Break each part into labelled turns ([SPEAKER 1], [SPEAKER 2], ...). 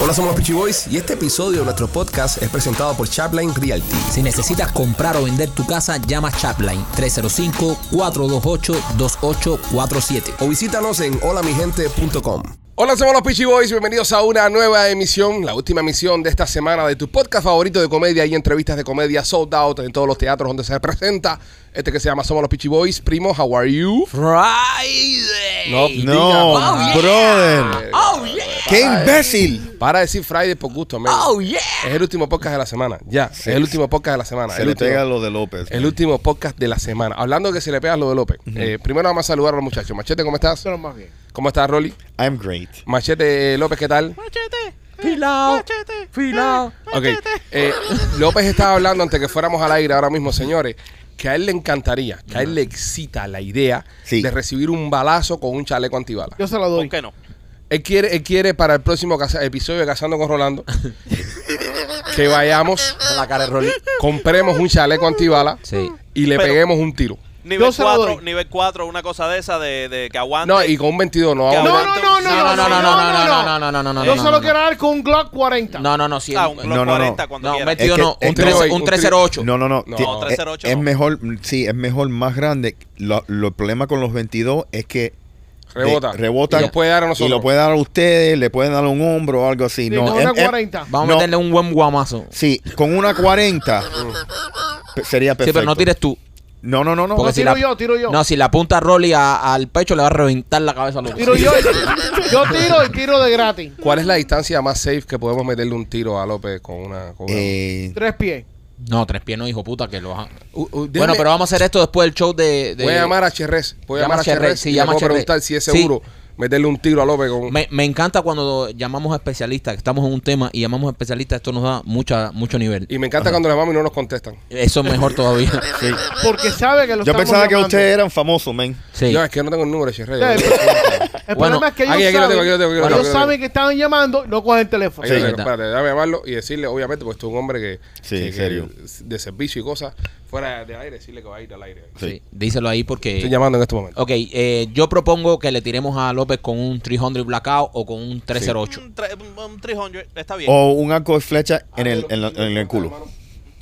[SPEAKER 1] Hola, somos los Peachy Boys y este episodio de nuestro podcast es presentado por Chapline Realty.
[SPEAKER 2] Si necesitas comprar o vender tu casa, llama Chapline 305-428-2847.
[SPEAKER 1] O visítanos en holamigente.com.
[SPEAKER 3] Hola, somos los Peachy Boys. Bienvenidos a una nueva emisión, la última emisión de esta semana de tu podcast favorito de comedia y entrevistas de comedia sold out en todos los teatros donde se presenta. Este que se llama Somos los Peachy Boys. Primo, how are you?
[SPEAKER 2] Friday.
[SPEAKER 3] No,
[SPEAKER 4] No,
[SPEAKER 2] diga, wow,
[SPEAKER 4] brother.
[SPEAKER 2] Oh yeah.
[SPEAKER 4] ¡Qué imbécil!
[SPEAKER 3] Para decir Friday por gusto, man.
[SPEAKER 2] Oh yeah.
[SPEAKER 3] Es el último podcast de la semana. Ya, es el último podcast de la semana.
[SPEAKER 4] Se
[SPEAKER 3] el
[SPEAKER 4] le
[SPEAKER 3] último.
[SPEAKER 4] pega lo de López.
[SPEAKER 3] El último podcast de la semana. Hablando que se le pega lo de López. Eh, primero vamos a saludar a los muchachos. Machete, ¿cómo estás? más bien. ¿Cómo estás, Rolly?
[SPEAKER 4] I'm great.
[SPEAKER 3] Machete eh, López, ¿qué tal?
[SPEAKER 2] Filao. Filao.
[SPEAKER 3] Ok. Eh, López estaba hablando antes que fuéramos al aire ahora mismo, señores, que a él le encantaría, que a él le excita la idea
[SPEAKER 4] Sí.
[SPEAKER 3] de recibir un balazo con un chaleco antibalas.
[SPEAKER 5] Yo se la doy.
[SPEAKER 6] ¿Por qué no?
[SPEAKER 3] Él quiere, él quiere para el próximo casa- episodio de Cazando con Rolando que vayamos,
[SPEAKER 2] La cara de Rolly.
[SPEAKER 3] compremos un chaleco antibala
[SPEAKER 2] Sí.
[SPEAKER 3] y le
[SPEAKER 6] Pero-
[SPEAKER 3] peguemos un tiro.
[SPEAKER 6] Nivel
[SPEAKER 5] Yo se lo
[SPEAKER 6] 4,
[SPEAKER 5] doy.
[SPEAKER 6] nivel 4, una cosa de esa de, de que aguante.
[SPEAKER 3] No, y con un 22 no
[SPEAKER 6] Que
[SPEAKER 3] vamos a-
[SPEAKER 5] No, no, no, no,
[SPEAKER 2] No, no, no, no, no, no, no, no, no, no, no.
[SPEAKER 5] Yo
[SPEAKER 2] no,
[SPEAKER 5] solo
[SPEAKER 2] no.
[SPEAKER 5] quiero dar con un Glock 40.
[SPEAKER 2] No, no, no, sí.
[SPEAKER 6] Ah, un Glock
[SPEAKER 4] No, no, no.
[SPEAKER 6] 40 cuando
[SPEAKER 2] No, un
[SPEAKER 6] quiera.
[SPEAKER 2] 22
[SPEAKER 4] Es que-
[SPEAKER 2] no, un
[SPEAKER 4] es que-
[SPEAKER 2] 13 un 308.
[SPEAKER 4] No, no, no.
[SPEAKER 3] No,
[SPEAKER 4] Ti- eh,
[SPEAKER 6] 308
[SPEAKER 4] es
[SPEAKER 6] no.
[SPEAKER 4] mejor, sí, es mejor más grande. Lo, lo- el problema con los 22 es que de-
[SPEAKER 3] Rebota.
[SPEAKER 4] rebotan
[SPEAKER 3] Y nos puede dar a nosotros.
[SPEAKER 4] Y lo puede dar a ustedes, le pueden dar un hombro o algo así.
[SPEAKER 5] Sí,
[SPEAKER 4] no,
[SPEAKER 5] con
[SPEAKER 4] es-
[SPEAKER 5] una
[SPEAKER 4] es-
[SPEAKER 5] 40.
[SPEAKER 2] Vamos
[SPEAKER 4] no.
[SPEAKER 2] a meterle un buen guamazo.
[SPEAKER 4] sí, con una 40 pe- sería
[SPEAKER 2] Sí,
[SPEAKER 4] perfecto.
[SPEAKER 2] pero no tires tú.
[SPEAKER 4] No, no, no, no.
[SPEAKER 2] Porque
[SPEAKER 5] No,
[SPEAKER 2] si
[SPEAKER 5] tiro
[SPEAKER 2] la,
[SPEAKER 5] yo, tiro yo.
[SPEAKER 2] No, si la punta Rolly a- al pecho le va a reventar la cabeza a los
[SPEAKER 5] Tiro yo. y- yo tiro y tiro de gratis.
[SPEAKER 3] ¿Cuál es la distancia más safe que podemos meterle un tiro a López con una... con una-
[SPEAKER 4] Eh,
[SPEAKER 5] Tres pies.
[SPEAKER 2] No, tres pies no, hijo puta, que lo bajan.
[SPEAKER 3] U- u-
[SPEAKER 2] Bueno,
[SPEAKER 3] déjame-
[SPEAKER 2] pero vamos a hacer esto después del show de. de-
[SPEAKER 3] Voy a llamar a Cherrés. Voy a
[SPEAKER 2] Llama
[SPEAKER 3] llamar a
[SPEAKER 2] a Cherrés,
[SPEAKER 3] Cherrés.
[SPEAKER 2] sí,
[SPEAKER 3] y le
[SPEAKER 2] llama
[SPEAKER 3] puedo
[SPEAKER 2] a Cherrés.
[SPEAKER 3] preguntar si es
[SPEAKER 2] Sí.
[SPEAKER 3] seguro meterle un tiro a López con un.
[SPEAKER 2] Me, me encanta cuando llamamos a especialistas, que estamos en un tema y llamamos a especialistas, esto nos da mucha, mucho nivel.
[SPEAKER 3] Y me encanta cuando las llamamos y no nos contestan.
[SPEAKER 2] Eso es mejor todavía.
[SPEAKER 4] sí.
[SPEAKER 5] Porque sabe que lo
[SPEAKER 4] Yo
[SPEAKER 5] estamos
[SPEAKER 4] pensaba que
[SPEAKER 5] llamando.
[SPEAKER 4] ustedes eran famosos, men.
[SPEAKER 2] Sí.
[SPEAKER 3] No, es que yo no tengo el número de Cherrés.
[SPEAKER 5] Sí,
[SPEAKER 3] Yo-
[SPEAKER 5] El
[SPEAKER 2] Bueno,
[SPEAKER 5] problema es que ellos
[SPEAKER 3] aquí, aquí lo
[SPEAKER 5] saben,
[SPEAKER 3] tengo, aquí lo tengo, aquí lo
[SPEAKER 5] ellos
[SPEAKER 3] tengo, aquí lo
[SPEAKER 5] saben
[SPEAKER 3] tengo.
[SPEAKER 5] que estaban llamando, no cogen el teléfono.
[SPEAKER 3] Ahí lo tengo,
[SPEAKER 2] verdad.
[SPEAKER 3] espérate, déjame llamarlo y decirle, obviamente, pues tú es un hombre que,
[SPEAKER 4] Sí,
[SPEAKER 3] que-
[SPEAKER 4] en serio.
[SPEAKER 3] que de servicio y cosas, fuera de aire, decirle que va a ir al aire.
[SPEAKER 2] Sí. Díselo ahí porque.
[SPEAKER 3] Estoy llamando en este momento.
[SPEAKER 2] Ok, eh, yo propongo que le tiremos a López con un 300 Blackout o con un 308.
[SPEAKER 6] Un, tre- un- un 300, está bien.
[SPEAKER 4] O un arco de flecha en el, en la- en el culo.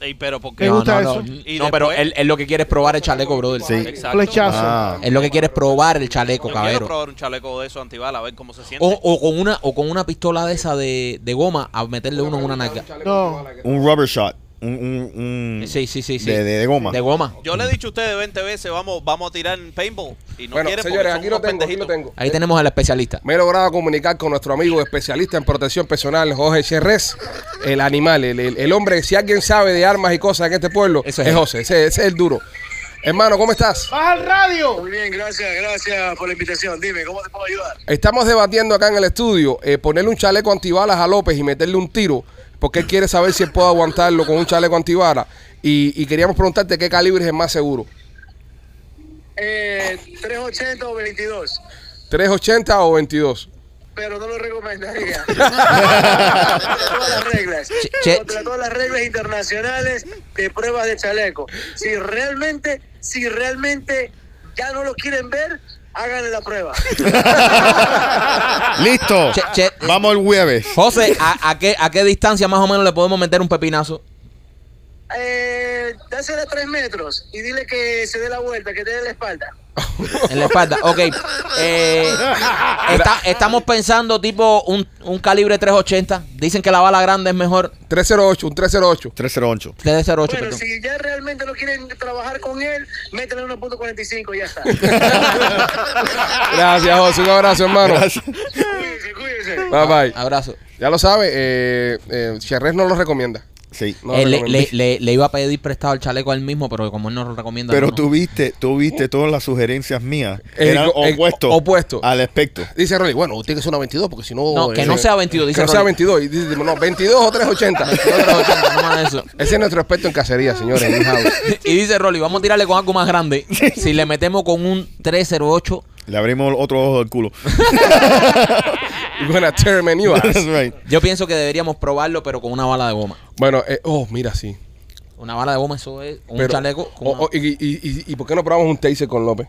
[SPEAKER 6] Ey, pero ¿por
[SPEAKER 5] Me
[SPEAKER 6] qué?
[SPEAKER 2] No,
[SPEAKER 5] gusta
[SPEAKER 2] no,
[SPEAKER 5] eso.
[SPEAKER 2] no,
[SPEAKER 6] Y
[SPEAKER 2] no, pero
[SPEAKER 6] después-
[SPEAKER 2] él, él lo que quiere es probar el chaleco, brother.
[SPEAKER 4] Sí.
[SPEAKER 6] Exacto.
[SPEAKER 5] Flechazo.
[SPEAKER 4] Ah,
[SPEAKER 2] Él lo que quiere es probar el chaleco,
[SPEAKER 6] Yo quiero
[SPEAKER 2] caballero.
[SPEAKER 6] probar un chaleco de esos antibala, a ver cómo se siente.
[SPEAKER 2] O, o con una o con una pistola de esa de, de goma a meterle uno en una nalga.
[SPEAKER 5] No.
[SPEAKER 4] un rubber shot. Un, un, un-
[SPEAKER 2] Sí, sí, sí, sí.
[SPEAKER 4] De, de- de goma.
[SPEAKER 2] De goma.
[SPEAKER 6] Yo le he dicho a ustedes 20 veces, vamos, vamos a tirar en paintball. Y no
[SPEAKER 3] bueno, señores,
[SPEAKER 6] quieren porque
[SPEAKER 3] aquí lo
[SPEAKER 6] son unos
[SPEAKER 3] tengo, aquí lo
[SPEAKER 6] pendejitos.
[SPEAKER 3] tengo.
[SPEAKER 2] Ahí tenemos al especialista.
[SPEAKER 3] Me he logrado comunicar con nuestro amigo especialista en protección personal, Jorge Cherrés, el animal, el, el- el hombre. Si alguien sabe de armas y cosas en este pueblo,
[SPEAKER 2] Eso
[SPEAKER 3] es,
[SPEAKER 2] es él.
[SPEAKER 3] José, ese, ese es el duro. Hermano, ¿cómo estás?
[SPEAKER 5] Baja el radio.
[SPEAKER 7] Muy bien, gracias, gracias por la invitación. Dime, ¿cómo te puedo ayudar?
[SPEAKER 3] Estamos debatiendo acá en el estudio eh, ponerle un chaleco antibalas a López y meterle un tiro, porque él quiere saber si él puede aguantarlo con un chaleco antibalas. Y, y queríamos preguntarte qué calibre es el más seguro.
[SPEAKER 7] Eh, 380 o 22,
[SPEAKER 3] ¿380 o 22?
[SPEAKER 7] pero no lo recomendaría. Contra todas las reglas.
[SPEAKER 2] che.
[SPEAKER 7] Contra todas las reglas internacionales de pruebas de chaleco. Si realmente, si realmente ya no lo quieren ver, háganle la prueba.
[SPEAKER 4] Listo.
[SPEAKER 2] Che- che-
[SPEAKER 4] Vamos el jueves.
[SPEAKER 2] José, ¿a, a qué, ¿a qué distancia más o menos le podemos meter un pepinazo?
[SPEAKER 7] Eh, dásela tres metros y dile que se dé la vuelta, que te dé la espalda.
[SPEAKER 2] En la espalda. Ok. Eh, está- estamos pensando tipo un, un calibre 380. Dicen que la bala grande es mejor.
[SPEAKER 3] 308, un 308.
[SPEAKER 4] 308.
[SPEAKER 2] 308,
[SPEAKER 7] Bueno,
[SPEAKER 2] perdón.
[SPEAKER 7] si ya realmente no quieren trabajar con él, métele 1.45 y ya está.
[SPEAKER 3] Gracias, José. Un abrazo, hermano.
[SPEAKER 4] Gracias.
[SPEAKER 7] cuídense, cuídense.
[SPEAKER 3] Bye, bye.
[SPEAKER 2] Abrazo.
[SPEAKER 3] Ya lo sabe, eh, eh, Cherrés no lo recomienda.
[SPEAKER 4] Sí.
[SPEAKER 3] No
[SPEAKER 2] Eh,
[SPEAKER 3] lo
[SPEAKER 2] le,
[SPEAKER 3] recomienda.
[SPEAKER 2] le- le- le iba a pedir prestado el chaleco a él mismo, pero como él no lo recomienda.
[SPEAKER 4] Pero
[SPEAKER 2] no.
[SPEAKER 4] tú viste, tú viste todas las sugerencias mías.
[SPEAKER 3] El-
[SPEAKER 4] Eran
[SPEAKER 3] el-
[SPEAKER 4] opuestos
[SPEAKER 3] opuesto.
[SPEAKER 4] al especto.
[SPEAKER 3] Dice Rolly, bueno, tiene que ser una 22 porque si no... eh,
[SPEAKER 2] No, que no sea 22, dice
[SPEAKER 3] Que no sea
[SPEAKER 2] Rolly.
[SPEAKER 3] 22. Y dice, no, 22 o 380.
[SPEAKER 2] 380, no más de eso.
[SPEAKER 3] Ese es nuestro experto en cacería, señores. en house.
[SPEAKER 2] Y dice Rolly, vamos a tirarle con algo más grande. Si le metemos con un 308,
[SPEAKER 4] Le abrimos otro ojo del culo.
[SPEAKER 3] You're gonna tear me new
[SPEAKER 4] That's
[SPEAKER 3] ass.
[SPEAKER 4] right.
[SPEAKER 2] yo pienso que deberíamos probarlo, pero con una bala de goma.
[SPEAKER 3] Bueno, eh, oh, mira, sí.
[SPEAKER 2] Una bala de goma, eso es un
[SPEAKER 3] Pero- oh,
[SPEAKER 2] chaleco. con
[SPEAKER 3] o-
[SPEAKER 2] una-
[SPEAKER 3] o- y, y- y- y por qué no probamos un taser con López?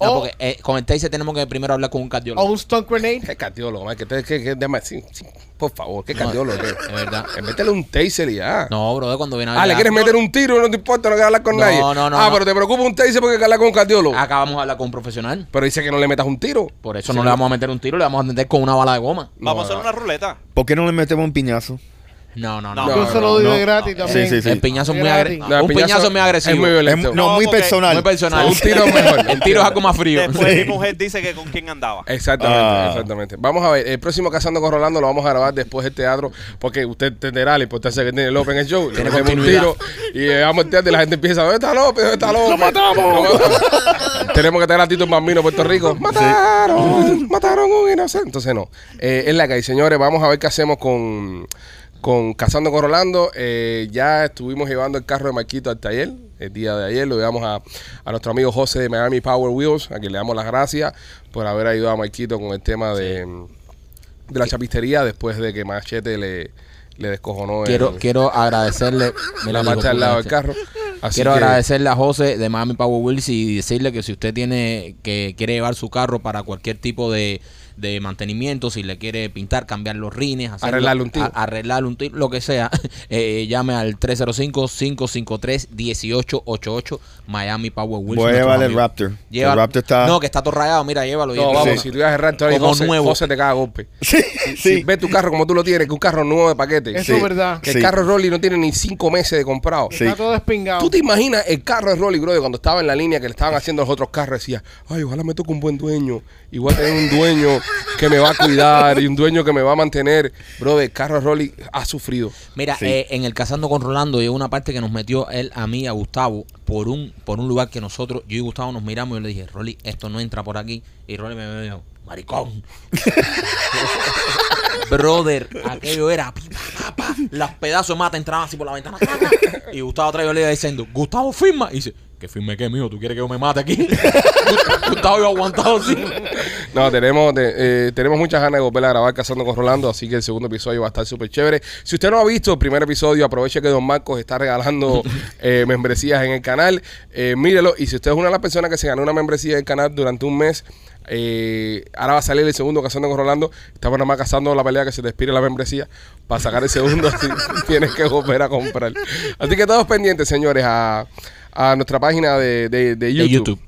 [SPEAKER 2] No,
[SPEAKER 5] O-
[SPEAKER 2] porque eh, con el taser tenemos que primero hablar con un
[SPEAKER 5] O
[SPEAKER 2] cardiólogo.
[SPEAKER 5] un stunt grenade.
[SPEAKER 3] Qué cardiólogo, man, ¿eh? que te- que- que- déjame- sí, sí, por favor, qué
[SPEAKER 2] No,
[SPEAKER 3] cardiólogo.
[SPEAKER 2] es
[SPEAKER 3] que-
[SPEAKER 2] verdad.
[SPEAKER 3] que ¿eh? Métele un taser y ya.
[SPEAKER 2] No, bro, cuando viene a ver
[SPEAKER 3] ah, le
[SPEAKER 2] la-
[SPEAKER 3] quieres meter un tiro, no te importa, no quieres hablar con
[SPEAKER 2] No,
[SPEAKER 3] nadie.
[SPEAKER 2] no, no,
[SPEAKER 3] Ah,
[SPEAKER 2] no. Ah,
[SPEAKER 3] pero te preocupa un taser porque hay que hablar con un cardiólogo.
[SPEAKER 2] Acá vamos a hablar con un profesional.
[SPEAKER 3] Pero dice que no le metas un tiro.
[SPEAKER 2] Por eso no le vamos a meter un tiro, le vamos a meter con una bala de goma.
[SPEAKER 6] Vamos a hacer
[SPEAKER 3] no.
[SPEAKER 6] una ruleta.
[SPEAKER 4] ¿Por qué no le metemos un piñazo?
[SPEAKER 2] No, no,
[SPEAKER 6] No.
[SPEAKER 2] no.
[SPEAKER 5] Yo se lo doy
[SPEAKER 4] no,
[SPEAKER 5] de gratis
[SPEAKER 4] no.
[SPEAKER 5] también.
[SPEAKER 4] Sí, sí, sí.
[SPEAKER 2] El piñazo es muy
[SPEAKER 5] Era
[SPEAKER 2] agresivo.
[SPEAKER 5] gratis.
[SPEAKER 3] No,
[SPEAKER 2] un
[SPEAKER 3] piñazo
[SPEAKER 2] piñazo es muy agresivo.
[SPEAKER 3] Es muy violento.
[SPEAKER 4] Es- no,
[SPEAKER 6] No,
[SPEAKER 4] muy
[SPEAKER 6] porque-
[SPEAKER 4] personal.
[SPEAKER 2] Muy personal.
[SPEAKER 3] Un tiro es mejor,
[SPEAKER 2] el tiro es algo más frío.
[SPEAKER 6] Después
[SPEAKER 4] Sí.
[SPEAKER 6] mi mujer dice que con quién andaba.
[SPEAKER 3] Exactamente,
[SPEAKER 4] Ah.
[SPEAKER 3] exactamente. Vamos a ver, el próximo Cazando con Rolando lo vamos a grabar después del teatro, porque usted entenderá la importancia que tiene López en el show. Le
[SPEAKER 2] Tiene
[SPEAKER 3] metemos un
[SPEAKER 2] continuidad.
[SPEAKER 3] tiro y llegamos al teatro y la gente empieza, ¿dónde está López? ¿Dónde está López? ¡Lo matamos! Tenemos que tener a Tito el Bambino, Puerto Rico. ¡Mataron! ¡Mataron a un inocente! Entonces no, Eh, es la que hay. Señores, vamos a ver qué hacemos con... Con Cazando con Rolando, Eh, ya estuvimos llevando el carro de Marquito al taller el día de ayer. Lo llevamos a, a nuestro amigo José de Miami Power Wheels, a quien le damos las gracias por haber ayudado a Marquito con el tema de, de la chapistería después de que Machete le, le descojonó el-
[SPEAKER 2] Quiero, quiero agradecerle.
[SPEAKER 3] la
[SPEAKER 2] mira,
[SPEAKER 3] parte
[SPEAKER 2] digo,
[SPEAKER 3] al lado del carro.
[SPEAKER 2] gracias.
[SPEAKER 3] Así
[SPEAKER 2] Quiero
[SPEAKER 3] que-
[SPEAKER 2] agradecerle a José de Miami Power Wheels y decirle que si usted tiene que quiere llevar su carro para cualquier tipo de, de mantenimiento, si le quiere pintar, cambiar los rines, hacerlo-
[SPEAKER 3] Arreglarle un tiro.
[SPEAKER 2] a- arreglarle un tiro, lo que sea, eh, llame al 305-553-1888 Miami Power Wheels.
[SPEAKER 4] Voy a
[SPEAKER 2] nuestros
[SPEAKER 4] llevar el
[SPEAKER 2] amigos.
[SPEAKER 4] Raptor. El
[SPEAKER 2] Lleva-
[SPEAKER 4] Raptor está-
[SPEAKER 2] No, que está todo rayado, mira, llévalo.
[SPEAKER 3] No,
[SPEAKER 2] llévalo.
[SPEAKER 3] vamos,
[SPEAKER 4] Sí.
[SPEAKER 3] si tú ibas a errar todavía,
[SPEAKER 2] Como
[SPEAKER 3] José,
[SPEAKER 2] nuevo.
[SPEAKER 3] José te caga a golpe.
[SPEAKER 4] Sí,
[SPEAKER 3] Si ves tu carro como tú lo tienes, que un carro nuevo de paquete.
[SPEAKER 5] Eso es verdad.
[SPEAKER 3] Que
[SPEAKER 4] Sí.
[SPEAKER 3] el carro Rolly no tiene ni cinco meses de comprado.
[SPEAKER 4] Sí.
[SPEAKER 5] Está todo despingado.
[SPEAKER 3] ¿Tú te imaginas el carro de Rolly Brother cuando estaba en la línea que le estaban haciendo los otros carros? Decía, ay, ojalá me toque un buen dueño. Igual tener un dueño que me va a cuidar y un dueño que me va a mantener. Brother, el carro de Rolly ha sufrido.
[SPEAKER 2] Mira,
[SPEAKER 4] Sí.
[SPEAKER 2] eh, en el Cazando con Rolando llegó una parte que nos metió él a mí, a Gustavo, por un por un lugar que nosotros, yo y Gustavo nos miramos y yo le dije, Rolly, esto no entra por aquí. Y Rolly me me dijo, maricón. Brother, aquello era pi, pa, pa, pa. Los pedazos de mata entraban así por la ventana. ta, ta. Y Gustavo otra vez yo le iba diciendo, Gustavo, firma. Y dice, ¿que firme qué, mijo? ¿Tú quieres que yo me mate aquí? Gustavo iba aguantado así.
[SPEAKER 3] No, tenemos, te- eh, tenemos muchas ganas de volver a grabar Cazando con Rolando, así que el segundo episodio va a estar súper chévere. Si usted no ha visto el primer episodio, aproveche que Don Marcos está regalando eh, membresías en el canal. Eh, mírelo, y si usted es una de las personas que se ganó una membresía del canal durante un mes, eh, ahora va a salir el segundo Cazando con Rolando. Estamos nada más cazando la pelea que se te expire la membresía para sacar el segundo. así tienes que volver a comprar. Así que todos pendientes, señores, a, a nuestra página de, de- de
[SPEAKER 2] De
[SPEAKER 3] YouTube.
[SPEAKER 2] YouTube.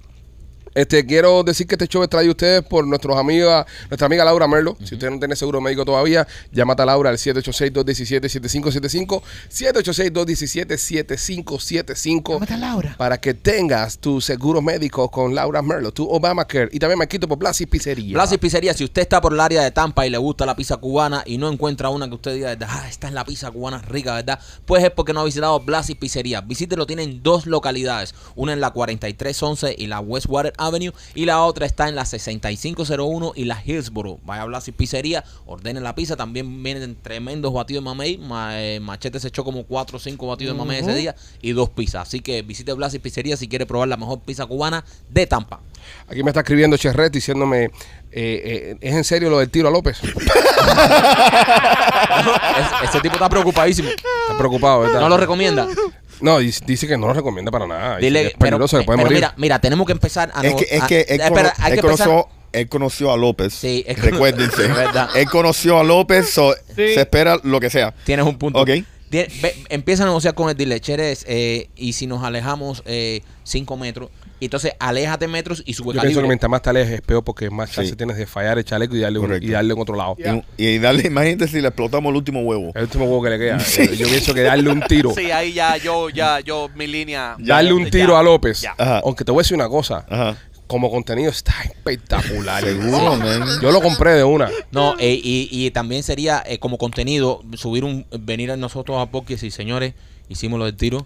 [SPEAKER 3] Este, quiero decir que este show es traído a ustedes por nuestros amiga, nuestra amiga Laura Merlo. Si usted no tiene seguro médico todavía, llámate a Laura al 786-217-7575. 786-217-7575. Laura. Para que tengas tu seguro médico con Laura Merlo, tu Obamacare. Y también me quito por Blasis Pizzería.
[SPEAKER 2] Blasis Pizzería, si usted está por el área de Tampa y le gusta la pizza cubana y no encuentra una que usted diga, ah, esta es la pizza cubana rica, ¿verdad? Pues es porque no ha visitado Blasis Pizzería. Visítelo, tienen dos localidades, una en la 4311 y la Westwater Avenue y la otra está en la 6501 y la Hillsboro. Vaya a Blasis Pizzería, ordenen la pizza, también vienen tremendos batidos de mamey, Ma- eh, Machete se echó como 4 o 5 batidos de mamey ese día y dos pizzas. Así que visite Blasis Pizzería si quiere probar la mejor pizza cubana de Tampa.
[SPEAKER 3] Aquí me está escribiendo Cherret diciéndome, eh, eh, ¿es en serio lo del tiro a López?
[SPEAKER 2] Es- ese tipo está preocupadísimo.
[SPEAKER 3] Está preocupado, ¿verdad?
[SPEAKER 2] No lo recomienda.
[SPEAKER 3] No, dice, dice que no lo recomienda para nada. Dice
[SPEAKER 2] Dile,
[SPEAKER 3] que es peligroso,
[SPEAKER 2] pero,
[SPEAKER 3] que puede
[SPEAKER 2] pero
[SPEAKER 3] morir.
[SPEAKER 2] mira, mira, tenemos que empezar a
[SPEAKER 4] Es
[SPEAKER 2] no-
[SPEAKER 4] que, es
[SPEAKER 2] a-
[SPEAKER 4] que él,
[SPEAKER 2] ah, espera,
[SPEAKER 4] cono-
[SPEAKER 2] hay
[SPEAKER 4] él
[SPEAKER 2] que empezar-
[SPEAKER 4] conoció, él conoció a López.
[SPEAKER 2] Sí, él cono-
[SPEAKER 4] Recuérdense.
[SPEAKER 2] Es verdad.
[SPEAKER 4] Él conoció a López, so
[SPEAKER 5] Sí.
[SPEAKER 4] se espera lo que sea.
[SPEAKER 2] Tienes un punto.
[SPEAKER 4] Ok.
[SPEAKER 2] Tie- ve- empieza a negociar con el dealer, Cheres, eh, y si nos alejamos 5 metros, y entonces aléjate metros y sube
[SPEAKER 3] Yo pienso que
[SPEAKER 2] calibre.
[SPEAKER 3] mientras más te alejes es peor porque más chance
[SPEAKER 4] Sí.
[SPEAKER 3] tienes de fallar el chaleco y darle, un-
[SPEAKER 4] Correcto.
[SPEAKER 3] y darle en otro lado.
[SPEAKER 5] Ya.
[SPEAKER 4] Y, y dale, imagínate si le explotamos el último huevo.
[SPEAKER 3] El último juego que le queda. eh, Yo, yo pienso que darle un tiro.
[SPEAKER 6] Sí, ahí ya yo, ya yo, mi línea.
[SPEAKER 3] Darle un
[SPEAKER 6] ya,
[SPEAKER 3] tiro a López.
[SPEAKER 6] ya.
[SPEAKER 4] Ajá.
[SPEAKER 3] Aunque te voy a decir una cosa.
[SPEAKER 4] Ajá.
[SPEAKER 3] Como contenido está espectacular.
[SPEAKER 4] Seguro, man.
[SPEAKER 3] Yo lo compré de una.
[SPEAKER 2] No, eh, y, y también sería eh, como contenido subir un venir a nosotros a podcast y señores, hicimos lo del tiro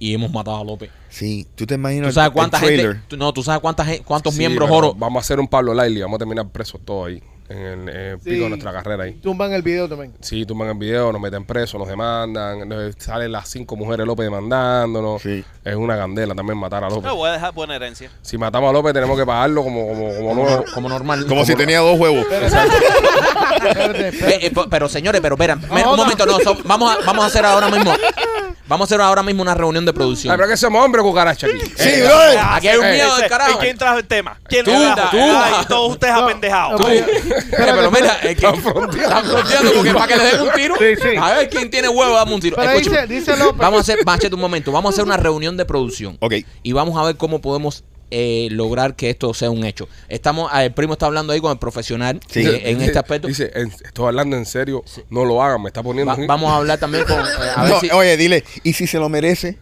[SPEAKER 2] y hemos matado a López.
[SPEAKER 4] Sí, tú te imaginas
[SPEAKER 2] ¿Tú sabes
[SPEAKER 4] el
[SPEAKER 2] cuánta
[SPEAKER 4] trailer.
[SPEAKER 2] gente? tú- no, tú sabes cuánta gen- cuántos
[SPEAKER 3] Sí,
[SPEAKER 2] miembros
[SPEAKER 3] pero
[SPEAKER 2] oro.
[SPEAKER 3] Vamos a hacer un Pablo Laili. Vamos a terminar presos todos ahí. en el eh,
[SPEAKER 5] Sí.
[SPEAKER 3] pico de nuestra carrera ahí.
[SPEAKER 5] Tumban el video también.
[SPEAKER 3] Sí, tumban el video, nos meten presos, nos demandan, nos- salen las cinco mujeres López demandándonos.
[SPEAKER 4] Sí.
[SPEAKER 3] Es una candela también matar a López.
[SPEAKER 6] No, voy a dejar buena herencia.
[SPEAKER 3] Si matamos a López tenemos que pagarlo como, como, como no.
[SPEAKER 2] Como normal.
[SPEAKER 4] Como si tenía dos huevos.
[SPEAKER 5] Espérate, espérate.
[SPEAKER 2] Eh, eh, po- pero señores, pero espera, me-
[SPEAKER 5] Ahora.
[SPEAKER 2] un momento, no, so- vamos, a, vamos a hacer ahora mismo. Vamos a hacer ahora mismo una reunión de
[SPEAKER 3] Ay,
[SPEAKER 2] producción.
[SPEAKER 3] pero que somos hombres cucaracha aquí.
[SPEAKER 4] Sí,
[SPEAKER 3] Eh,
[SPEAKER 4] brother.
[SPEAKER 6] Ah,
[SPEAKER 2] Aquí hay un
[SPEAKER 6] sí,
[SPEAKER 2] miedo
[SPEAKER 6] sí,
[SPEAKER 2] del
[SPEAKER 6] sí.
[SPEAKER 2] carajo.
[SPEAKER 6] ¿Y quién trajo el tema? ¿Quién
[SPEAKER 2] Tú,
[SPEAKER 6] lo trajo?
[SPEAKER 2] tú.
[SPEAKER 6] Ay, todos ustedes
[SPEAKER 5] No,
[SPEAKER 6] apendejados.
[SPEAKER 5] no,
[SPEAKER 6] Tú.
[SPEAKER 2] Oye, eh, pero mira, es que
[SPEAKER 3] Están fronteando.
[SPEAKER 2] están fronteando porque para que le den un tiro.
[SPEAKER 5] Sí, sí.
[SPEAKER 2] A ver quién tiene huevo, dame un tiro.
[SPEAKER 5] Pero
[SPEAKER 2] Escucha,
[SPEAKER 5] dice- dice López.
[SPEAKER 2] Vamos a hacer, machete un momento, vamos a hacer una reunión de producción.
[SPEAKER 4] Ok.
[SPEAKER 2] Y vamos a ver cómo podemos eh, lograr que esto sea un hecho. Estamos, ah, el primo está hablando ahí con el profesional
[SPEAKER 4] Sí.
[SPEAKER 2] eh, en
[SPEAKER 3] Dice-
[SPEAKER 2] este aspecto.
[SPEAKER 3] Dice, en- estoy hablando en serio, no lo hagan, me está poniendo.
[SPEAKER 2] Va-
[SPEAKER 3] aquí.
[SPEAKER 2] vamos a hablar también con. eh, a ver
[SPEAKER 4] No,
[SPEAKER 2] si-
[SPEAKER 4] Oye, dile, ¿y si se lo merece?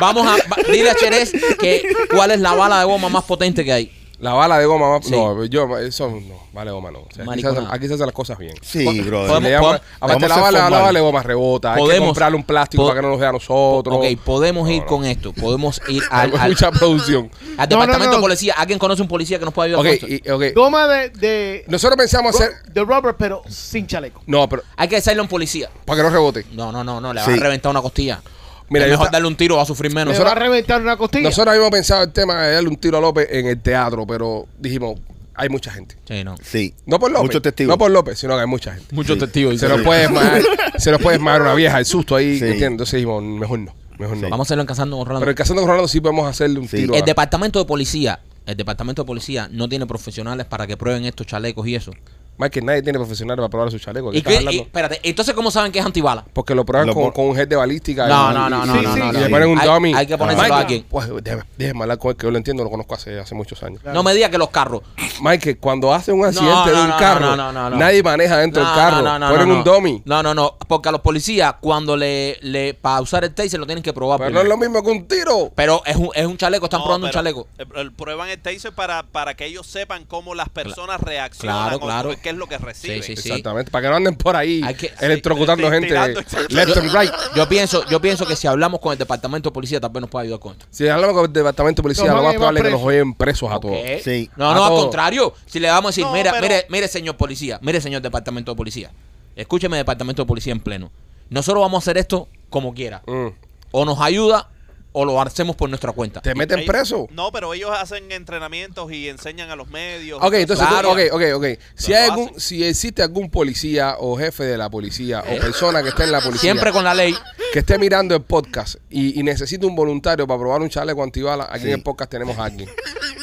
[SPEAKER 2] Vamos a. va- dile a Cherez que cuál es la bala de goma más potente que hay.
[SPEAKER 3] La bala de goma, va-
[SPEAKER 2] Sí.
[SPEAKER 3] no, yo, eso no, vale goma no. O sea, aquí, se hacen,
[SPEAKER 2] Maricona.
[SPEAKER 3] aquí se hacen las cosas bien.
[SPEAKER 4] Sí,
[SPEAKER 2] podemos-
[SPEAKER 4] brother.
[SPEAKER 3] Le llaman-
[SPEAKER 2] podemos-
[SPEAKER 3] aparte,
[SPEAKER 4] vamos
[SPEAKER 3] la
[SPEAKER 4] a ser
[SPEAKER 3] bala, la
[SPEAKER 4] formal.
[SPEAKER 3] bala de goma rebota, hay que
[SPEAKER 2] Podemos-
[SPEAKER 3] comprarle un plástico
[SPEAKER 2] po-
[SPEAKER 3] para que no nos dé a nosotros.
[SPEAKER 2] Ok, podemos ir
[SPEAKER 3] No, no.
[SPEAKER 2] con esto. Podemos ir al,
[SPEAKER 3] Tenemos
[SPEAKER 2] al-
[SPEAKER 3] mucha producción.
[SPEAKER 2] al
[SPEAKER 5] No, no,
[SPEAKER 2] departamento de
[SPEAKER 5] no.
[SPEAKER 2] policía. ¿Alguien conoce un policía que nos pueda ayudar?
[SPEAKER 3] Ok,
[SPEAKER 2] con esto?
[SPEAKER 3] y- ok.
[SPEAKER 5] Goma de, de,
[SPEAKER 3] Nosotros pensamos Eh, hacer.
[SPEAKER 5] de rubber, pero sin chaleco.
[SPEAKER 3] No, pero
[SPEAKER 2] Hay que decirle a un policía.
[SPEAKER 3] para que no rebote.
[SPEAKER 2] No, no, no, no, le
[SPEAKER 4] Sí.
[SPEAKER 2] va a reventar una costilla.
[SPEAKER 3] Mira,
[SPEAKER 2] es
[SPEAKER 3] yo
[SPEAKER 2] mejor
[SPEAKER 3] esta-
[SPEAKER 2] darle un tiro, va a sufrir menos.
[SPEAKER 5] Me va a reventar una costilla.
[SPEAKER 3] Nosotros habíamos pensado el tema de darle un tiro a López en el teatro, pero dijimos, hay mucha gente.
[SPEAKER 2] Sí, no.
[SPEAKER 4] Sí.
[SPEAKER 3] No por López.
[SPEAKER 4] Muchos testigos.
[SPEAKER 3] No por López, sino que hay mucha gente.
[SPEAKER 2] Muchos testigos.
[SPEAKER 3] Se nos puede desmayar, se nos puede desmayar una vieja, el susto ahí,
[SPEAKER 4] Sí.
[SPEAKER 3] ¿entiendes? Entonces dijimos, mejor no, mejor no.
[SPEAKER 2] Vamos a hacerlo en Casando con Rolando.
[SPEAKER 3] Pero el casando con Ronaldo sí podemos hacerle un
[SPEAKER 4] Sí.
[SPEAKER 3] tiro.
[SPEAKER 2] el
[SPEAKER 3] a-
[SPEAKER 2] departamento de policía. El departamento de policía no tiene profesionales para que prueben estos chalecos y eso.
[SPEAKER 3] Michael, nadie tiene profesional para probar su chaleco. ¿qué
[SPEAKER 2] ¿Y
[SPEAKER 3] estás
[SPEAKER 2] qué-
[SPEAKER 3] hablando?
[SPEAKER 2] y- espérate, entonces ¿cómo saben que es antibala?
[SPEAKER 3] Porque lo prueban
[SPEAKER 4] Lo
[SPEAKER 3] con,
[SPEAKER 4] por-
[SPEAKER 3] con un jet de balística.
[SPEAKER 2] No,
[SPEAKER 3] y,
[SPEAKER 2] no, no,
[SPEAKER 3] y-
[SPEAKER 2] no,
[SPEAKER 3] sí,
[SPEAKER 5] no,
[SPEAKER 3] sí,
[SPEAKER 5] no,
[SPEAKER 3] y
[SPEAKER 5] no.
[SPEAKER 3] le ponen un
[SPEAKER 2] Hay-
[SPEAKER 3] dummy.
[SPEAKER 2] hay que ponérselo
[SPEAKER 3] Michael,
[SPEAKER 2] a alguien.
[SPEAKER 3] Pues, déjame, déjame hablar con él, que yo lo entiendo, lo conozco hace, hace muchos años.
[SPEAKER 2] No me diga que los carros.
[SPEAKER 3] Michael, cuando hace un accidente
[SPEAKER 2] no,
[SPEAKER 3] de un
[SPEAKER 2] no,
[SPEAKER 3] carro,
[SPEAKER 2] no, no, no, no.
[SPEAKER 3] nadie maneja dentro del carro. ponen un dummy.
[SPEAKER 2] No, no, no. Porque a los policías, cuando le, le para usar el taser, lo tienen que probar.
[SPEAKER 3] Pero no
[SPEAKER 2] primero.
[SPEAKER 3] es lo mismo que un tiro.
[SPEAKER 2] Pero es un, es un chaleco, están
[SPEAKER 6] No,
[SPEAKER 2] probando un
[SPEAKER 6] pero
[SPEAKER 2] chaleco.
[SPEAKER 6] el- el- prueban el taser para, para que ellos sepan cómo las personas reaccionan
[SPEAKER 2] claro,
[SPEAKER 6] o
[SPEAKER 2] claro.
[SPEAKER 6] qué es lo que reciben.
[SPEAKER 2] Sí, sí.
[SPEAKER 3] Exactamente, para que no anden por ahí
[SPEAKER 2] Hay que- este,
[SPEAKER 3] electrocutando
[SPEAKER 6] sí,
[SPEAKER 3] gente
[SPEAKER 6] tirando,
[SPEAKER 3] left and right.
[SPEAKER 2] Yo pienso, yo pienso que si hablamos con el departamento de policía, tal vez nos pueda ayudar con esto.
[SPEAKER 3] Si hablamos con el departamento de policía,
[SPEAKER 5] Nos
[SPEAKER 3] lo
[SPEAKER 5] van a
[SPEAKER 3] más
[SPEAKER 5] llevar
[SPEAKER 3] probable es que nos
[SPEAKER 5] presos.
[SPEAKER 3] oyen presos a todos.
[SPEAKER 2] Ok.
[SPEAKER 4] Sí.
[SPEAKER 2] No,
[SPEAKER 3] A
[SPEAKER 2] no, al
[SPEAKER 3] todo.
[SPEAKER 2] contrario. Si le vamos a decir,
[SPEAKER 6] No,
[SPEAKER 2] mira,
[SPEAKER 6] pero-
[SPEAKER 2] mire, mire, señor policía, mire, señor departamento de policía, escúcheme, departamento de policía en pleno. Nosotros vamos a hacer esto como quiera.
[SPEAKER 3] Mm.
[SPEAKER 2] O nos ayuda o lo hacemos por nuestra cuenta.
[SPEAKER 3] Te meten
[SPEAKER 6] Ellos-
[SPEAKER 3] preso.
[SPEAKER 6] No, pero ellos hacen entrenamientos y enseñan a los medios.
[SPEAKER 3] Ok, entonces,
[SPEAKER 2] Claro.
[SPEAKER 3] tú- ok, ok, ok. Si,
[SPEAKER 6] Lo
[SPEAKER 3] hay
[SPEAKER 6] hacen.
[SPEAKER 3] algún, si existe algún policía o jefe de la policía o persona que esté en la policía
[SPEAKER 2] ¿Eh? Siempre con la ley.
[SPEAKER 3] que esté mirando el podcast y, y necesita un voluntario para probar un chaleco antibala, aquí en el podcast tenemos a alguien.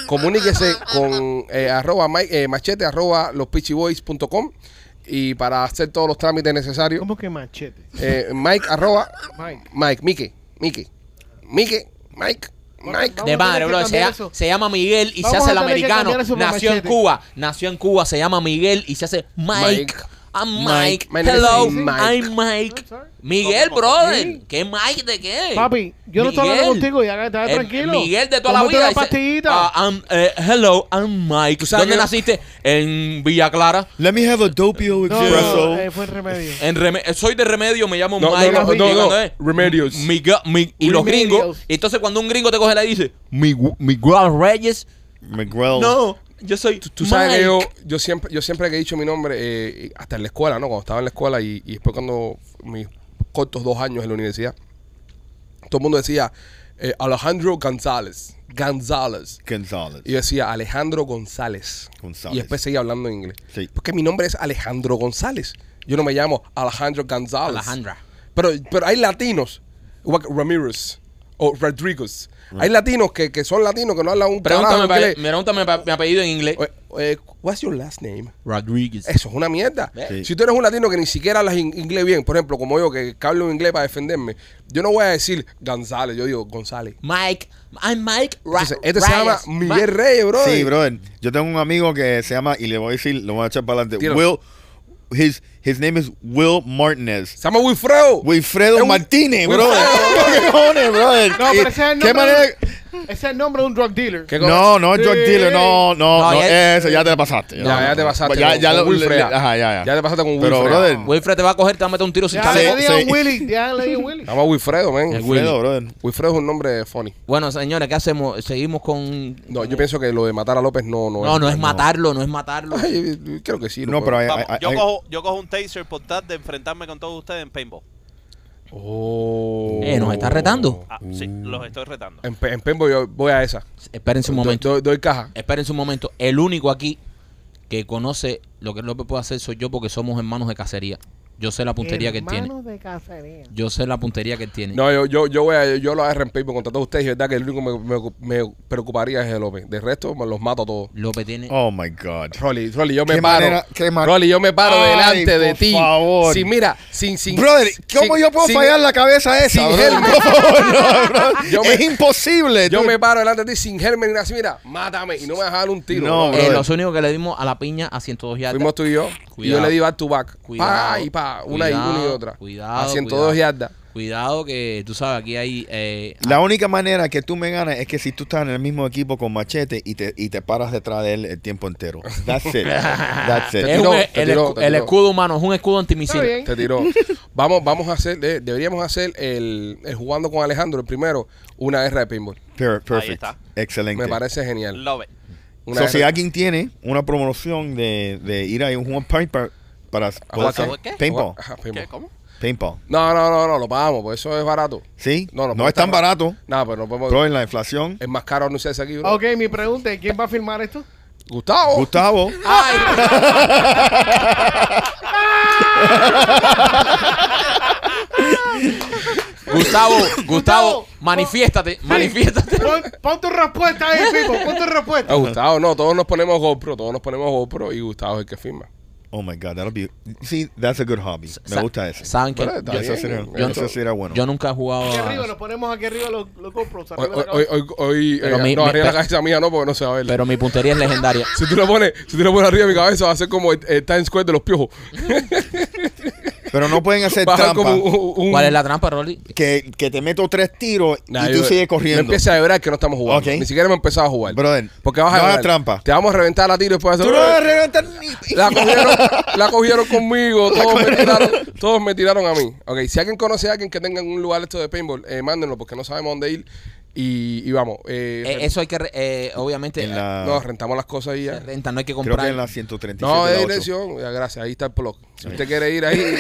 [SPEAKER 3] Comuníquese con eh, arroba mi- eh, machete arroba lospichiboys.com y para hacer todos los trámites necesarios,
[SPEAKER 5] ¿Cómo que machete?
[SPEAKER 3] eh, Mike arroba
[SPEAKER 5] Mike.
[SPEAKER 3] Mike, Mike, Mike, Mike, Mike, Mike.
[SPEAKER 5] Vamos
[SPEAKER 2] De
[SPEAKER 5] a
[SPEAKER 2] madre,
[SPEAKER 5] tener que
[SPEAKER 2] bro. Se,
[SPEAKER 5] cambiar
[SPEAKER 2] ha-
[SPEAKER 5] eso.
[SPEAKER 2] se llama Miguel y se
[SPEAKER 5] Vamos
[SPEAKER 2] hace
[SPEAKER 5] a
[SPEAKER 2] el
[SPEAKER 5] tener que
[SPEAKER 2] americano.
[SPEAKER 5] cambiar eso por
[SPEAKER 2] Nació en
[SPEAKER 5] machete.
[SPEAKER 2] Cuba. Nació en Cuba. Se llama Miguel y se hace Mike.
[SPEAKER 3] Mike.
[SPEAKER 2] I'm
[SPEAKER 3] Mike.
[SPEAKER 2] Mike.
[SPEAKER 3] My name is
[SPEAKER 2] Hello.
[SPEAKER 3] Mike.
[SPEAKER 2] I'm Mike.
[SPEAKER 5] sorry.
[SPEAKER 2] Miguel,
[SPEAKER 6] ¿Cómo,
[SPEAKER 2] brother. ¿Qué Mike de qué?
[SPEAKER 5] Papi, yo no estoy hablando
[SPEAKER 2] Miguel.
[SPEAKER 5] contigo, ya está
[SPEAKER 2] El
[SPEAKER 5] tranquilo.
[SPEAKER 2] Miguel de toda la
[SPEAKER 5] Tómate
[SPEAKER 2] vida.
[SPEAKER 5] Una
[SPEAKER 2] dice,
[SPEAKER 5] pastillita.
[SPEAKER 2] ah, I'm, eh, hello, I'm Mike.
[SPEAKER 3] sabes
[SPEAKER 2] ¿Dónde
[SPEAKER 3] que-
[SPEAKER 2] naciste? En Villa Clara.
[SPEAKER 4] Let me have a dopio
[SPEAKER 5] no,
[SPEAKER 4] expresso.
[SPEAKER 5] eh, fue el remedio.
[SPEAKER 2] En Reme- eh, soy de Remedio, me llamo
[SPEAKER 3] No, no,
[SPEAKER 2] Mike.
[SPEAKER 3] no,
[SPEAKER 2] Y
[SPEAKER 3] no,
[SPEAKER 2] cuando
[SPEAKER 3] no,
[SPEAKER 2] es-
[SPEAKER 3] Remedios.
[SPEAKER 2] Mi ga- mi- y los
[SPEAKER 5] Remedios.
[SPEAKER 2] gringos. Entonces cuando un gringo te coge la y dice, "Migu- Miguel Reyes.
[SPEAKER 4] Miguel.
[SPEAKER 2] No, yo soy Oh. tú,
[SPEAKER 3] Tú sabes que yo, yo siempre, yo siempre que he dicho mi nombre, eh, hasta en la escuela, ¿no? Cuando estaba en la escuela y, y después cuando mis cortos dos años en la universidad, todo el mundo decía eh, Alejandro González. González.
[SPEAKER 4] González.
[SPEAKER 3] Y yo decía Alejandro González.
[SPEAKER 4] González.
[SPEAKER 3] Y después seguía hablando en inglés.
[SPEAKER 4] Sí.
[SPEAKER 3] Porque mi nombre es Alejandro González. Yo no me llamo Alejandro González.
[SPEAKER 2] Alejandra.
[SPEAKER 3] Pero, pero hay latinos, igual que Ramírez o Rodríguez. Hay latinos que, que son latinos, que no hablan un
[SPEAKER 2] Pregúntame,
[SPEAKER 3] carajo
[SPEAKER 2] pa-
[SPEAKER 3] inglés.
[SPEAKER 2] pregúntame pa- mi apellido en inglés.
[SPEAKER 3] Eh, eh, what's your last name?
[SPEAKER 2] Rodríguez.
[SPEAKER 3] Eso es una mierda.
[SPEAKER 4] Sí.
[SPEAKER 3] Si tú eres un latino que ni siquiera hablas in- inglés bien, por ejemplo, como yo que que hablo inglés para defenderme, yo no voy a decir González, yo digo González.
[SPEAKER 2] Mike, I'm Mike Ra-
[SPEAKER 3] Entonces, este se llama
[SPEAKER 2] Reyes.
[SPEAKER 3] Miguel
[SPEAKER 2] Ma-
[SPEAKER 3] Reyes, bro.
[SPEAKER 4] Sí, brother. Yo tengo un amigo que se llama, y le voy a decir, lo voy a echar para adelante.
[SPEAKER 3] Tíralo.
[SPEAKER 4] Will, his, his name is Will Martinez.
[SPEAKER 3] Se llama Wilfredo.
[SPEAKER 4] Wilfredo
[SPEAKER 3] Es un-
[SPEAKER 4] Martínez, bro.
[SPEAKER 3] Wilfredo.
[SPEAKER 4] ¿Qué cojones, brother?
[SPEAKER 5] No, pero
[SPEAKER 4] Y
[SPEAKER 5] ese es el
[SPEAKER 4] ¿Qué
[SPEAKER 5] nombre-
[SPEAKER 4] manera?
[SPEAKER 5] Ese es el nombre de un drug dealer.
[SPEAKER 3] ¿Qué cosa?
[SPEAKER 4] No, no, drug dealer, no, no,
[SPEAKER 2] No,
[SPEAKER 4] no,
[SPEAKER 2] ya-
[SPEAKER 4] eso ya te pasaste.
[SPEAKER 3] Ya, ya te pasaste
[SPEAKER 4] Pues Ya,
[SPEAKER 3] con-
[SPEAKER 4] ya,
[SPEAKER 3] con
[SPEAKER 4] lo-
[SPEAKER 3] Wilfred.
[SPEAKER 4] le- ajá, ya, ya.
[SPEAKER 3] Ya te pasaste con
[SPEAKER 4] Pero,
[SPEAKER 3] Wilfred.
[SPEAKER 4] brother,
[SPEAKER 2] Wilfred te va a coger, te va a meter un tiro sin
[SPEAKER 5] Ya le
[SPEAKER 2] chaleco.
[SPEAKER 4] Sí,
[SPEAKER 5] di a
[SPEAKER 4] sí.
[SPEAKER 5] Willy. Ya le di a Willy.
[SPEAKER 3] Estamos Wilfredo,
[SPEAKER 2] El
[SPEAKER 3] man.
[SPEAKER 4] Wilfredo, brother.
[SPEAKER 3] Wilfredo es un nombre funny.
[SPEAKER 2] Bueno, señores, ¿qué hacemos? Seguimos con.
[SPEAKER 3] No, yo pienso que lo de matar a López no, no,
[SPEAKER 2] No, no es matarlo, no es matarlo.
[SPEAKER 3] Ay, eh, creo que sí. lo
[SPEAKER 4] No,
[SPEAKER 3] puedo.
[SPEAKER 4] pero hay-
[SPEAKER 6] Vamos,
[SPEAKER 4] hay-
[SPEAKER 6] yo,
[SPEAKER 4] hay-
[SPEAKER 6] cojo, yo cojo un taser por tal de enfrentarme con todos ustedes en paintball.
[SPEAKER 3] Oh.
[SPEAKER 2] Eh, nos está retando.
[SPEAKER 6] Ah, Sí, los estoy retando.
[SPEAKER 3] En, Pe- en Pembo yo voy a esa.
[SPEAKER 2] Espérense un
[SPEAKER 3] Do-
[SPEAKER 2] momento.
[SPEAKER 3] Doy, doy caja.
[SPEAKER 2] Espérense un momento. El único aquí que conoce lo que López puede hacer soy yo porque somos hermanos de cacería. Yo sé la puntería que él tiene.
[SPEAKER 5] Hermanos de cacería.
[SPEAKER 2] Yo sé la puntería que él tiene.
[SPEAKER 3] No, yo, yo, yo voy a, yo lo agarro en Pembo contra todos ustedes y es verdad que el único que me, me- me preocuparía es el López. De resto, me los mato a todos.
[SPEAKER 2] López tiene.
[SPEAKER 4] Oh my God.
[SPEAKER 3] Rolly, Rolly, yo me
[SPEAKER 4] Qué
[SPEAKER 3] paro.
[SPEAKER 4] manera- qué ma-
[SPEAKER 3] Rolly, yo me paro
[SPEAKER 4] Ay,
[SPEAKER 3] delante de
[SPEAKER 4] por
[SPEAKER 3] ti.
[SPEAKER 4] favor.
[SPEAKER 3] Sin, mira, sin, sin.
[SPEAKER 4] Brother, ¿cómo
[SPEAKER 3] sin-
[SPEAKER 4] yo puedo
[SPEAKER 3] sin-
[SPEAKER 4] fallar la cabeza esa?
[SPEAKER 3] sin
[SPEAKER 4] brother?
[SPEAKER 3] helmet.
[SPEAKER 4] Por favor, no, brother.
[SPEAKER 3] Yo me-
[SPEAKER 4] es imposible.
[SPEAKER 3] Yo
[SPEAKER 4] tú-
[SPEAKER 3] me paro delante de ti sin germen ni nada así, mira, mátame y no me dejar un tiro.
[SPEAKER 4] No,
[SPEAKER 3] brother.
[SPEAKER 2] Eh,
[SPEAKER 4] brother.
[SPEAKER 2] los únicos que le dimos a la piña a 102 yardas.
[SPEAKER 3] Fuimos tú y yo. Y yo
[SPEAKER 2] Eh, Cuidado.
[SPEAKER 3] le di back to back.
[SPEAKER 2] Cuidado.
[SPEAKER 3] pa, y pa, una y una y
[SPEAKER 2] Cuidado,
[SPEAKER 3] otra.
[SPEAKER 2] cuidado,
[SPEAKER 3] A 102
[SPEAKER 2] cuidado.
[SPEAKER 3] yardas.
[SPEAKER 2] Cuidado que tú sabes, aquí hay. eh,
[SPEAKER 4] La única manera que tú me ganas es que si tú estás en el mismo equipo con Machete y te, y te paras detrás de él el tiempo entero. That's it. That's it.
[SPEAKER 3] Te
[SPEAKER 2] es
[SPEAKER 3] tiró,
[SPEAKER 2] un- e, el,
[SPEAKER 3] te tiró,
[SPEAKER 2] escu-
[SPEAKER 3] te
[SPEAKER 2] el
[SPEAKER 3] tiró.
[SPEAKER 2] escudo humano es un escudo antimisil.
[SPEAKER 5] Está bien.
[SPEAKER 3] Te tiró. vamos, vamos a hacer, eh, deberíamos hacer el, el jugando con Alejandro, el primero, una guerra de pinball.
[SPEAKER 4] Per- perfect.
[SPEAKER 6] Ahí está.
[SPEAKER 4] Excelente.
[SPEAKER 3] Me parece genial.
[SPEAKER 6] Love it.
[SPEAKER 3] Una
[SPEAKER 4] So, si
[SPEAKER 3] guerra-
[SPEAKER 4] alguien tiene una promoción de, de ir a un juego paintball para
[SPEAKER 3] jugar
[SPEAKER 4] para-
[SPEAKER 6] qué?
[SPEAKER 4] paintball,
[SPEAKER 3] Ajá, pinball.
[SPEAKER 6] ¿Qué? ¿Cómo?
[SPEAKER 4] paintball,
[SPEAKER 3] No, no, no, no, lo pagamos, pues eso es barato.
[SPEAKER 4] ¿sí?
[SPEAKER 3] No,
[SPEAKER 4] No,
[SPEAKER 3] no,
[SPEAKER 4] es tan
[SPEAKER 3] estamos-
[SPEAKER 4] barato,
[SPEAKER 3] Nada, pero no podemos.
[SPEAKER 4] pero en la inflación.
[SPEAKER 3] Es más caro anunciarse aquí, bro.
[SPEAKER 5] Ok, mi pregunta es, ¿quién va a firmar esto?
[SPEAKER 3] Gustavo.
[SPEAKER 4] Gustavo,
[SPEAKER 2] Gustavo, Gustavo,
[SPEAKER 5] Gustavo,
[SPEAKER 2] manifiéstate, manifiéstate.
[SPEAKER 5] Pon, pon tu respuesta ahí, Pipo, pon tu respuesta.
[SPEAKER 3] Ah, Gustavo, no, todos nos ponemos GoPro, todos nos ponemos GoPro y Gustavo es el que firma.
[SPEAKER 4] oh my God, that'll be, see, that's a good hobby. Me
[SPEAKER 2] Sa-
[SPEAKER 4] gusta ese.
[SPEAKER 2] ¿Saben qué?
[SPEAKER 3] Bueno, está
[SPEAKER 2] Yo-
[SPEAKER 3] bien.
[SPEAKER 4] Eso sería,
[SPEAKER 3] Yo-
[SPEAKER 4] eso sería bueno.
[SPEAKER 2] Yo nunca he jugado.
[SPEAKER 5] Aquí
[SPEAKER 2] a-
[SPEAKER 5] arriba, nos ponemos aquí arriba los, los GoPros.
[SPEAKER 3] Hoy,
[SPEAKER 5] arriba de
[SPEAKER 3] hoy,
[SPEAKER 5] la
[SPEAKER 3] hoy, hoy,
[SPEAKER 5] cabeza.
[SPEAKER 3] hoy,
[SPEAKER 2] Pero
[SPEAKER 3] eh,
[SPEAKER 2] mi-
[SPEAKER 3] no,
[SPEAKER 2] mi-
[SPEAKER 3] arriba de la
[SPEAKER 2] pe-
[SPEAKER 3] cabeza mía no, porque no se va a ver.
[SPEAKER 2] Pero mi puntería es legendaria.
[SPEAKER 3] si tú lo pones, si tú lo pones arriba de mi cabeza, va a ser como el, el Times Square de los piojos.
[SPEAKER 4] Pero no pueden hacer
[SPEAKER 3] Va a ser
[SPEAKER 4] trampa.
[SPEAKER 3] como un. un-
[SPEAKER 2] ¿Cuál es la trampa, Rolly?
[SPEAKER 4] Que, que te meto tres tiros
[SPEAKER 3] Nah,
[SPEAKER 4] y tú
[SPEAKER 3] yo-
[SPEAKER 4] sigues
[SPEAKER 3] No
[SPEAKER 4] corriendo.
[SPEAKER 3] empieces a llorar que no estamos jugando.
[SPEAKER 4] Ok.
[SPEAKER 3] Ni siquiera hemos empezado a jugar.
[SPEAKER 4] Brother,
[SPEAKER 3] porque vas a
[SPEAKER 4] no hagas
[SPEAKER 3] llorar.
[SPEAKER 4] trampa.
[SPEAKER 3] Te vamos a reventar la tiro y después
[SPEAKER 4] Tú no vas a reventar ni-
[SPEAKER 3] La cogieron, la cogieron conmigo, todos me, tiraron, todos me tiraron a mí. Ok, si alguien conoce a alguien que tenga en un lugar esto de paintball, eh, mándenlo porque no sabemos dónde ir. Y, y vamos, eh,
[SPEAKER 2] Eh,
[SPEAKER 3] rent-
[SPEAKER 2] eso hay que, re- eh, obviamente, eh,
[SPEAKER 4] En la-
[SPEAKER 3] no, rentamos las cosas y ya.
[SPEAKER 2] renta, no hay que
[SPEAKER 4] Creo que
[SPEAKER 2] comprar.
[SPEAKER 4] en la 137.
[SPEAKER 3] No,
[SPEAKER 4] de
[SPEAKER 3] de
[SPEAKER 4] la ocho.
[SPEAKER 3] dirección, ya, gracias, ahí está el blog. Si usted quiere ir ahí,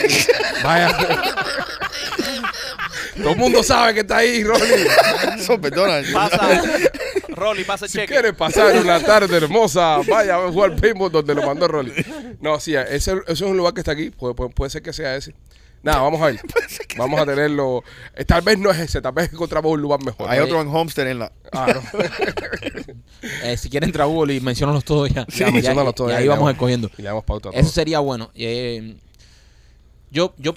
[SPEAKER 3] vaya. Todo el mundo sabe que está ahí, Rolly.
[SPEAKER 4] Eso, perdona.
[SPEAKER 6] Pasa, Rolly, pasa el
[SPEAKER 3] Si
[SPEAKER 6] cheque.
[SPEAKER 3] quieres pasar una tarde hermosa, vaya a jugar paintball donde lo mandó Rolly. No, sí, eh, ese, ese es un lugar que está aquí. Puede, puede- puede ser que sea ese. Nada, vamos a ver. Vamos a tenerlo. eh, Tal vez no es ese, tal vez encontramos un lugar mejor.
[SPEAKER 4] Hay otro en Homestead en la.
[SPEAKER 3] Ah, no.
[SPEAKER 2] Eh, si quieren, entra a Google y menciónalos todos ya.
[SPEAKER 3] Sí,
[SPEAKER 2] Ya, ya,
[SPEAKER 3] menciónalos
[SPEAKER 2] y-
[SPEAKER 3] todos,
[SPEAKER 2] y
[SPEAKER 3] ya,
[SPEAKER 2] ahí
[SPEAKER 3] ya,
[SPEAKER 2] vamos
[SPEAKER 3] ya.
[SPEAKER 2] escogiendo.
[SPEAKER 3] Y le damos pauta a
[SPEAKER 2] Eso
[SPEAKER 3] todos.
[SPEAKER 2] sería bueno. Eh, yo, yo,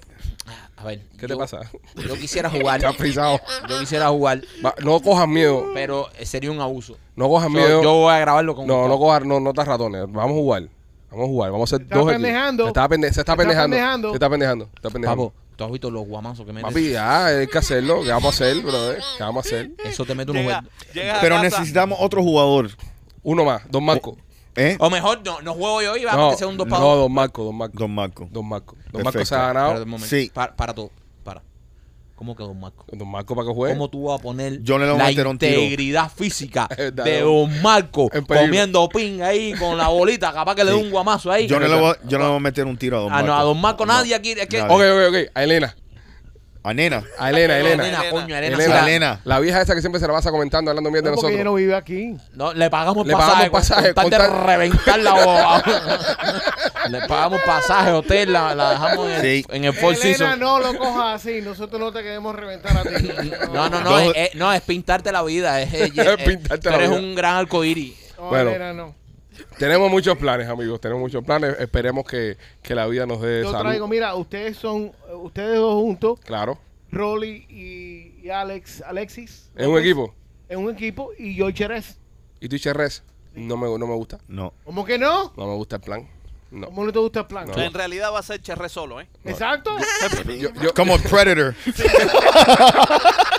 [SPEAKER 2] ah, a ver.
[SPEAKER 3] ¿Qué te
[SPEAKER 2] yo-
[SPEAKER 3] pasa?
[SPEAKER 2] Yo quisiera jugar.
[SPEAKER 3] Está frisado.
[SPEAKER 2] Yo quisiera jugar,
[SPEAKER 3] Va, No cojas miedo.
[SPEAKER 2] pero eh, sería un abuso.
[SPEAKER 3] No cojas
[SPEAKER 2] Yo,
[SPEAKER 3] Ah, miedo.
[SPEAKER 2] yo voy a grabarlo con
[SPEAKER 3] No,
[SPEAKER 2] Gustavo.
[SPEAKER 3] no cojas, no, no das ratones. Vamos a jugar. Vamos a jugar. Vamos a hacer
[SPEAKER 5] Te está
[SPEAKER 3] dos. equipos.
[SPEAKER 5] pendejando.
[SPEAKER 3] Se está, pende- se está
[SPEAKER 5] Te está
[SPEAKER 3] pendejando.
[SPEAKER 5] pendejando.
[SPEAKER 3] Se está pendejando. Está pendejando.
[SPEAKER 2] Papo, tú has visto los guamazos que metes.
[SPEAKER 3] Papi, ya, hay que hacerlo. ¿Qué vamos a hacer, brother? ¿Qué vamos a hacer?
[SPEAKER 2] Eso te mete un
[SPEAKER 6] Llega,
[SPEAKER 2] juego.
[SPEAKER 6] llega a
[SPEAKER 4] Pero
[SPEAKER 6] casa.
[SPEAKER 4] necesitamos otro jugador.
[SPEAKER 3] Uno más, Don Marco.
[SPEAKER 4] ¿Eh?
[SPEAKER 2] O mejor, no, no juego yo y va a
[SPEAKER 3] No,
[SPEAKER 2] meter segundo
[SPEAKER 3] no,
[SPEAKER 2] pavo.
[SPEAKER 3] Don Marco, Don Marco.
[SPEAKER 4] Don Marco.
[SPEAKER 3] Don Marco. Don
[SPEAKER 4] Perfecto.
[SPEAKER 3] Marco se ha
[SPEAKER 2] Espérate
[SPEAKER 3] ganado.
[SPEAKER 2] un momento.
[SPEAKER 4] Sí.
[SPEAKER 2] Para, para todo. Para. ¿Cómo quedó Marco?
[SPEAKER 3] Don Marco para que juegue.
[SPEAKER 2] ¿Cómo tú vas a poner
[SPEAKER 4] Yo le voy a
[SPEAKER 2] la
[SPEAKER 4] meter un tiro.
[SPEAKER 2] integridad física
[SPEAKER 3] Es verdad,
[SPEAKER 2] de
[SPEAKER 3] no.
[SPEAKER 2] Don Marco
[SPEAKER 3] En peligro.
[SPEAKER 2] comiendo ping ahí con la bolita? Capaz que le dé
[SPEAKER 4] Sí.
[SPEAKER 2] un guamazo ahí.
[SPEAKER 4] Yo no, le voy, yo no le voy a meter un tiro a Don
[SPEAKER 2] Ah,
[SPEAKER 4] Marco.
[SPEAKER 2] no, a Don Marco nadie aquí, es que- Oh,
[SPEAKER 4] Nadie.
[SPEAKER 3] Ok, ok, ok. A Elena.
[SPEAKER 4] A Nena.
[SPEAKER 3] A Elena,
[SPEAKER 2] Ah, Elena,
[SPEAKER 3] Elena.
[SPEAKER 2] coño, Elena.
[SPEAKER 3] Elena,
[SPEAKER 2] sí la-
[SPEAKER 4] Elena.
[SPEAKER 3] La vieja esa que siempre se la pasa comentando, hablando mierda
[SPEAKER 5] No,
[SPEAKER 3] de
[SPEAKER 5] porque
[SPEAKER 3] nosotros.
[SPEAKER 5] ella no vive aquí.
[SPEAKER 2] No, le pagamos
[SPEAKER 3] Le
[SPEAKER 2] pasaje,
[SPEAKER 3] pagamos
[SPEAKER 2] con-
[SPEAKER 3] pasaje,
[SPEAKER 2] con, tal de
[SPEAKER 3] con tal-
[SPEAKER 2] reventar la boba. le pagamos pasaje, hotel, la, la dejamos en el,
[SPEAKER 4] Sí.
[SPEAKER 2] en el Four
[SPEAKER 5] Elena,
[SPEAKER 2] Seasons.
[SPEAKER 5] no lo cojas así. Nosotros no te queremos reventar a ti.
[SPEAKER 2] No, no, no,
[SPEAKER 4] Dos-
[SPEAKER 2] es, es- no, es pintarte la vida. Es, es-
[SPEAKER 3] Es
[SPEAKER 2] es-
[SPEAKER 3] pintarte
[SPEAKER 2] tú
[SPEAKER 3] la
[SPEAKER 2] eres
[SPEAKER 3] vida.
[SPEAKER 2] un gran arcoíris.
[SPEAKER 5] No,
[SPEAKER 3] Bueno.
[SPEAKER 5] Elena, no.
[SPEAKER 3] Tenemos muchos planes, amigos. Tenemos muchos planes. Esperemos que, que la vida nos dé
[SPEAKER 5] Yo
[SPEAKER 3] eh, salud.
[SPEAKER 5] traigo, mira, ustedes son, ustedes dos juntos,
[SPEAKER 3] Claro.
[SPEAKER 5] Rolly y, y Alex, Alexis.
[SPEAKER 3] Es un equipo.
[SPEAKER 5] En un equipo y yo y Cherez.
[SPEAKER 3] ¿Y tú, Cherres? No me, no me gusta.
[SPEAKER 4] No.
[SPEAKER 5] ¿Cómo que no?
[SPEAKER 3] No me gusta el plan. No.
[SPEAKER 5] ¿Cómo no te gusta el plan?
[SPEAKER 3] No.
[SPEAKER 6] En realidad va a ser Cherre solo, ¿eh?
[SPEAKER 5] Exacto.
[SPEAKER 3] Yo, yo-
[SPEAKER 4] Como Predator.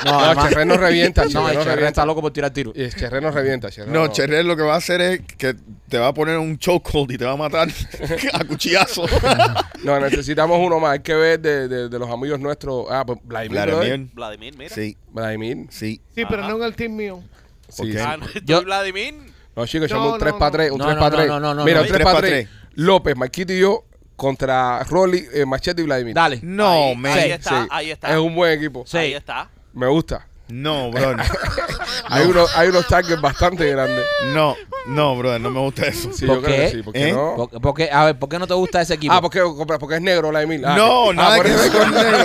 [SPEAKER 3] No,
[SPEAKER 2] además-
[SPEAKER 3] Cherré no revienta, Cherré
[SPEAKER 2] No, el
[SPEAKER 3] no
[SPEAKER 2] Cherré
[SPEAKER 3] revienta.
[SPEAKER 2] está loco por tirar tiro.
[SPEAKER 3] Y Cherré no revienta, Cherré.
[SPEAKER 4] No, Cherrer lo que va a hacer es que te va a poner un chokehold y te va a matar a cuchillazo.
[SPEAKER 3] No, necesitamos uno más. Hay que ver de, de- de los amigos nuestros. Ah, pues Vladimir. brother.
[SPEAKER 4] Vladimir.
[SPEAKER 6] Vladimir, mira.
[SPEAKER 4] Sí,
[SPEAKER 3] Vladimir.
[SPEAKER 4] sí.
[SPEAKER 5] Sí, pero
[SPEAKER 6] Ajá.
[SPEAKER 5] no en el team mío.
[SPEAKER 3] Sí,
[SPEAKER 4] Ok.
[SPEAKER 3] sí.
[SPEAKER 6] Ah, no, estoy
[SPEAKER 2] Yo-
[SPEAKER 6] Vladimir.
[SPEAKER 3] No, chicos,
[SPEAKER 5] No,
[SPEAKER 3] somos un
[SPEAKER 5] no,
[SPEAKER 3] 3 para 3, un
[SPEAKER 2] no.
[SPEAKER 3] 3
[SPEAKER 2] No,
[SPEAKER 3] para
[SPEAKER 2] no,
[SPEAKER 3] 3.
[SPEAKER 2] no, no, no,
[SPEAKER 3] Mira,
[SPEAKER 2] no.
[SPEAKER 3] un 3
[SPEAKER 4] Tres pa'
[SPEAKER 3] para 3. López, Marquito y yo contra Rolly, eh, Machete y Vladimir.
[SPEAKER 2] Dale.
[SPEAKER 4] No,
[SPEAKER 6] ahí,
[SPEAKER 4] man.
[SPEAKER 6] ahí está,
[SPEAKER 3] Sí.
[SPEAKER 6] ahí está.
[SPEAKER 3] Es un buen equipo.
[SPEAKER 6] Ahí
[SPEAKER 2] Sí.
[SPEAKER 6] está.
[SPEAKER 3] Me gusta.
[SPEAKER 4] No, bro.
[SPEAKER 3] Hay, unos, hay unos targets bastante grandes.
[SPEAKER 4] No, no, bro. No me gusta eso.
[SPEAKER 3] Sí,
[SPEAKER 2] ¿Por
[SPEAKER 3] yo creo que
[SPEAKER 2] qué?
[SPEAKER 3] sí. ¿Por qué
[SPEAKER 4] ¿Eh?
[SPEAKER 3] no?
[SPEAKER 2] ¿Por, por qué? A ver, ¿por qué no te gusta ese equipo?
[SPEAKER 3] Ah, porque, porque es negro Vladimir. Ah, que-
[SPEAKER 4] No,
[SPEAKER 3] ah,
[SPEAKER 4] nada
[SPEAKER 3] por
[SPEAKER 4] que
[SPEAKER 3] eso.
[SPEAKER 4] ver con negro.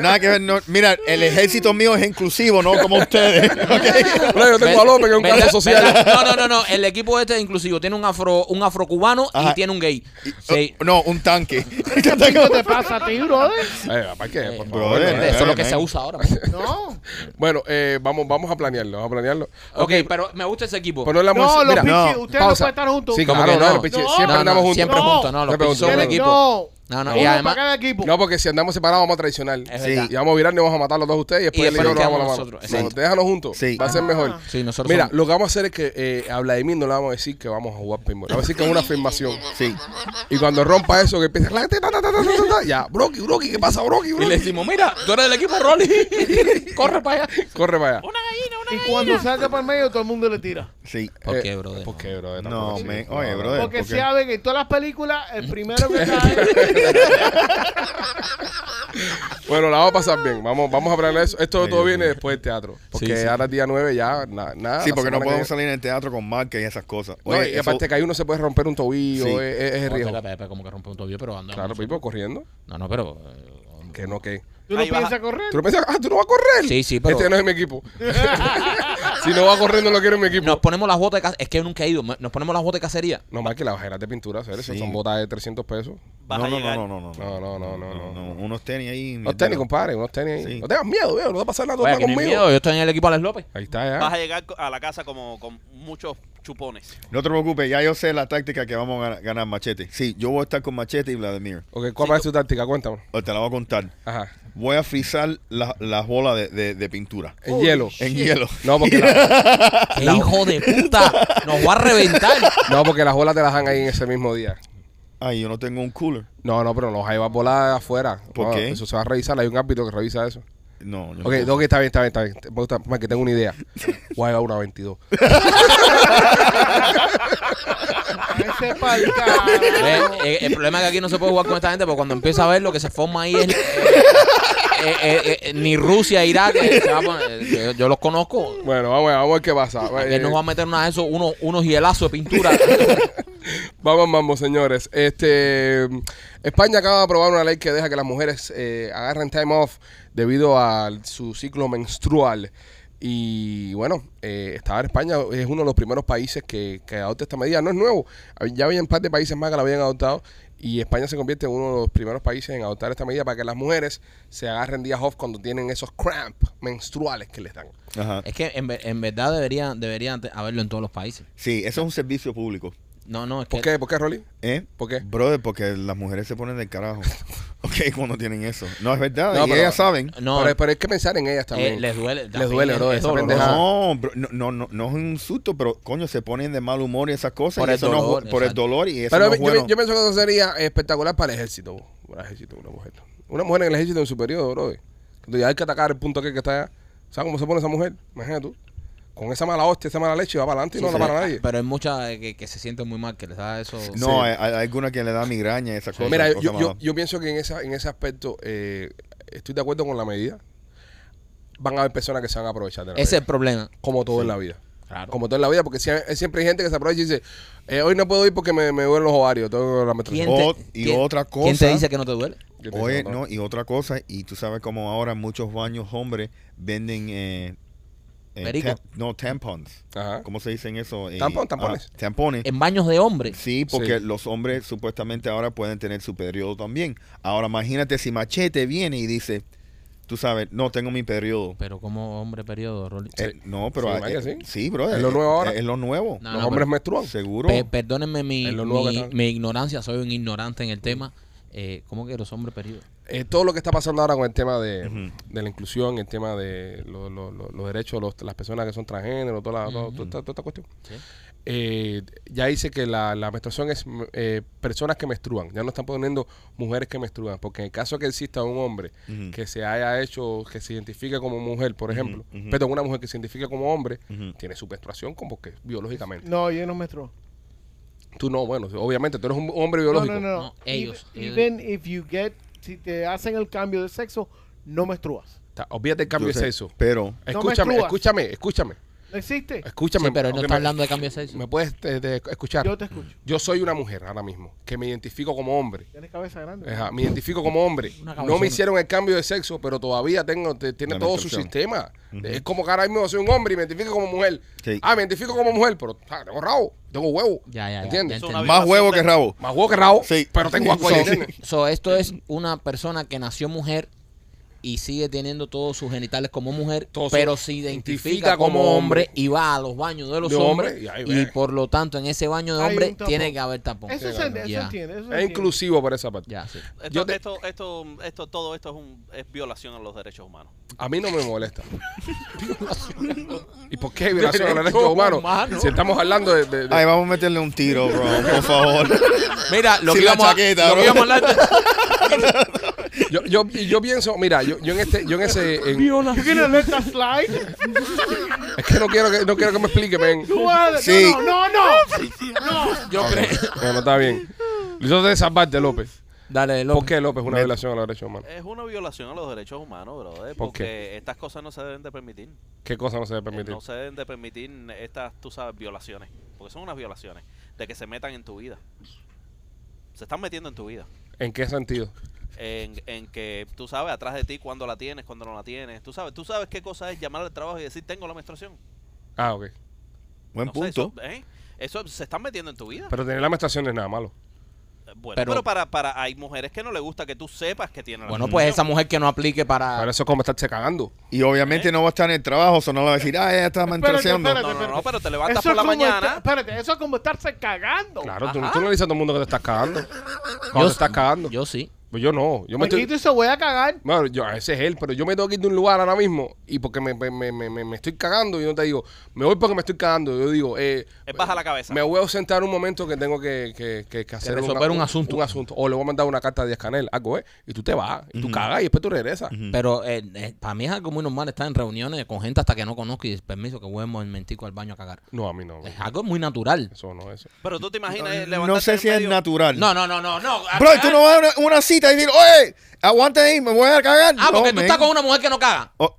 [SPEAKER 4] Nada que ver. no. Mira, el ejército mío es inclusivo, no como ustedes. ¿ok?
[SPEAKER 3] Bueno, yo tengo a López, que es un
[SPEAKER 2] ¿Verdad?
[SPEAKER 3] caso social.
[SPEAKER 2] ¿Verdad? No, no, no, no. El equipo este inclusivo tiene un afro, un afrocubano
[SPEAKER 4] Ajá.
[SPEAKER 2] y tiene un gay. Sí.
[SPEAKER 4] No, un tanque.
[SPEAKER 5] ¿Qué te pasa a ti, brother?
[SPEAKER 3] Eh, ¿Para qué? Por favor.
[SPEAKER 4] brother.
[SPEAKER 2] Eso es lo que
[SPEAKER 4] man.
[SPEAKER 2] se usa ahora. man.
[SPEAKER 5] No.
[SPEAKER 3] Bueno, eh, vamos, vamos a planearlo, vamos a planearlo.
[SPEAKER 2] Ok, pero me gusta ese equipo.
[SPEAKER 3] Poner la
[SPEAKER 5] No,
[SPEAKER 3] música-
[SPEAKER 5] los
[SPEAKER 3] mira,
[SPEAKER 5] pichis,
[SPEAKER 4] no,
[SPEAKER 5] ustedes no
[SPEAKER 3] pausa.
[SPEAKER 5] pueden estar juntos.
[SPEAKER 3] Sí,
[SPEAKER 2] ¿Cómo
[SPEAKER 3] claro,
[SPEAKER 2] que
[SPEAKER 3] no,
[SPEAKER 2] no?
[SPEAKER 3] los pichis,
[SPEAKER 5] No,
[SPEAKER 3] siempre
[SPEAKER 5] no,
[SPEAKER 3] andamos juntos.
[SPEAKER 2] Siempre
[SPEAKER 5] No.
[SPEAKER 2] juntos, no,
[SPEAKER 3] Me
[SPEAKER 2] los pichis son un
[SPEAKER 3] pregunto,
[SPEAKER 2] equipo.
[SPEAKER 5] No.
[SPEAKER 2] No, no,
[SPEAKER 5] Uno
[SPEAKER 2] y
[SPEAKER 5] para
[SPEAKER 2] además.
[SPEAKER 5] cada equipo.
[SPEAKER 3] No, porque si andamos separados vamos a traicionar.
[SPEAKER 2] Es
[SPEAKER 4] Sí.
[SPEAKER 2] verdad.
[SPEAKER 3] Y vamos a virarnos y vamos a matarlos dos ustedes y después,
[SPEAKER 2] Y
[SPEAKER 3] él y yo
[SPEAKER 2] después
[SPEAKER 3] nos
[SPEAKER 2] nos
[SPEAKER 3] vamos a la
[SPEAKER 2] quedamos
[SPEAKER 3] mano.
[SPEAKER 2] nosotros,
[SPEAKER 3] No,
[SPEAKER 2] exacto.
[SPEAKER 3] déjalos juntos.
[SPEAKER 4] Sí.
[SPEAKER 3] Va a ser mejor.
[SPEAKER 2] Sí, nosotros
[SPEAKER 3] Mira,
[SPEAKER 2] somos-
[SPEAKER 3] lo que vamos a hacer es que eh, a Vladimir no le vamos a decir que vamos a jugar pinball. Le vamos a decir que es una afirmación.
[SPEAKER 4] Sí.
[SPEAKER 3] Y cuando rompa eso, que empiece. "La, ta, ta, ta, ta, ta, ta, ta", Ya, Brocky, Brocky, ¿qué pasa, Brocky?
[SPEAKER 2] Y le
[SPEAKER 3] Brocky?
[SPEAKER 2] decimos, mira, tú eres del equipo Rolly. Corre para allá.
[SPEAKER 3] Corre para allá.
[SPEAKER 5] Y cuando salga para el medio, todo el mundo le tira.
[SPEAKER 4] Sí.
[SPEAKER 2] ¿Por
[SPEAKER 3] Eh,
[SPEAKER 2] qué, brother?
[SPEAKER 3] ¿Por qué, brother?
[SPEAKER 4] No,
[SPEAKER 3] Tampoco así.
[SPEAKER 4] man. Oye,
[SPEAKER 3] No, no.
[SPEAKER 4] brother.
[SPEAKER 5] Porque
[SPEAKER 4] ¿por qué?
[SPEAKER 5] saben que en todas las películas, el primero que cae.
[SPEAKER 3] Bueno, la vamos a pasar bien. Vamos, vamos a hablar eso. Esto
[SPEAKER 4] Ay,
[SPEAKER 3] todo
[SPEAKER 4] Dios
[SPEAKER 3] viene
[SPEAKER 4] mío.
[SPEAKER 3] después del teatro. Porque
[SPEAKER 2] Sí, sí.
[SPEAKER 3] ahora el día 9 ya na- nada. Ah,
[SPEAKER 4] Sí,
[SPEAKER 3] la
[SPEAKER 4] porque no
[SPEAKER 3] semana que
[SPEAKER 4] podemos
[SPEAKER 3] viene-
[SPEAKER 4] salir en el teatro con marca y esas cosas.
[SPEAKER 3] No, y
[SPEAKER 4] Oye, eso-
[SPEAKER 3] aparte que hay uno se puede romper un tobillo,
[SPEAKER 4] Sí.
[SPEAKER 3] es, es- es
[SPEAKER 2] No,
[SPEAKER 3] riesgo.
[SPEAKER 2] espera, espera, Como que rompe un tobillo, pero anda.
[SPEAKER 3] Claro, pues, Pipo, corriendo.
[SPEAKER 2] No, no, pero. eh,
[SPEAKER 3] Que no, que.
[SPEAKER 5] ¿Tú no
[SPEAKER 6] Ahí va.
[SPEAKER 5] piensas correr?
[SPEAKER 3] ¿Tú no piensas, ah, tú no vas a correr?
[SPEAKER 2] Sí, sí, pero-
[SPEAKER 3] Este no es mi equipo. si no va a correr, no lo quiero en mi equipo.
[SPEAKER 2] Nos
[SPEAKER 3] No,
[SPEAKER 2] ponemos las botas de cacería. Es que yo nunca he ido. Nos ponemos las botas de cacería.
[SPEAKER 3] más que las ojeras de pintura, o sea, eso
[SPEAKER 4] Sí.
[SPEAKER 3] son botas de 300 pesos.
[SPEAKER 6] Vas
[SPEAKER 4] No,
[SPEAKER 6] a
[SPEAKER 4] no,
[SPEAKER 6] llegar.
[SPEAKER 4] no, no, no,
[SPEAKER 3] No, no, no, no, no.
[SPEAKER 4] Unos tenis ahí.
[SPEAKER 3] Unos tenis, compadre, unos tenis ahí.
[SPEAKER 4] Mm, Sí.
[SPEAKER 3] No tengas miedo, veo, no va a pasar nada tú
[SPEAKER 2] Oye,
[SPEAKER 3] estás
[SPEAKER 2] que no hay
[SPEAKER 3] conmigo.
[SPEAKER 2] miedo, eh. Yo estoy en el equipo Alex López.
[SPEAKER 3] Ahí está,
[SPEAKER 6] Vas a
[SPEAKER 3] ya.
[SPEAKER 6] llegar co- a la casa como con muchos chupones.
[SPEAKER 4] No te preocupes, ya yo sé la táctica que vamos a ganar, ganar Machete. Sí, yo voy a estar con Machete y Vladimir.
[SPEAKER 3] Ok, ¿cuál va a ser tu táctica? Cuéntame.
[SPEAKER 4] O te la voy a contar.
[SPEAKER 3] Ajá.
[SPEAKER 4] Voy a frizar la- las bolas de, de- de pintura
[SPEAKER 3] En hielo.
[SPEAKER 4] en hielo.
[SPEAKER 3] No, porque la-
[SPEAKER 2] ¡Qué hijo de puta! ¡Nos va a reventar!
[SPEAKER 3] no, porque las bolas te las dan ahí en ese mismo día.
[SPEAKER 4] Ay, yo no tengo un cooler.
[SPEAKER 3] No, no, pero no vas a llevar bolas afuera.
[SPEAKER 4] ¿Por
[SPEAKER 3] No,
[SPEAKER 4] qué?
[SPEAKER 3] Eso se va a revisar, hay un árbitro que revisa eso.
[SPEAKER 4] No, yo
[SPEAKER 3] Ok,
[SPEAKER 4] no.
[SPEAKER 3] no, que está bien, está bien, está bien. Me gusta, más que tengo una idea. Voy a llevar una 22.
[SPEAKER 5] Ese pa'l carajo.
[SPEAKER 2] Eh, eh, el problema es que aquí no se puede jugar con esta gente porque cuando empieza a ver lo que se forma ahí es. eh, eh, eh, eh, ni Rusia, Irak. eh, se va a poner- eh, yo, yo los conozco.
[SPEAKER 3] Bueno, vamos a ver, vamos a ver qué pasa.
[SPEAKER 2] Que nos va a meter una de esos, unos, unos hielazos de pintura.
[SPEAKER 3] Vamos, vamos, señores. Este España acaba de aprobar una ley que deja que las mujeres eh, agarren time off debido a su ciclo menstrual. Y bueno, eh, estaba en España, es uno de los primeros países que, que adopta esta medida. No es nuevo, ya había un par de países más que la habían adoptado. Y España se convierte en uno de los primeros países en adoptar esta medida para que las mujeres se agarren días off cuando tienen esos cramp menstruales que les dan.
[SPEAKER 4] Ajá.
[SPEAKER 2] es que en, ve- en verdad deberían deberían te- haberlo en todos los países.
[SPEAKER 4] Sí, eso es un servicio público.
[SPEAKER 2] No, no, es que.
[SPEAKER 3] ¿Por qué? ¿Por qué, Rolly?
[SPEAKER 4] ¿Eh?
[SPEAKER 3] ¿Por qué?
[SPEAKER 4] Brother, porque las mujeres se ponen del carajo. ok, cuando tienen eso. No, es verdad.
[SPEAKER 3] No,
[SPEAKER 4] y
[SPEAKER 3] pero-
[SPEAKER 4] ellas saben.
[SPEAKER 2] No,
[SPEAKER 3] pero, pero hay que pensar en ellas también.
[SPEAKER 2] Eh, les duele,
[SPEAKER 3] Les
[SPEAKER 2] también
[SPEAKER 3] duele,
[SPEAKER 2] es-
[SPEAKER 3] bro.
[SPEAKER 2] es
[SPEAKER 3] esa
[SPEAKER 2] doloroso.
[SPEAKER 3] pendeja-
[SPEAKER 4] No, bro, no, no, no, no es un insulto, pero coño, se ponen de mal humor y esas cosas.
[SPEAKER 2] Por
[SPEAKER 4] y
[SPEAKER 2] el
[SPEAKER 4] eso no es bu-
[SPEAKER 2] dolor,
[SPEAKER 4] por el
[SPEAKER 2] exacto.
[SPEAKER 4] dolor y eso
[SPEAKER 3] Pero
[SPEAKER 4] no es
[SPEAKER 3] yo- yo,
[SPEAKER 4] bueno.
[SPEAKER 3] pienso que eso sería espectacular para el ejército. bo. Para el ejército, una mujer. Una mujer en el ejército en su periodo, bro. Cuando ya hay que atacar el punto aquel que está allá. ¿Sabes cómo se pone esa mujer? Imagínate tú. Con esa mala hostia, esa mala leche, va para adelante y no
[SPEAKER 2] Sí,
[SPEAKER 3] la
[SPEAKER 2] sí.
[SPEAKER 3] para nadie.
[SPEAKER 2] Pero hay muchas eh, que, que se sienten muy mal, que les da eso.
[SPEAKER 4] no, eh, hay, hay alguna que le da migraña y esas cosas.
[SPEAKER 3] Mira, yo,
[SPEAKER 4] cosas
[SPEAKER 3] yo,
[SPEAKER 4] malas.
[SPEAKER 3] yo pienso que en, esa, en ese aspecto eh, estoy de acuerdo con la medida. Van a haber personas que se van a aprovechar de la
[SPEAKER 2] Ese es
[SPEAKER 4] eh,
[SPEAKER 3] medida.
[SPEAKER 2] el problema.
[SPEAKER 3] Como todo en la vida.
[SPEAKER 2] Claro.
[SPEAKER 3] Como todo en la vida, porque sie- siempre hay gente que se aprovecha y dice, eh, hoy no puedo ir porque me, me duelen los ovarios, tengo la menstruación.
[SPEAKER 2] ¿Quién
[SPEAKER 4] O-
[SPEAKER 2] te-
[SPEAKER 4] y
[SPEAKER 2] quién-
[SPEAKER 4] otra
[SPEAKER 2] ¿Quién
[SPEAKER 4] cosa-
[SPEAKER 2] te dice que no te duele?
[SPEAKER 3] Yo te digo,
[SPEAKER 4] Oye,
[SPEAKER 3] no.
[SPEAKER 4] no, y otra cosa, y tú sabes como ahora muchos baños hombres venden eh, eh,
[SPEAKER 2] Perico.
[SPEAKER 4] tam- no, tampons.
[SPEAKER 3] Ajá.
[SPEAKER 4] ¿Cómo se dicen eso? Eh,
[SPEAKER 3] Tampón, tampones.
[SPEAKER 4] ah, tampones.
[SPEAKER 2] En baños de hombres.
[SPEAKER 4] Sí, porque
[SPEAKER 3] Sí.
[SPEAKER 4] los hombres supuestamente ahora pueden tener su periodo también. Ahora imagínate si Machete viene y dice, tú sabes, no tengo mi periodo.
[SPEAKER 2] Pero como hombre periodo, Rolly.
[SPEAKER 4] Eh, no, pero
[SPEAKER 3] Sí,
[SPEAKER 4] ah,
[SPEAKER 3] vaya, sí.
[SPEAKER 4] eh, sí, bro.
[SPEAKER 3] Es lo nuevo ahora.
[SPEAKER 4] Es, lo nuevo.
[SPEAKER 2] No,
[SPEAKER 3] Los
[SPEAKER 2] no,
[SPEAKER 3] hombres
[SPEAKER 2] pero-
[SPEAKER 3] menstruan.
[SPEAKER 4] Seguro.
[SPEAKER 2] Pe- perdónenme mi,
[SPEAKER 3] Es lo nuevo que
[SPEAKER 2] mi,
[SPEAKER 3] está-
[SPEAKER 2] mi ignorancia, soy un ignorante en el tema. eh, ¿cómo que los hombres perdidos?
[SPEAKER 3] Eh, todo lo que está pasando ahora con el tema de, de la inclusión, el tema de lo- lo- lo- los derechos de los- las personas que son transgénero, toda, la- toda- toda esta- toda esta cuestión. Eh, ya dice que la, la menstruación es mm, eh, personas que menstruan, ya no están poniendo mujeres que menstruan, porque en el caso que exista un hombre
[SPEAKER 4] Ujú.
[SPEAKER 3] que se haya hecho, que se identifica como mujer, por ejemplo, pero una mujer que se identifica como hombre,
[SPEAKER 4] Ujú.
[SPEAKER 3] tiene su menstruación como que biológicamente.
[SPEAKER 5] No, yo no menstruo.
[SPEAKER 3] Tú no, bueno, obviamente tú eres un hombre
[SPEAKER 5] No,
[SPEAKER 3] biológico.
[SPEAKER 5] no, no.
[SPEAKER 2] No, ellos,
[SPEAKER 5] Even,
[SPEAKER 2] ellos.
[SPEAKER 5] even if you get, si te hacen el cambio de sexo, no menstruas.
[SPEAKER 3] Está- Obvíate el cambio
[SPEAKER 4] Yo
[SPEAKER 3] de
[SPEAKER 4] sé,
[SPEAKER 3] sexo.
[SPEAKER 4] Pero,
[SPEAKER 3] Escúchame,
[SPEAKER 5] menstruas.
[SPEAKER 3] escúchame, escúchame.
[SPEAKER 5] ¿No existe?
[SPEAKER 3] Escúchame.
[SPEAKER 2] Sí, pero él no
[SPEAKER 3] ok,
[SPEAKER 2] está
[SPEAKER 3] me-
[SPEAKER 2] hablando de cambio de sexo.
[SPEAKER 3] ¿Me puedes eh, de- escuchar?
[SPEAKER 5] Yo
[SPEAKER 3] Yo,
[SPEAKER 5] te escucho.
[SPEAKER 3] soy una mujer ahora mismo, que me identifico como hombre.
[SPEAKER 5] Tienes cabeza grande.
[SPEAKER 3] Ajá, me identifico como hombre.
[SPEAKER 2] Una
[SPEAKER 3] No
[SPEAKER 2] cabezona.
[SPEAKER 3] me hicieron el cambio de sexo, pero todavía tengo, te- tiene
[SPEAKER 4] La
[SPEAKER 3] todo su
[SPEAKER 4] menstruación.
[SPEAKER 3] sistema. Es como que ahora mismo soy un hombre y me identifico como mujer.
[SPEAKER 4] Sí.
[SPEAKER 3] Ah, me identifico como mujer, pero ah, tengo rabo, tengo huevo.
[SPEAKER 2] Ya, ya, ya,
[SPEAKER 3] ¿Entiendes?
[SPEAKER 2] ya
[SPEAKER 6] Es una
[SPEAKER 2] entendí.
[SPEAKER 4] más huevo
[SPEAKER 6] violación
[SPEAKER 4] que
[SPEAKER 6] de-
[SPEAKER 4] rabo.
[SPEAKER 3] Más huevo que rabo,
[SPEAKER 4] Sí.
[SPEAKER 3] pero tengo
[SPEAKER 4] Sí.
[SPEAKER 3] acuerdo.
[SPEAKER 2] So, esto es una persona que nació mujer y sigue teniendo todos sus genitales como mujer,
[SPEAKER 3] Todo se
[SPEAKER 2] pero se identifica
[SPEAKER 3] identifica
[SPEAKER 2] como,
[SPEAKER 3] como
[SPEAKER 2] hombre,
[SPEAKER 3] hombre.
[SPEAKER 2] y va a los baños de los
[SPEAKER 3] De hombre,
[SPEAKER 2] hombres
[SPEAKER 3] y ahí
[SPEAKER 2] y,
[SPEAKER 3] ve.
[SPEAKER 2] por lo tanto en ese baño de
[SPEAKER 5] Hay
[SPEAKER 2] hombre
[SPEAKER 5] un tapón.
[SPEAKER 2] tiene que haber tapón.
[SPEAKER 5] Eso se entiende, eso
[SPEAKER 2] Ya,
[SPEAKER 5] entiende,
[SPEAKER 6] E
[SPEAKER 5] eso se
[SPEAKER 3] Es
[SPEAKER 5] entiende.
[SPEAKER 3] inclusivo por esa parte.
[SPEAKER 2] ya, sí.
[SPEAKER 6] Esto,
[SPEAKER 3] Yo te-
[SPEAKER 6] esto, esto, esto- todo esto es, un, es violación a los derechos humanos.
[SPEAKER 3] A mí no me molesta. ¿Y por qué violación a los derechos humanos? Si estamos hablando de- de- de
[SPEAKER 4] Ay, vamos a meterle un tiro, bro, por favor.
[SPEAKER 2] Mira, lo
[SPEAKER 4] Sin
[SPEAKER 2] que
[SPEAKER 4] la
[SPEAKER 2] íbamos a-
[SPEAKER 4] chaqueta,
[SPEAKER 2] lo que
[SPEAKER 4] bro.
[SPEAKER 2] íbamos a hablar de-
[SPEAKER 3] Yo, yo, yo pienso, mira, yo, yo en este, yo en ese, en-
[SPEAKER 5] You gonna let that slide?
[SPEAKER 3] es que no quiero que, no quiero que me explique, men.
[SPEAKER 5] Tú vas a-
[SPEAKER 4] Sí.
[SPEAKER 5] No, no, no.
[SPEAKER 2] yo creo-
[SPEAKER 3] Bueno, está bien. Yo te salvaste, López.
[SPEAKER 2] Dale,
[SPEAKER 3] ¿Por
[SPEAKER 2] López.
[SPEAKER 3] qué López una violación a los derechos humanos?
[SPEAKER 6] Es una violación a los derechos humanos, brother,
[SPEAKER 3] ¿Por
[SPEAKER 6] porque
[SPEAKER 3] qué?
[SPEAKER 6] estas cosas no se deben de permitir. Eh,
[SPEAKER 3] ¿Qué cosa no se debe permitir?
[SPEAKER 6] No se deben de permitir estas, tú sabes, violaciones, porque son unas violaciones de que se metan en tu vida. Se están metiendo en tu vida.
[SPEAKER 3] ¿En qué sentido?
[SPEAKER 6] en, en que tú sabes atrás de ti cuando la tienes, cuando no la tienes. Tú sabes, tú sabes qué cosa es llamar al trabajo y decir tengo la menstruación.
[SPEAKER 3] Ah, ok.
[SPEAKER 4] Buen
[SPEAKER 6] No sé,
[SPEAKER 4] punto.
[SPEAKER 6] eso, ¿eh? Eso se están metiendo en tu vida. Eh,
[SPEAKER 3] Pero tener la menstruación no es nada malo.
[SPEAKER 6] bueno,
[SPEAKER 2] pero-
[SPEAKER 6] pero, para, para hay mujeres que no le gusta que tú sepas que tienen la
[SPEAKER 2] Bueno, pues esa
[SPEAKER 6] menstruación.
[SPEAKER 2] mujer que no aplique
[SPEAKER 3] Para
[SPEAKER 2] para...
[SPEAKER 3] eso es como estarse cagando.
[SPEAKER 4] Y obviamente no va a estar en el trabajo, eso no le va a decir, ah, ella está menstruando.
[SPEAKER 5] espérate.
[SPEAKER 6] No, no, no, pero te levantas
[SPEAKER 5] Eso
[SPEAKER 6] por
[SPEAKER 5] es
[SPEAKER 6] la
[SPEAKER 5] como
[SPEAKER 6] mañana.
[SPEAKER 5] esta- Espérate, eso es como estarse cagando.
[SPEAKER 3] Claro, tú,
[SPEAKER 6] Ajá.
[SPEAKER 3] tú no le dices a todo el mundo que te estás cagando. Cuando te estás cagando. Yo,
[SPEAKER 2] Yo sí.
[SPEAKER 3] pues yo no. Yo me
[SPEAKER 5] Aquí
[SPEAKER 3] estoy...
[SPEAKER 5] tú se voy a cagar.
[SPEAKER 3] Bueno, yo, ese es él, pero yo me tengo que ir de un lugar ahora mismo y porque me, me, me, me, me estoy cagando, yo no te digo, me voy porque me estoy cagando, yo digo, eh,
[SPEAKER 6] Es baja la cabeza.
[SPEAKER 3] Me voy a sentar un momento que tengo que, que, que- que hacer
[SPEAKER 2] resolver un
[SPEAKER 3] una-
[SPEAKER 2] asunto.
[SPEAKER 3] Un asunto. O le voy a mandar una carta de Escanel, algo, ¿eh? Y tú te vas, y tú cagas y después tú regresas.
[SPEAKER 2] Pero eh, eh, para mí es algo muy normal estar en reuniones con gente hasta que no conozco y permiso que vuelvo el mentico al baño a cagar.
[SPEAKER 3] No, a mí no.
[SPEAKER 2] Es algo muy natural.
[SPEAKER 3] Eso no, eso.
[SPEAKER 6] Pero tú te imaginas eh,
[SPEAKER 4] No
[SPEAKER 6] levantarte
[SPEAKER 4] sé
[SPEAKER 6] en
[SPEAKER 4] si es
[SPEAKER 6] medio-
[SPEAKER 4] natural.
[SPEAKER 2] No, no, no, no, no. Ah,
[SPEAKER 4] Bro, tú no vas a una, una cita y decir, oye, aguante ahí, me voy a cagar.
[SPEAKER 2] Ah,
[SPEAKER 4] No,
[SPEAKER 2] porque tú
[SPEAKER 4] man.
[SPEAKER 2] estás con una mujer que no caga.
[SPEAKER 4] Oh,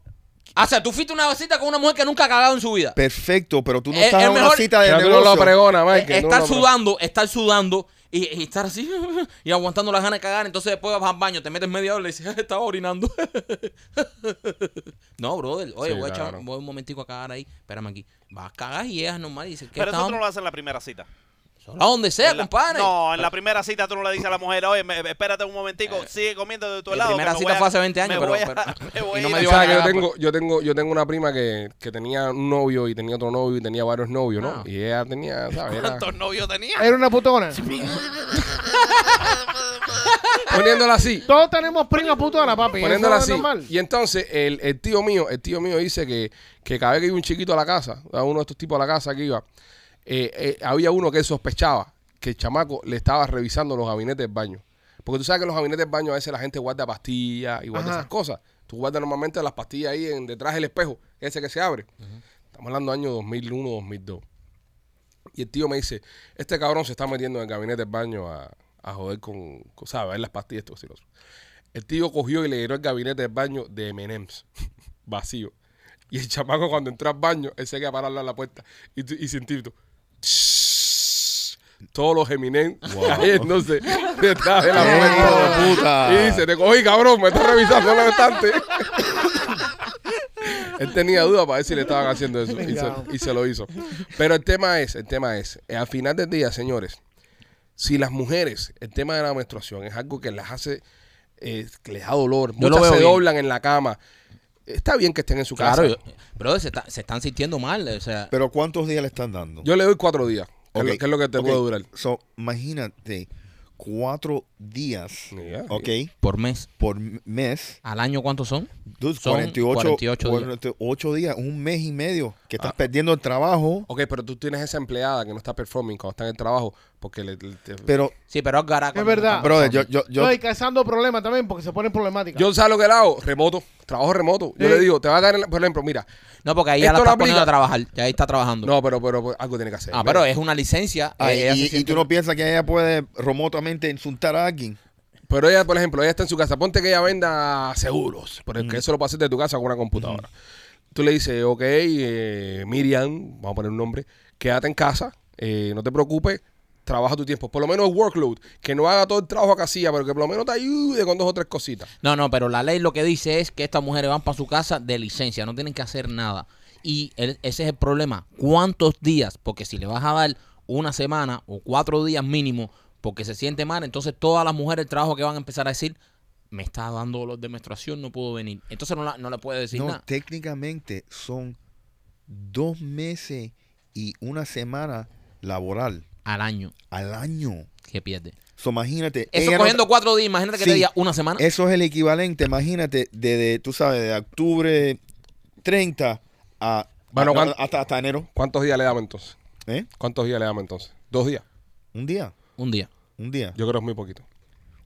[SPEAKER 2] O sea, tú fuiste a una cita con una mujer que nunca ha cagado en su vida.
[SPEAKER 4] perfecto, pero tú no
[SPEAKER 2] Es-
[SPEAKER 4] estás
[SPEAKER 2] es
[SPEAKER 4] en una
[SPEAKER 2] Eh, mejor-
[SPEAKER 4] cita de
[SPEAKER 3] Pero tú no lo
[SPEAKER 4] negocio.
[SPEAKER 3] pregona, Mike.
[SPEAKER 2] Eh,
[SPEAKER 3] tú no
[SPEAKER 2] estar
[SPEAKER 3] lo pre-
[SPEAKER 2] sudando, estar sudando y, y estar así y aguantando las ganas de cagar. Entonces después vas al baño, te metes media hora y le dices, estaba orinando. no, brother. Oye,
[SPEAKER 3] Sí,
[SPEAKER 2] voy, a echar,
[SPEAKER 3] claro.
[SPEAKER 2] voy un momentico a cagar ahí. Espérame aquí. Vas a cagar y llegas normal y dices, ¿qué
[SPEAKER 6] Pero eso
[SPEAKER 2] estamos?
[SPEAKER 6] tú no lo haces en la primera cita.
[SPEAKER 2] A donde sea,
[SPEAKER 6] En la-
[SPEAKER 2] compadre.
[SPEAKER 6] No, en la primera cita tú no le dices a la mujer, oye, me- espérate un momentico, sigue comiendo de tu
[SPEAKER 2] Eh, mi
[SPEAKER 6] helado. que
[SPEAKER 2] primera
[SPEAKER 6] me
[SPEAKER 2] cita
[SPEAKER 6] voy a-
[SPEAKER 2] fue hace 20 años,
[SPEAKER 6] me
[SPEAKER 2] pero-
[SPEAKER 6] voy a-
[SPEAKER 2] pero-
[SPEAKER 6] me voy
[SPEAKER 2] y no
[SPEAKER 6] a
[SPEAKER 2] me
[SPEAKER 6] ir
[SPEAKER 2] dio ganas.
[SPEAKER 6] a-
[SPEAKER 3] ¿Sabes que Eh, yo
[SPEAKER 2] Ah, pues.
[SPEAKER 3] tengo, yo tengo, yo tengo una prima que, que tenía un novio y tenía otro novio y tenía varios novios, ¿no?
[SPEAKER 2] Ah.
[SPEAKER 3] Y ella tenía, ¿sabes? Era
[SPEAKER 6] ¿Cuántos novios tenía?
[SPEAKER 5] Era una putona.
[SPEAKER 3] poniéndola así.
[SPEAKER 5] Todos tenemos prima putona, papi.
[SPEAKER 3] poniéndola
[SPEAKER 5] eso
[SPEAKER 3] así.
[SPEAKER 5] es normal.
[SPEAKER 3] Y entonces el, el tío mío, el tío mío dice que, que cada vez que iba un chiquito a la casa, a uno de estos tipos a la casa que iba, eh, eh, había uno que sospechaba que el chamaco le estaba revisando los gabinetes del baño. Porque tú sabes que en los gabinetes del baño a veces la gente guarda pastillas y guarda
[SPEAKER 5] Ajá.
[SPEAKER 3] esas cosas. Tú guardas normalmente las pastillas ahí en, detrás del espejo, ese que se abre. Estamos hablando del año 2001, 2002. Y el tío me dice, este cabrón se está metiendo en el gabinete del baño a, a joder con, con- ¿sabes? A ver las pastillas, esto, así, lo otro. El tío cogió y le llenó el gabinete del baño de M&M's, vacío. Y el chamaco cuando entró al baño, él se queda parado a la puerta y, tú- y sin título. Todos los Eminem cayéndose detrás de la
[SPEAKER 4] ¡Hijo
[SPEAKER 3] puerta.
[SPEAKER 4] de puta!
[SPEAKER 3] Y dice, te cogí, cabrón, me estás revisando el estante. él tenía duda para ver si le estaban haciendo eso. Y se, y se lo hizo. Pero el tema es, el tema es, eh, al final del día, señores, si las mujeres, el tema de la menstruación es algo que las hace, eh, que les da dolor,
[SPEAKER 2] Yo
[SPEAKER 3] muchas
[SPEAKER 2] lo veo
[SPEAKER 3] se
[SPEAKER 2] bien.
[SPEAKER 3] doblan en la cama. Está bien que estén en su
[SPEAKER 2] Claro,
[SPEAKER 3] casa.
[SPEAKER 2] yo- brother, se, está- se están sintiendo mal. O sea,
[SPEAKER 4] Pero ¿cuántos días le están dando?
[SPEAKER 3] Yo le doy cuatro días, que, es,
[SPEAKER 4] Ok,
[SPEAKER 3] lo, que es lo que te
[SPEAKER 4] ok.
[SPEAKER 3] puede durar.
[SPEAKER 4] So, imagínate cuatro días,
[SPEAKER 3] Yeah.
[SPEAKER 4] ¿ok?
[SPEAKER 2] por mes.
[SPEAKER 4] Por mes.
[SPEAKER 2] ¿Al año cuántos son?
[SPEAKER 4] Dude,
[SPEAKER 2] Son
[SPEAKER 4] 48,
[SPEAKER 2] 48 días.
[SPEAKER 4] 48 días, un mes y medio que
[SPEAKER 3] Ah.
[SPEAKER 4] estás perdiendo el trabajo,
[SPEAKER 3] Ok, pero tú tienes esa empleada que no está performing cuando está en el trabajo porque le, le- te-
[SPEAKER 4] pero
[SPEAKER 2] Sí, pero es garaco.
[SPEAKER 5] Es verdad.
[SPEAKER 4] brother, yo yo yo
[SPEAKER 5] No, y causando problemas también porque se ponen problemáticas.
[SPEAKER 3] Yo sabes lo que le hago, remoto, trabajo remoto. Yo
[SPEAKER 5] Sí.
[SPEAKER 3] le digo, te va a caer, en la- por ejemplo, mira,
[SPEAKER 2] No, porque ahí ya
[SPEAKER 3] Esto
[SPEAKER 2] la
[SPEAKER 3] lo
[SPEAKER 2] está
[SPEAKER 3] aplica-
[SPEAKER 2] poniendo a trabajar. Ya ahí está trabajando.
[SPEAKER 3] no, pero, pero, pero algo tiene que hacer.
[SPEAKER 2] ah, pero es una licencia.
[SPEAKER 4] Ay,
[SPEAKER 2] eh, ella se
[SPEAKER 4] y, y
[SPEAKER 2] siente-
[SPEAKER 4] tú no piensas que ella puede remotamente insultar a alguien.
[SPEAKER 3] Pero ella, por ejemplo, ella está en su casa. Ponte que ella venda seguros, porque que eso lo puede hacer de tu casa con una computadora. Tú le dices, ok, eh, Miriam, vamos a poner un nombre, quédate en casa, eh, no te preocupes, trabaja tu tiempo. Por lo menos workload, que no haga todo el trabajo que hacía, pero que por lo menos te ayude con dos o tres cositas.
[SPEAKER 2] No, no, pero la ley lo que dice es que estas mujeres van para su casa de licencia, no tienen que hacer nada. Y el- ese es el problema. ¿Cuántos días? Porque si le vas a dar una semana o cuatro días mínimo porque se siente mal, entonces todas las mujeres del trabajo que van a empezar a decir, me está dando dolor de menstruación, no puedo venir. Entonces no, la- no le puede decir
[SPEAKER 4] no,
[SPEAKER 2] nada.
[SPEAKER 4] técnicamente son dos meses y una semana laboral
[SPEAKER 2] Al año
[SPEAKER 4] al año.
[SPEAKER 2] que pierde.
[SPEAKER 5] Eh,
[SPEAKER 4] So, imagínate.
[SPEAKER 2] Eso
[SPEAKER 4] ella no-
[SPEAKER 2] cogiendo cuatro días, imagínate que
[SPEAKER 4] Sí.
[SPEAKER 2] te diga una semana.
[SPEAKER 4] Eso es el equivalente, imagínate, de, de, tú sabes, de octubre 30 a,
[SPEAKER 3] Bueno,
[SPEAKER 4] a-
[SPEAKER 3] ¿cuán-
[SPEAKER 4] hasta, hasta enero.
[SPEAKER 3] ¿Cuántos días le damos entonces?
[SPEAKER 4] ¿eh?
[SPEAKER 3] ¿Cuántos días le damos entonces? Dos días.
[SPEAKER 4] Un día,
[SPEAKER 2] Un día.
[SPEAKER 4] un día,
[SPEAKER 3] Yo creo que es muy poquito.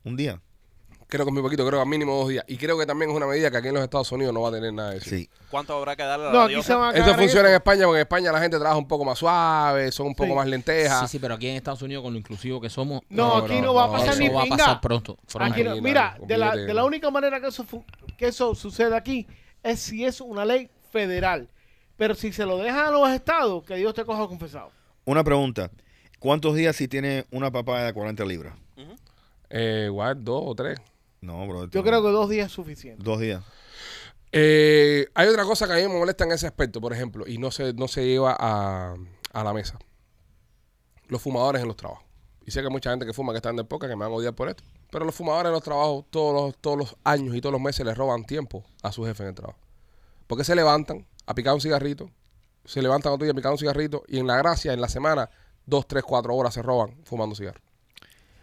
[SPEAKER 4] un día.
[SPEAKER 3] Creo que es muy poquito, creo que al mínimo dos días. Y creo que también es una medida que aquí en los Estados Unidos no va a tener nada de eso.
[SPEAKER 4] Sí.
[SPEAKER 6] ¿Cuánto habrá que darle a la
[SPEAKER 5] no, aquí
[SPEAKER 6] diosa?
[SPEAKER 5] se van a
[SPEAKER 3] Eso
[SPEAKER 5] cagar en
[SPEAKER 3] funciona en España, porque en España la gente trabaja un poco más suave, son un poco
[SPEAKER 5] Sí.
[SPEAKER 3] más lentejas.
[SPEAKER 2] Sí, sí, pero aquí en Estados Unidos, con lo inclusivo que somos,
[SPEAKER 5] No,
[SPEAKER 3] No,
[SPEAKER 5] aquí
[SPEAKER 3] no,
[SPEAKER 5] no, va a
[SPEAKER 3] no,
[SPEAKER 5] pasar
[SPEAKER 2] eso
[SPEAKER 5] ni
[SPEAKER 2] va a
[SPEAKER 5] pinga.
[SPEAKER 2] pasar pronto. pronto.
[SPEAKER 5] Aquí no-
[SPEAKER 3] Imagínate,
[SPEAKER 5] mira, de la,
[SPEAKER 3] olvídate.
[SPEAKER 5] de la única manera que eso, fu- que eso sucede aquí es si es una ley federal. Pero si se lo dejan a los estados, que Dios te coja confesado.
[SPEAKER 4] Una pregunta. ¿Cuántos días si tiene una papaya de 40 libras?
[SPEAKER 3] Eh, igual, dos o tres.
[SPEAKER 4] No, bro.
[SPEAKER 5] Yo creo que dos días es suficiente.
[SPEAKER 4] Dos días.
[SPEAKER 3] Eh, hay otra cosa que a mí me molesta en ese aspecto, por ejemplo, y no se, no se lleva a, a la mesa. Los fumadores en los trabajos. Y sé que hay mucha gente que fuma que está en época que me van a odiar por esto. Pero los fumadores en los trabajos todos los, todos los años y todos los meses les roban tiempo a su jefe en el trabajo. Porque se levantan a picar un cigarrito, se levantan otro día a picar un cigarrito y en la gracia, en la semana, dos, tres, cuatro horas se roban fumando cigarro.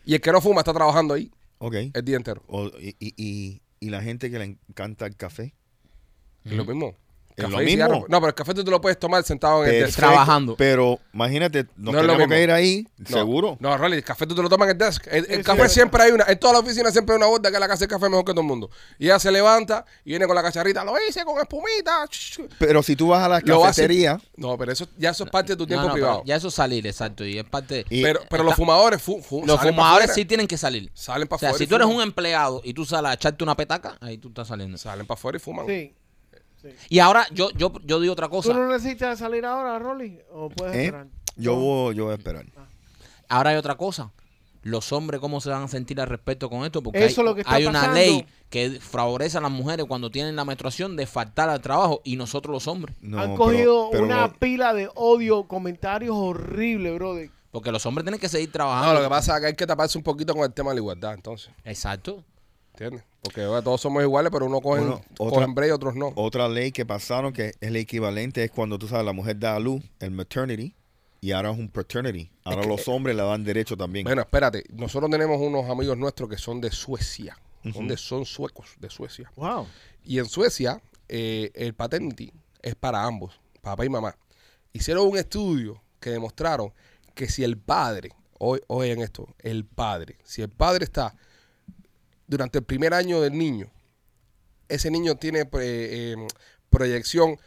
[SPEAKER 3] Y el que no fuma está trabajando ahí
[SPEAKER 4] Ok.
[SPEAKER 3] el día entero.
[SPEAKER 4] O- y, y- y- y la gente que le encanta el café.
[SPEAKER 3] Es lo mismo.
[SPEAKER 4] Mm. Es
[SPEAKER 3] Café
[SPEAKER 4] lo
[SPEAKER 3] y
[SPEAKER 4] mismo.
[SPEAKER 3] cigarro. No, pero el café tú te lo puedes tomar sentado en el
[SPEAKER 4] Perfecto,
[SPEAKER 3] desk.
[SPEAKER 2] Trabajando.
[SPEAKER 4] Pero imagínate, nos
[SPEAKER 3] No es lo
[SPEAKER 4] tenemos
[SPEAKER 3] mismo.
[SPEAKER 4] que ir ahí,
[SPEAKER 3] No.
[SPEAKER 4] seguro.
[SPEAKER 3] No, Rolly, el café tú te lo tomas en el desk. El, el
[SPEAKER 5] Sí,
[SPEAKER 3] café
[SPEAKER 5] sí.
[SPEAKER 3] siempre hay una. En toda la oficina siempre hay una gorda que la que hace el café mejor que todo el mundo. Y ella se levanta y viene con la cacharrita. Lo hice con espumita. ch- ch-".
[SPEAKER 4] Pero si tú vas a la
[SPEAKER 3] Lo hace-
[SPEAKER 4] cafetería,
[SPEAKER 3] No, pero eso ya eso es parte de tu
[SPEAKER 2] No,
[SPEAKER 3] tiempo
[SPEAKER 2] no, pero
[SPEAKER 3] privado.
[SPEAKER 2] Ya eso es salir, exacto. Y es parte.
[SPEAKER 4] Y-
[SPEAKER 3] pero pero los
[SPEAKER 2] está-
[SPEAKER 3] fumadores fu- fu-
[SPEAKER 2] los
[SPEAKER 3] Pues salen pa'
[SPEAKER 2] fumadores
[SPEAKER 3] afuera.
[SPEAKER 2] sí tienen que salir.
[SPEAKER 3] Salen pa'
[SPEAKER 2] O sea,
[SPEAKER 3] afuera
[SPEAKER 2] si
[SPEAKER 3] y
[SPEAKER 2] tú eres
[SPEAKER 3] fuman.
[SPEAKER 2] un em- empleado y tú sales a echarte una petaca, ahí tú estás saliendo.
[SPEAKER 3] Salen para afuera y fuman.
[SPEAKER 5] Sí.
[SPEAKER 2] Y ahora yo, yo, yo digo otra
[SPEAKER 5] ¿Tú
[SPEAKER 2] cosa.
[SPEAKER 5] no necesitas salir ahora, Rolly? ¿O puedes
[SPEAKER 4] ¿eh?
[SPEAKER 5] esperar?
[SPEAKER 4] yo,
[SPEAKER 5] No.
[SPEAKER 4] voy, yo voy a esperar.
[SPEAKER 2] Ahora hay otra cosa. Los hombres, ¿cómo se van a sentir al respecto con esto? Porque
[SPEAKER 5] Eso
[SPEAKER 2] hay,
[SPEAKER 5] es lo que está
[SPEAKER 2] hay una
[SPEAKER 5] pasando.
[SPEAKER 2] ley que favorece a las mujeres cuando tienen la menstruación de faltar al trabajo y nosotros los hombres.
[SPEAKER 4] No,
[SPEAKER 5] Han
[SPEAKER 4] pero-
[SPEAKER 5] cogido
[SPEAKER 4] pero
[SPEAKER 5] una
[SPEAKER 4] lo-
[SPEAKER 5] pila de odio, comentarios horribles, brother.
[SPEAKER 2] Porque los hombres tienen que seguir
[SPEAKER 3] No,
[SPEAKER 2] trabajando.
[SPEAKER 3] Ah, lo que pasa es que hay que taparse un poquito con el tema de la igualdad, entonces.
[SPEAKER 2] Exacto.
[SPEAKER 3] ¿Entiendes? Porque ahora todos somos iguales, pero uno cogen,
[SPEAKER 4] Uno- otra-
[SPEAKER 3] cogen break y otros no.
[SPEAKER 4] otra ley que pasaron que es el equivalente es cuando tú sabes, la mujer da a luz, el maternity, y ahora es un paternity. Ahora los hombres le dan derecho también.
[SPEAKER 3] Bueno, espérate. Nosotros tenemos unos amigos nuestros que son de Suecia. Donde son suecos de Suecia.
[SPEAKER 5] Wow.
[SPEAKER 3] Y en Suecia, eh, el paternity es para ambos, papá y mamá. Hicieron un estudio que demostraron que si el padre, hoy, oigan esto, el padre, si el padre está durante el primer año del niño, ese niño tiene pre- eh, proyección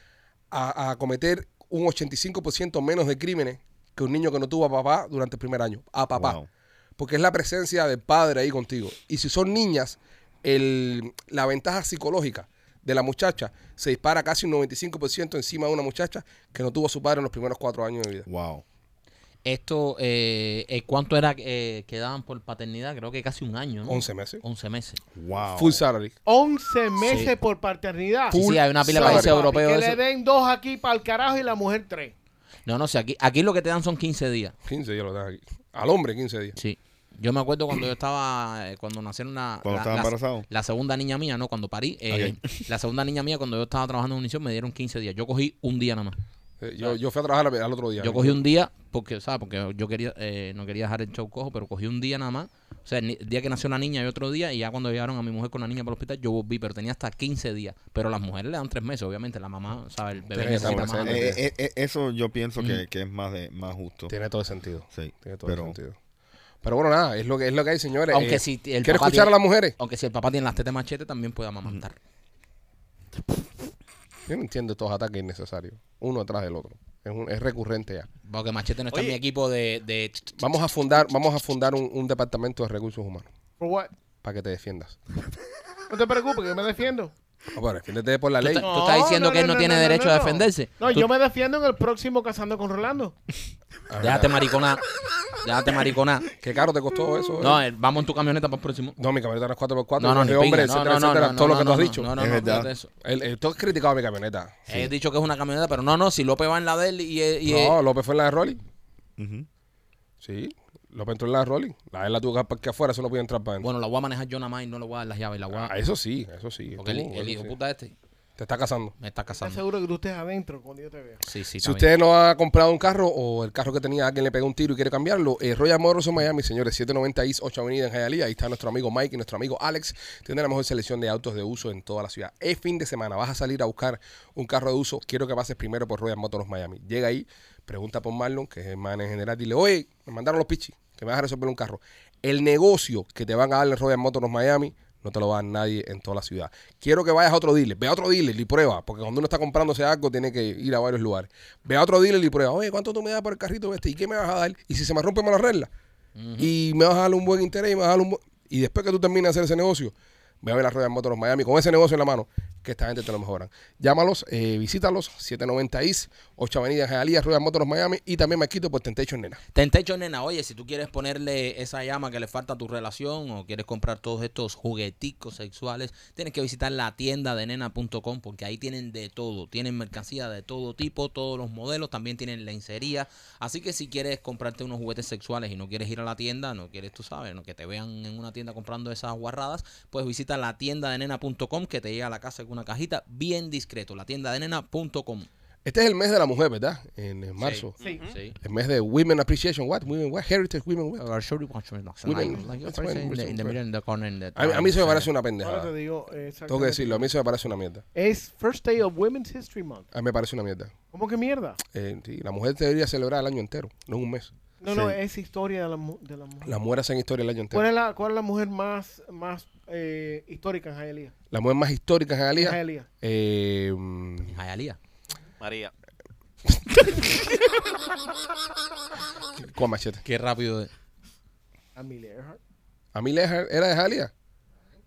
[SPEAKER 3] a, a cometer un 85% menos de crímenes que un niño que no tuvo a papá durante el primer año, a papá.
[SPEAKER 4] Wow.
[SPEAKER 3] Porque es la presencia del padre ahí contigo. Y si son niñas, el- la ventaja psicológica de la muchacha se dispara casi un 95% encima de una muchacha que no tuvo a su padre en los primeros cuatro años de vida.
[SPEAKER 4] Wow.
[SPEAKER 2] Esto, eh, eh, ¿cuánto era eh, que daban por paternidad? Creo que casi un año. ¿no?
[SPEAKER 3] 11 meses.
[SPEAKER 2] 11 meses.
[SPEAKER 4] Wow. Eh,
[SPEAKER 3] Full salary.
[SPEAKER 5] 11 meses por paternidad.
[SPEAKER 2] Sí, sí, hay una pila de
[SPEAKER 3] Full
[SPEAKER 2] países
[SPEAKER 5] Papi,
[SPEAKER 2] europeos.
[SPEAKER 5] Que
[SPEAKER 2] de
[SPEAKER 5] le
[SPEAKER 2] eso.
[SPEAKER 5] den dos aquí para el carajo y la mujer tres.
[SPEAKER 2] No, no sé, aquí, aquí lo que te dan son 15 días.
[SPEAKER 3] 15 días lo dan aquí. Al hombre, 15 días.
[SPEAKER 2] Sí. Yo me acuerdo cuando yo estaba, eh, cuando nacieron la,
[SPEAKER 4] Cuando
[SPEAKER 2] la-
[SPEAKER 4] estaba
[SPEAKER 2] la-
[SPEAKER 4] embarazado.
[SPEAKER 2] la segunda niña mía, no, cuando parí, eh, la segunda niña mía cuando yo estaba trabajando en Unición me dieron 15 días. Yo cogí un día nada más.
[SPEAKER 3] Eh, Yo, yo fui a trabajar al, al otro día.
[SPEAKER 2] Yo cogí un día porque, ¿sabes? Porque yo quería, eh, no quería dejar el show cojo, pero cogí un día nada más. O sea, el ni- el día que nació la niña y otro día, y ya cuando llegaron a mi mujer con la niña para el hospital, yo volví, pero tenía hasta 15 días. Pero las mujeres le dan 3 meses, obviamente. La mamá, ¿sabes? El bebé
[SPEAKER 3] Tiene
[SPEAKER 2] necesita
[SPEAKER 3] esa
[SPEAKER 2] más.
[SPEAKER 3] buena
[SPEAKER 2] Eh,
[SPEAKER 4] Eh, eh, eh, eso yo pienso
[SPEAKER 3] Mm.
[SPEAKER 4] que, que es más, de, más justo.
[SPEAKER 3] Tiene todo el sentido.
[SPEAKER 4] Sí,
[SPEAKER 3] Tiene todo el
[SPEAKER 4] pero-
[SPEAKER 3] sentido. Pero bueno, nada, es lo que, es lo que hay, señores.
[SPEAKER 2] Aunque
[SPEAKER 3] Eh,
[SPEAKER 2] si el
[SPEAKER 3] ¿Quieres
[SPEAKER 2] papá
[SPEAKER 3] escuchar
[SPEAKER 2] tiene-
[SPEAKER 3] a las mujeres?
[SPEAKER 2] Aunque si el papá tiene las tetas machete, también puede amamantar.
[SPEAKER 3] Yo no entiendo estos ataques innecesarios, uno atrás del otro. Es, un- es recurrente ya.
[SPEAKER 2] Porque machete no está en
[SPEAKER 6] Oye.
[SPEAKER 2] mi equipo de. de-
[SPEAKER 3] Vamos a fundar, vamos a fundar un, un departamento de recursos humanos
[SPEAKER 5] For what?
[SPEAKER 3] para que te defiendas.
[SPEAKER 5] No te preocupes, que yo me defiendo.
[SPEAKER 3] Ah, Bueno, defiéndete por la
[SPEAKER 2] ¿Tú,
[SPEAKER 3] ley.
[SPEAKER 2] estás- tú estás diciendo que él no, tiene derecho
[SPEAKER 5] no,
[SPEAKER 2] a
[SPEAKER 5] no.
[SPEAKER 2] defenderse.
[SPEAKER 5] No,
[SPEAKER 2] Tú-
[SPEAKER 5] yo me defiendo en el próximo Casando con Rolando.
[SPEAKER 2] Déjate mariconar. Déjate mariconar.
[SPEAKER 3] Qué caro te costó eso. eh?
[SPEAKER 2] No, eh, vamos en tu camioneta para el próximo.
[SPEAKER 3] No, mi camioneta no es 4x4.
[SPEAKER 2] No, no,
[SPEAKER 3] de
[SPEAKER 2] ni
[SPEAKER 3] Ah, hombre,
[SPEAKER 2] pinga. no,
[SPEAKER 3] etcétera,
[SPEAKER 2] no, no,
[SPEAKER 3] etcétera,
[SPEAKER 2] no,
[SPEAKER 3] todo
[SPEAKER 2] no,
[SPEAKER 3] lo que
[SPEAKER 2] no,
[SPEAKER 3] tú has
[SPEAKER 2] no,
[SPEAKER 3] dicho.
[SPEAKER 2] No, no,
[SPEAKER 4] Es
[SPEAKER 2] no,
[SPEAKER 4] verdad.
[SPEAKER 2] fíjate eso.
[SPEAKER 3] El, el- tú has criticado mi camioneta.
[SPEAKER 2] He dicho que es una camioneta, pero no, no, si López va en la de él y... y
[SPEAKER 3] No, López fue en la de Rolly.
[SPEAKER 4] Ujú.
[SPEAKER 3] Sí, López entró en la de Rolly. La de él la tuvo que parquear afuera, eso no podía entrar para adentro.
[SPEAKER 2] bueno, la voy a manejar yo nada más y no le voy a dar las llaves, la voy a...
[SPEAKER 3] Ah, eso sí, eso sí.
[SPEAKER 2] porque el,
[SPEAKER 3] Tú,
[SPEAKER 2] el
[SPEAKER 3] eso
[SPEAKER 2] hijo
[SPEAKER 3] sí.
[SPEAKER 2] puta este
[SPEAKER 3] Te está casando.
[SPEAKER 2] me está
[SPEAKER 5] Estás
[SPEAKER 2] casando.
[SPEAKER 5] seguro que tú estés adentro cuando yo te vea.
[SPEAKER 2] Sí, sí,
[SPEAKER 3] Si
[SPEAKER 2] está
[SPEAKER 3] usted no ha comprado un carro o el carro que tenía alguien le pegó un tiro y quiere cambiarlo, eh, Royal Motors of Miami, señores, 790 East 8 Avenida en Hialeah. Ahí está nuestro amigo Mike y nuestro amigo Alex. Tiene la mejor selección de autos de uso en toda la ciudad. Es fin de semana, vas a salir a buscar un carro de uso. Quiero que pases primero por Royal Motors of Miami. Llega ahí, pregunta por Marlon, que es el man en general. Dile, oye, me mandaron los pichis, que me vas a resolver un carro. El negocio que te van a dar en Royal Motors of Miami no te lo va a dar nadie en toda la ciudad. Quiero que vayas a otro dealer. Ve a otro dealer y prueba. Porque cuando uno está comprándose algo, tiene que ir a varios lugares. Ve a otro dealer y prueba. Oye, ¿cuánto tú me das por el carrito este? ¿Y qué me vas a dar? Y si se me rompe, me lo arregla. Y me vas a dar un buen interés y me vas a dar un buen... Y después que tú termines de hacer ese negocio, ve a ver la Royal Motors Miami con ese negocio en la mano, que esta gente te lo mejoran. Llámalos, eh, visítalos, 790 East, 8 Avenida en Jalía, Royal Motors Miami y también me quito por Temptation Nena.
[SPEAKER 2] Tentecho, nena, oye, si tú quieres ponerle esa llama que le falta a tu relación o quieres comprar todos estos jugueticos sexuales, tienes que visitar la tienda de nena.com porque ahí tienen de todo. Tienen mercancía de todo tipo, todos los modelos, también tienen lencería. Así que si quieres comprarte unos juguetes sexuales y no quieres ir a la tienda, no quieres, tú sabes, no que te vean en una tienda comprando esas guarradas, pues visita la tienda de nena.com que te llega a la casa con una cajita bien discreto. La tienda de nena.com.
[SPEAKER 3] Este es el mes de la mujer, ¿verdad? En, eh, marzo.
[SPEAKER 5] Sí.
[SPEAKER 2] Sí.
[SPEAKER 3] El mes de Women Appreciation, what? Women, what? Heritage Women, what?
[SPEAKER 2] Or should we watch it?
[SPEAKER 3] Women-
[SPEAKER 2] Like,
[SPEAKER 3] that's
[SPEAKER 2] aparece
[SPEAKER 3] fine,
[SPEAKER 2] in the-
[SPEAKER 3] we're
[SPEAKER 2] in the
[SPEAKER 3] so-
[SPEAKER 2] middle in the corner in the-
[SPEAKER 3] A, mí- a mí se me parece una
[SPEAKER 5] Ahora te
[SPEAKER 3] pendejada.
[SPEAKER 5] digo eh,
[SPEAKER 3] Tengo que
[SPEAKER 5] exactamente.
[SPEAKER 3] decirlo, a mí se me parece una mierda.
[SPEAKER 5] Es First Day of Women's History Month.
[SPEAKER 3] A mí me parece una mierda.
[SPEAKER 5] ¿Cómo que mierda?
[SPEAKER 3] Eh, sí, la mujer debería celebrar el año entero, no un mes.
[SPEAKER 5] No, no, es historia de la, mu- de la mujer.
[SPEAKER 3] Las mujeres hacen historia el año entero.
[SPEAKER 5] ¿Cuál es la, cuál es la mujer más, más eh, histórica en Jaelía?
[SPEAKER 3] La mujer más histórica en
[SPEAKER 5] En
[SPEAKER 3] Jalía.
[SPEAKER 5] Hialeah.
[SPEAKER 3] Eh, mm,
[SPEAKER 2] Jayalía.
[SPEAKER 6] María.
[SPEAKER 3] con machete.
[SPEAKER 2] Qué rápido. es.
[SPEAKER 5] Amelia Earhart.
[SPEAKER 3] Amelia Earhart era de Jalía.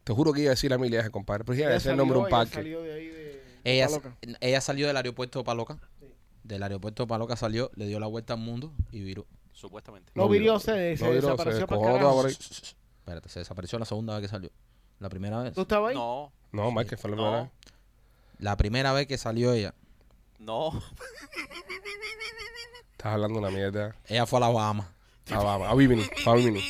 [SPEAKER 3] Te juro que iba a decir Amelia Earhart, compadre. Pero
[SPEAKER 5] Ella
[SPEAKER 3] ella es el
[SPEAKER 5] salió-
[SPEAKER 3] nombre de un
[SPEAKER 5] ella
[SPEAKER 3] parque.
[SPEAKER 5] salió de ahí de-
[SPEAKER 2] Ella,
[SPEAKER 5] de loca.
[SPEAKER 2] ella salió del aeropuerto de Paloca. Del aeropuerto de Paloca salió, le dio la vuelta al mundo y viró.
[SPEAKER 6] Supuestamente.
[SPEAKER 5] No
[SPEAKER 3] viró,
[SPEAKER 5] virió, se, se
[SPEAKER 3] no viró,
[SPEAKER 5] desapareció para
[SPEAKER 3] descojonó toda
[SPEAKER 5] carajo.
[SPEAKER 3] por ahí.
[SPEAKER 2] Espérate, se desapareció la segunda vez que salió. La primera vez.
[SPEAKER 5] ¿Tú estabas ahí?
[SPEAKER 6] No,
[SPEAKER 3] No, más que fue la
[SPEAKER 6] No.
[SPEAKER 3] primera vez.
[SPEAKER 2] La primera vez que salió ella.
[SPEAKER 6] no.
[SPEAKER 3] Estás hablando una mierda.
[SPEAKER 2] Ella fue a la Bahamas.
[SPEAKER 3] Ah, va, va, A Bimini, a Bimini.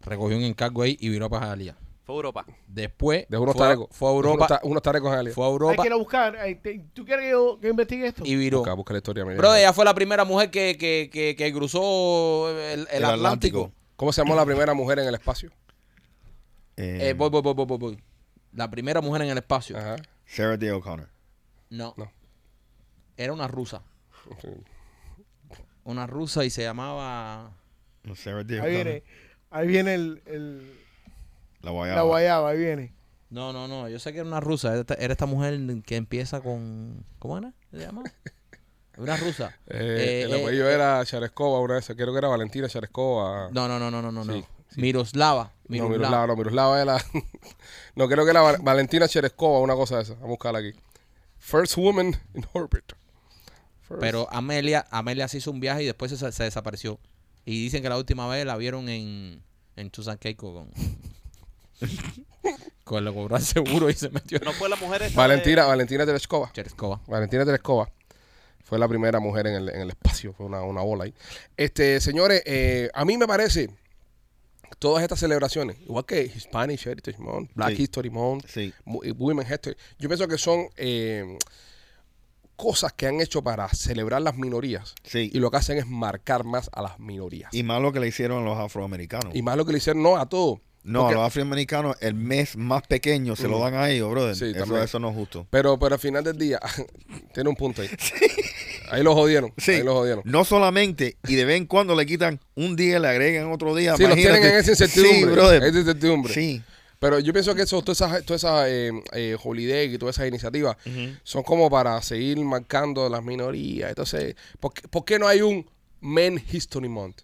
[SPEAKER 2] Recogió un encargo ahí y viró para Jalía.
[SPEAKER 6] Fue Europa.
[SPEAKER 2] Después
[SPEAKER 3] Dejó unos
[SPEAKER 2] fue, a-
[SPEAKER 3] tarecos.
[SPEAKER 2] fue a
[SPEAKER 3] Dejó unos
[SPEAKER 2] Europa.
[SPEAKER 3] ta- Unos tarecos en Jalía.
[SPEAKER 2] Fue a
[SPEAKER 5] Hay
[SPEAKER 2] Europa
[SPEAKER 5] que ir a buscar. ay, te- ¿Tú quieres que yo que investigue esto?
[SPEAKER 2] y viró.
[SPEAKER 3] Busca, busca la historia. de Amelia
[SPEAKER 2] Bro,
[SPEAKER 3] Earhart.
[SPEAKER 2] ella fue la primera mujer que, que, que, que cruzó el, el
[SPEAKER 4] El
[SPEAKER 2] Atlántico.
[SPEAKER 4] Atlántico.
[SPEAKER 3] ¿Cómo se llamó la primera mujer en el espacio?
[SPEAKER 4] Eh,
[SPEAKER 2] Eh, voy, voy, voy, voy, voy, voy. La primera mujer en el espacio.
[SPEAKER 3] Ajá.
[SPEAKER 4] Sarah Day O'Connor.
[SPEAKER 2] No.
[SPEAKER 3] No.
[SPEAKER 2] Era una rusa. Una rusa y se llamaba.
[SPEAKER 4] No, Sarah Day
[SPEAKER 5] Ahí
[SPEAKER 4] O'Connor.
[SPEAKER 5] viene, ahí viene el, el-
[SPEAKER 4] La guayaba.
[SPEAKER 5] la guayaba, ahí viene.
[SPEAKER 2] No, no, no. Yo sé que era una rusa. Era esta, era esta mujer que empieza con. ¿Cómo era? ¿Se llama? Una rusa.
[SPEAKER 3] Eh,
[SPEAKER 2] Eh,
[SPEAKER 3] el
[SPEAKER 2] eh,
[SPEAKER 3] apellido
[SPEAKER 2] eh,
[SPEAKER 3] era Chareskova, una de esas. Creo que era Valentina Chareskova.
[SPEAKER 2] No, no, no, no, no, no. no.
[SPEAKER 3] Sí,
[SPEAKER 2] Miroslava.
[SPEAKER 3] No,
[SPEAKER 2] Miroslava.
[SPEAKER 3] Miroslava, no, Miroslava era. no, creo que era Val- Valentina Chereskova, una cosa de esa. Vamos a buscarla aquí. First woman in orbit. First.
[SPEAKER 2] Pero Amelia, Amelia se hizo un viaje y después se, se desapareció. Y dicen que la última vez la vieron en, en Susan Keiko con. con lo cobró al seguro y se metió en
[SPEAKER 6] No fue la mujer esta
[SPEAKER 3] Valentina, Valentina Tereshkova.
[SPEAKER 2] Chereskova.
[SPEAKER 3] Valentina Tereshkova fue la primera mujer en el, en el espacio. Fue una, una bola ahí. Este, señores, eh, a mí me parece todas estas celebraciones, igual que Hispanic Heritage Month, Black
[SPEAKER 4] Sí.
[SPEAKER 3] History Month,
[SPEAKER 4] Sí.
[SPEAKER 3] mu- y Women History, yo pienso que son eh, cosas que han hecho para celebrar las minorías.
[SPEAKER 4] Sí.
[SPEAKER 3] Y lo que hacen es marcar más a las minorías.
[SPEAKER 4] Y más lo que le hicieron a los afroamericanos.
[SPEAKER 3] Y más lo que le hicieron, no a todo.
[SPEAKER 4] no,
[SPEAKER 3] Porque- Mm.
[SPEAKER 4] a los afroamericanos el mes más pequeño se lo dan a ellos, brother.
[SPEAKER 3] Sí,
[SPEAKER 4] eso,
[SPEAKER 3] también.
[SPEAKER 4] eso no es justo.
[SPEAKER 3] Pero, pero al final del día, tiene un punto ahí. Ahí lo jodieron.
[SPEAKER 4] Sí,
[SPEAKER 3] Ahí lo jodieron.
[SPEAKER 4] no solamente, y de vez en cuando le quitan un día, le agregan otro día.
[SPEAKER 3] Sí, los
[SPEAKER 4] imagínate.
[SPEAKER 3] tienen en esa incertidumbre.
[SPEAKER 4] Sí, brother.
[SPEAKER 3] Esa incertidumbre.
[SPEAKER 4] Sí.
[SPEAKER 3] Pero yo pienso que eso, todas esas, todas esas eh, eh, holiday y todas esas iniciativas son como para seguir marcando las minorías. Entonces, ¿por qué, por qué no hay un Men History Month?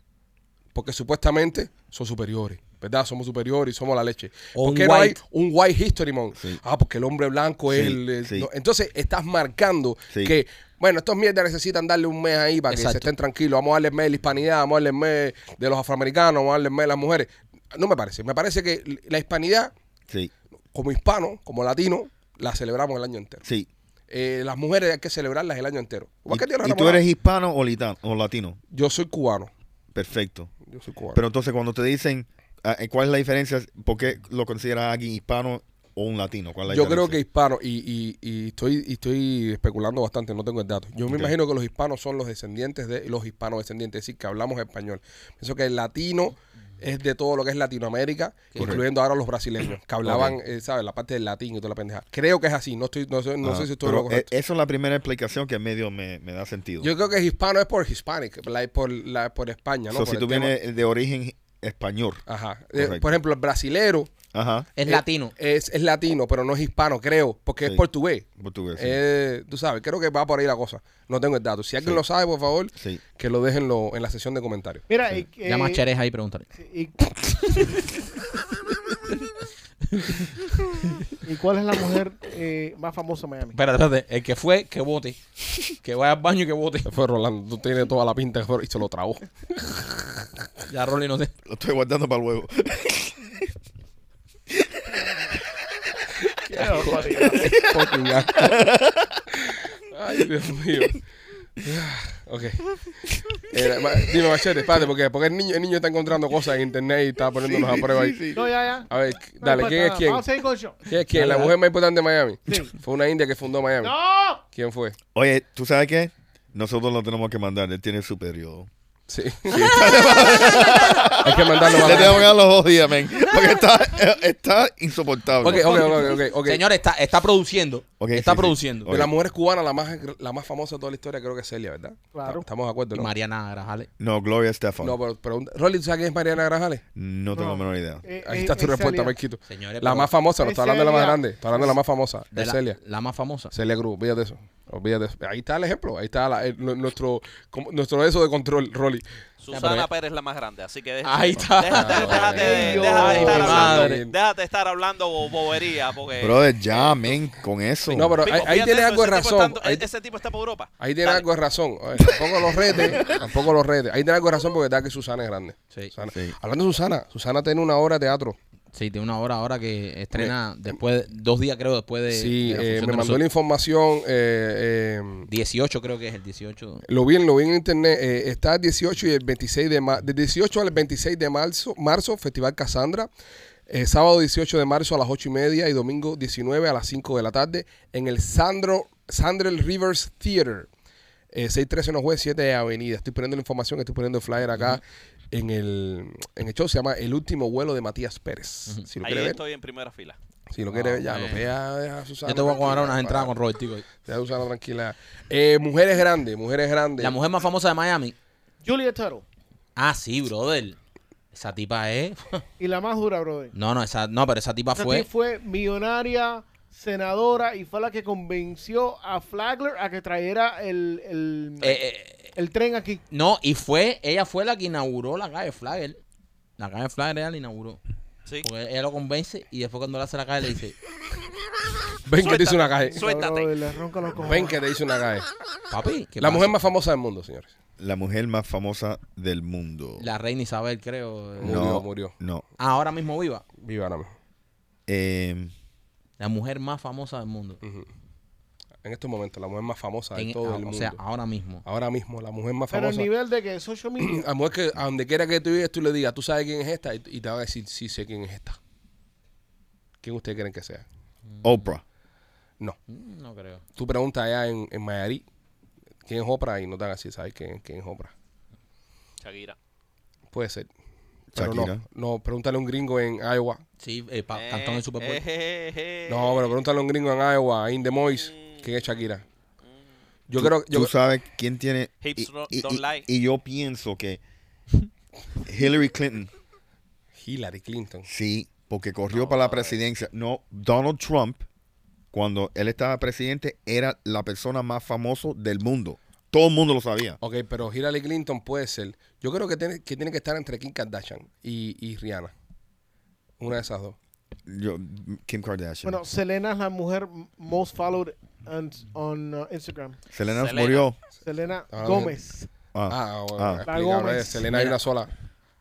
[SPEAKER 3] Porque supuestamente son superiores, ¿verdad? Somos superiores y somos la leche.
[SPEAKER 2] O
[SPEAKER 3] ¿Por
[SPEAKER 2] un
[SPEAKER 3] qué no hay
[SPEAKER 2] white.
[SPEAKER 3] un White History Month? Ah, porque el hombre blanco es
[SPEAKER 4] Sí,
[SPEAKER 3] el... eh,
[SPEAKER 4] sí.
[SPEAKER 3] no- entonces, estás marcando
[SPEAKER 4] Sí.
[SPEAKER 3] que, bueno, estos mierdas necesitan darle un mes ahí para que se
[SPEAKER 2] Exacto.
[SPEAKER 3] estén tranquilos. Vamos a darle el mes de la hispanidad, vamos a darle el mes de los afroamericanos, vamos a darle el mes de las mujeres. No me parece. Me parece que la hispanidad
[SPEAKER 4] Sí,
[SPEAKER 3] como hispano, como latino, la celebramos el año entero.
[SPEAKER 4] sí.
[SPEAKER 3] Eh, las mujeres hay que celebrarlas el año entero.
[SPEAKER 4] ¿Y,
[SPEAKER 3] Igual que el Día de la
[SPEAKER 4] y tú
[SPEAKER 3] Enamorada.
[SPEAKER 4] eres hispano o, litan- o latino?
[SPEAKER 3] Yo soy cubano.
[SPEAKER 4] Perfecto.
[SPEAKER 3] Yo soy cubano.
[SPEAKER 4] Pero entonces cuando te dicen ah, eh, cuál es la diferencia, ¿por qué lo consideras alguien hispano o un latino? ¿Cuál es la
[SPEAKER 3] yo creo que
[SPEAKER 4] diferencia?
[SPEAKER 3] hispano, y, y- y estoy, y estoy especulando bastante, no tengo el dato. Yo me
[SPEAKER 4] Ok.
[SPEAKER 3] imagino que los hispanos son los descendientes de los hispanos descendientes, es decir, que hablamos español. Pienso que el latino es de todo lo que es Latinoamérica, incluyendo ahora los brasileños, que hablaban, eh, ¿sabes? La parte del latín y toda la pendeja. Creo que es así, no estoy, no, sé- no
[SPEAKER 4] Ah,
[SPEAKER 3] sé si estoy en
[SPEAKER 4] pero
[SPEAKER 3] lo correcto.
[SPEAKER 4] e- Eso es la primera explicación que medio me, me da sentido.
[SPEAKER 3] Yo creo que hispano es por hispanic, like, por, la, por España, ¿no?
[SPEAKER 4] So,
[SPEAKER 3] Por
[SPEAKER 4] si
[SPEAKER 3] el
[SPEAKER 4] tú
[SPEAKER 3] tema-
[SPEAKER 4] vienes de origen español.
[SPEAKER 3] Ajá. Eh,
[SPEAKER 4] Correcto.
[SPEAKER 3] por ejemplo, el brasilero
[SPEAKER 4] Ajá.
[SPEAKER 2] Es
[SPEAKER 3] eh,
[SPEAKER 2] latino.
[SPEAKER 3] es, es latino, pero no es hispano, creo, porque es
[SPEAKER 4] Sí.
[SPEAKER 3] portugués.
[SPEAKER 4] Portugués. Pues sí.
[SPEAKER 3] Eh, tú sabes, creo que va por ahí la cosa. No tengo el dato. Si alguien
[SPEAKER 4] Sí.
[SPEAKER 3] lo sabe, por favor,
[SPEAKER 4] Sí.
[SPEAKER 3] que lo dejen lo- en la sección de comentarios.
[SPEAKER 5] Mira, y
[SPEAKER 3] eh,
[SPEAKER 5] que-
[SPEAKER 2] Llama a Chereja y pregúntale.
[SPEAKER 5] y- ¿Y cuál es la mujer eh, más famosa en Miami?
[SPEAKER 2] Espérate, espérate. El que fue, que vote. Que vaya al baño y que vote.
[SPEAKER 3] Se fue Rolando, tú tienes toda la pinta que fue- y se lo trabó.
[SPEAKER 2] Ya Rolly no sé.
[SPEAKER 4] Lo estoy guardando para luego.
[SPEAKER 3] Fucking asco. Ay, Dios mío. Ok. Eh, ma- dime, Machete, espérate, porque, porque el, niño, el niño está encontrando cosas en internet y está poniéndonos a prueba ahí.
[SPEAKER 5] No, ya, ya.
[SPEAKER 3] A ver,
[SPEAKER 5] No
[SPEAKER 3] dale,
[SPEAKER 5] importa
[SPEAKER 3] ¿quién es
[SPEAKER 5] nada.
[SPEAKER 3] quién?
[SPEAKER 5] Vamos a seguir con el show.
[SPEAKER 3] ¿Quién es quién? ¿La mujer más importante de Miami?
[SPEAKER 5] Sí.
[SPEAKER 3] Fue una india que fundó Miami.
[SPEAKER 5] ¡No!
[SPEAKER 3] ¿Quién fue?
[SPEAKER 4] Oye, ¿tú sabes qué? Nosotros lo tenemos que mandar. Él tiene su periodo.
[SPEAKER 3] Sí. Hay que mandarlo
[SPEAKER 4] Le tengo
[SPEAKER 3] más.
[SPEAKER 4] que dar los dos días, men. Porque está, eh, está insoportable.
[SPEAKER 3] Ok, ok, ok, ok. ok.
[SPEAKER 2] Señores, está, está produciendo.
[SPEAKER 4] Ok,
[SPEAKER 2] está
[SPEAKER 4] sí, sí.
[SPEAKER 2] produciendo.
[SPEAKER 3] De las mujeres cubanas, la más, la más famosa de toda la historia creo que es Celia, ¿verdad?
[SPEAKER 5] Claro.
[SPEAKER 3] Estamos de acuerdo,
[SPEAKER 2] Y
[SPEAKER 3] ¿no?
[SPEAKER 2] Mariana Grajales.
[SPEAKER 4] No, Gloria Estefan.
[SPEAKER 3] No,
[SPEAKER 4] No,
[SPEAKER 3] pero pregunta. Rolly, ¿tú sabes quién es Mariana Grajales?
[SPEAKER 4] tengo
[SPEAKER 5] No.
[SPEAKER 4] la menor idea.
[SPEAKER 5] Eh,
[SPEAKER 3] Ahí
[SPEAKER 5] eh,
[SPEAKER 3] está tu
[SPEAKER 5] es
[SPEAKER 3] respuesta,
[SPEAKER 5] Celia.
[SPEAKER 3] Marquito.
[SPEAKER 2] Señores,
[SPEAKER 3] La
[SPEAKER 2] pero-
[SPEAKER 3] más famosa, no
[SPEAKER 5] Es
[SPEAKER 3] está hablando de la más
[SPEAKER 5] Celia.
[SPEAKER 3] grande, está hablando de la más famosa,
[SPEAKER 2] de
[SPEAKER 3] de
[SPEAKER 2] la,
[SPEAKER 3] Celia.
[SPEAKER 2] la más famosa.
[SPEAKER 3] Celia Cruz, olvídate eso. Olvídate eso. Ahí está el ejemplo, ahí está la- el- nuestro, como- nuestro eso de control, Rolly.
[SPEAKER 6] Susana Pérez es la más grande, así que deja-
[SPEAKER 2] Ahí está.
[SPEAKER 6] deja- deja-
[SPEAKER 3] Ah,
[SPEAKER 6] déjate, de-
[SPEAKER 5] bueno.
[SPEAKER 6] deja de
[SPEAKER 5] Ay,
[SPEAKER 6] estar
[SPEAKER 2] mi
[SPEAKER 3] madre.
[SPEAKER 6] hablando, déjate de estar hablando bo- bobería porque
[SPEAKER 4] Brother, ya, men, con eso.
[SPEAKER 3] Eh. No, pero
[SPEAKER 6] Pipo,
[SPEAKER 3] ahí, ahí
[SPEAKER 6] fíjate
[SPEAKER 3] tienes
[SPEAKER 6] eso,
[SPEAKER 3] algo de
[SPEAKER 6] ese tipo
[SPEAKER 3] razón.
[SPEAKER 6] está-
[SPEAKER 3] Ahí-
[SPEAKER 6] ese tipo está por Europa.
[SPEAKER 3] Ahí tiene
[SPEAKER 6] Dale.
[SPEAKER 3] algo de razón. Oye, tampoco los redes, tampoco los redes. Ahí tiene algo de razón porque está que Susana es grande.
[SPEAKER 2] Sí.
[SPEAKER 3] Susana.
[SPEAKER 4] Sí.
[SPEAKER 3] Hablando de Susana, Susana tiene una obra de teatro.
[SPEAKER 2] Sí, tiene una hora ahora que estrena después, dos días creo después de.
[SPEAKER 3] sí,
[SPEAKER 2] de la
[SPEAKER 3] eh, me
[SPEAKER 2] función de
[SPEAKER 3] mandó la
[SPEAKER 2] nosotros.
[SPEAKER 3] información. eh, eh,
[SPEAKER 2] 18 creo que es el 18.
[SPEAKER 3] lo vi, en- lo vi en internet. eh, está el 18 y el 26 de marzo. Del 18 al 26 de marzo, marzo Festival Casandra. Eh, sábado 18 de marzo a las 8 y media y domingo 19 a las 5 de la tarde en el Sandro, Sandrel Rivers Theater. Eh, 613 no juez, 7 Avenida. Estoy poniendo la información, estoy poniendo el flyer acá en, el, en el show. Se llama El último vuelo de Matías Pérez. Si lo
[SPEAKER 6] Ahí
[SPEAKER 3] quiere ver,
[SPEAKER 6] estoy en primera fila.
[SPEAKER 3] si lo quiere ver, ya
[SPEAKER 2] Ah,
[SPEAKER 3] lo
[SPEAKER 2] bueno.
[SPEAKER 3] vea. deja a Susana
[SPEAKER 2] Yo te voy a cobrar
[SPEAKER 3] tranquila,
[SPEAKER 2] unas entradas
[SPEAKER 3] para-
[SPEAKER 2] con Robert, tico.
[SPEAKER 3] Deja a Susana tranquila. Eh, mujeres grandes, mujeres grandes.
[SPEAKER 2] La mujer más famosa de Miami.
[SPEAKER 5] Julia Tuttle.
[SPEAKER 2] Ah, sí, brother. Esa tipa es.
[SPEAKER 5] Y la más dura, brother.
[SPEAKER 2] No, no, esa, no, pero esa
[SPEAKER 3] Ah,
[SPEAKER 2] tipa
[SPEAKER 5] Esa
[SPEAKER 2] fue.
[SPEAKER 5] tía fue millonaria, senadora y fue la que convenció a Flagler a que trajera el, el,
[SPEAKER 2] eh, eh, eh,
[SPEAKER 5] el tren aquí.
[SPEAKER 2] no, y fue, ella fue la que inauguró la calle Flagler. La calle Flagler ella la inauguró.
[SPEAKER 6] Sí.
[SPEAKER 2] Porque ella lo convence y después cuando le hace la calle le dice,
[SPEAKER 3] Ven que te hice una calle.
[SPEAKER 6] Suéltate, Suéltate.
[SPEAKER 5] Brother, le ronca los cojones.
[SPEAKER 3] Ven que te hice una calle.
[SPEAKER 2] papi, ¿qué
[SPEAKER 3] La
[SPEAKER 2] pasa?
[SPEAKER 3] mujer más famosa del mundo, señores.
[SPEAKER 4] La mujer más famosa del mundo.
[SPEAKER 2] La reina Isabel, creo. eh.
[SPEAKER 4] no,
[SPEAKER 3] Murió, murió.
[SPEAKER 4] No.
[SPEAKER 2] Ah, ahora mismo viva.
[SPEAKER 3] Viva ahora mismo.
[SPEAKER 4] Eh,
[SPEAKER 2] La mujer más famosa del mundo.
[SPEAKER 3] En estos momentos, la mujer más famosa de
[SPEAKER 2] En-
[SPEAKER 3] todo
[SPEAKER 2] ah,
[SPEAKER 3] el
[SPEAKER 2] o
[SPEAKER 3] mundo.
[SPEAKER 2] sea, ahora mismo.
[SPEAKER 3] Ahora mismo, la mujer más
[SPEAKER 5] Pero
[SPEAKER 3] famosa.
[SPEAKER 5] el nivel de que social media.
[SPEAKER 3] La mujer que a donde quiera que tú vayas, tú le digas, tú sabes quién es esta, y, y te van a decir, sí sé quién es esta. ¿Quién ustedes creen que sea?
[SPEAKER 4] Oprah.
[SPEAKER 3] No.
[SPEAKER 2] Mm, No creo.
[SPEAKER 3] Tú preguntas allá en, en Mayarí quién es Oprah y no te dan así, ¿sabes quién, quién es Oprah?
[SPEAKER 6] Shakira.
[SPEAKER 3] Puede ser. Pero no,
[SPEAKER 4] Shakira.
[SPEAKER 3] no, pregúntale a un gringo en Iowa.
[SPEAKER 2] Sí, eh, pa-
[SPEAKER 6] Eh,
[SPEAKER 2] cantó en el Super Bowl.
[SPEAKER 6] eh, eh, eh,
[SPEAKER 3] No, pero pregúntale a un gringo en Iowa, in the Mois, quién es Shakira. Yo creo
[SPEAKER 4] Tú
[SPEAKER 3] yo,
[SPEAKER 4] sabes quién tiene.
[SPEAKER 6] Hips
[SPEAKER 4] y-
[SPEAKER 6] don't-
[SPEAKER 4] y,
[SPEAKER 6] don't
[SPEAKER 4] y-
[SPEAKER 6] lie.
[SPEAKER 4] y yo pienso que Hillary Clinton,
[SPEAKER 3] Hillary Clinton.
[SPEAKER 4] sí, porque corrió para la presidencia. No, Donald Trump, cuando él estaba presidente, era la persona más famosa del mundo. Todo el mundo lo sabía.
[SPEAKER 3] Ok, pero Hillary Clinton puede ser. Yo creo que tiene que, tiene que estar entre Kim Kardashian y, y Rihanna. Una de esas dos.
[SPEAKER 4] Yo, Kim Kardashian.
[SPEAKER 5] Bueno, Selena es la mujer m- most followed on, on, uh, Instagram.
[SPEAKER 4] Selena,
[SPEAKER 6] Selena.
[SPEAKER 4] murió.
[SPEAKER 5] Selena
[SPEAKER 3] Ah,
[SPEAKER 5] Gómez.
[SPEAKER 3] Ah, bueno,
[SPEAKER 4] ah.
[SPEAKER 3] explica,
[SPEAKER 5] La Gómez.
[SPEAKER 3] brother, Selena hay
[SPEAKER 2] Mira.
[SPEAKER 3] una sola.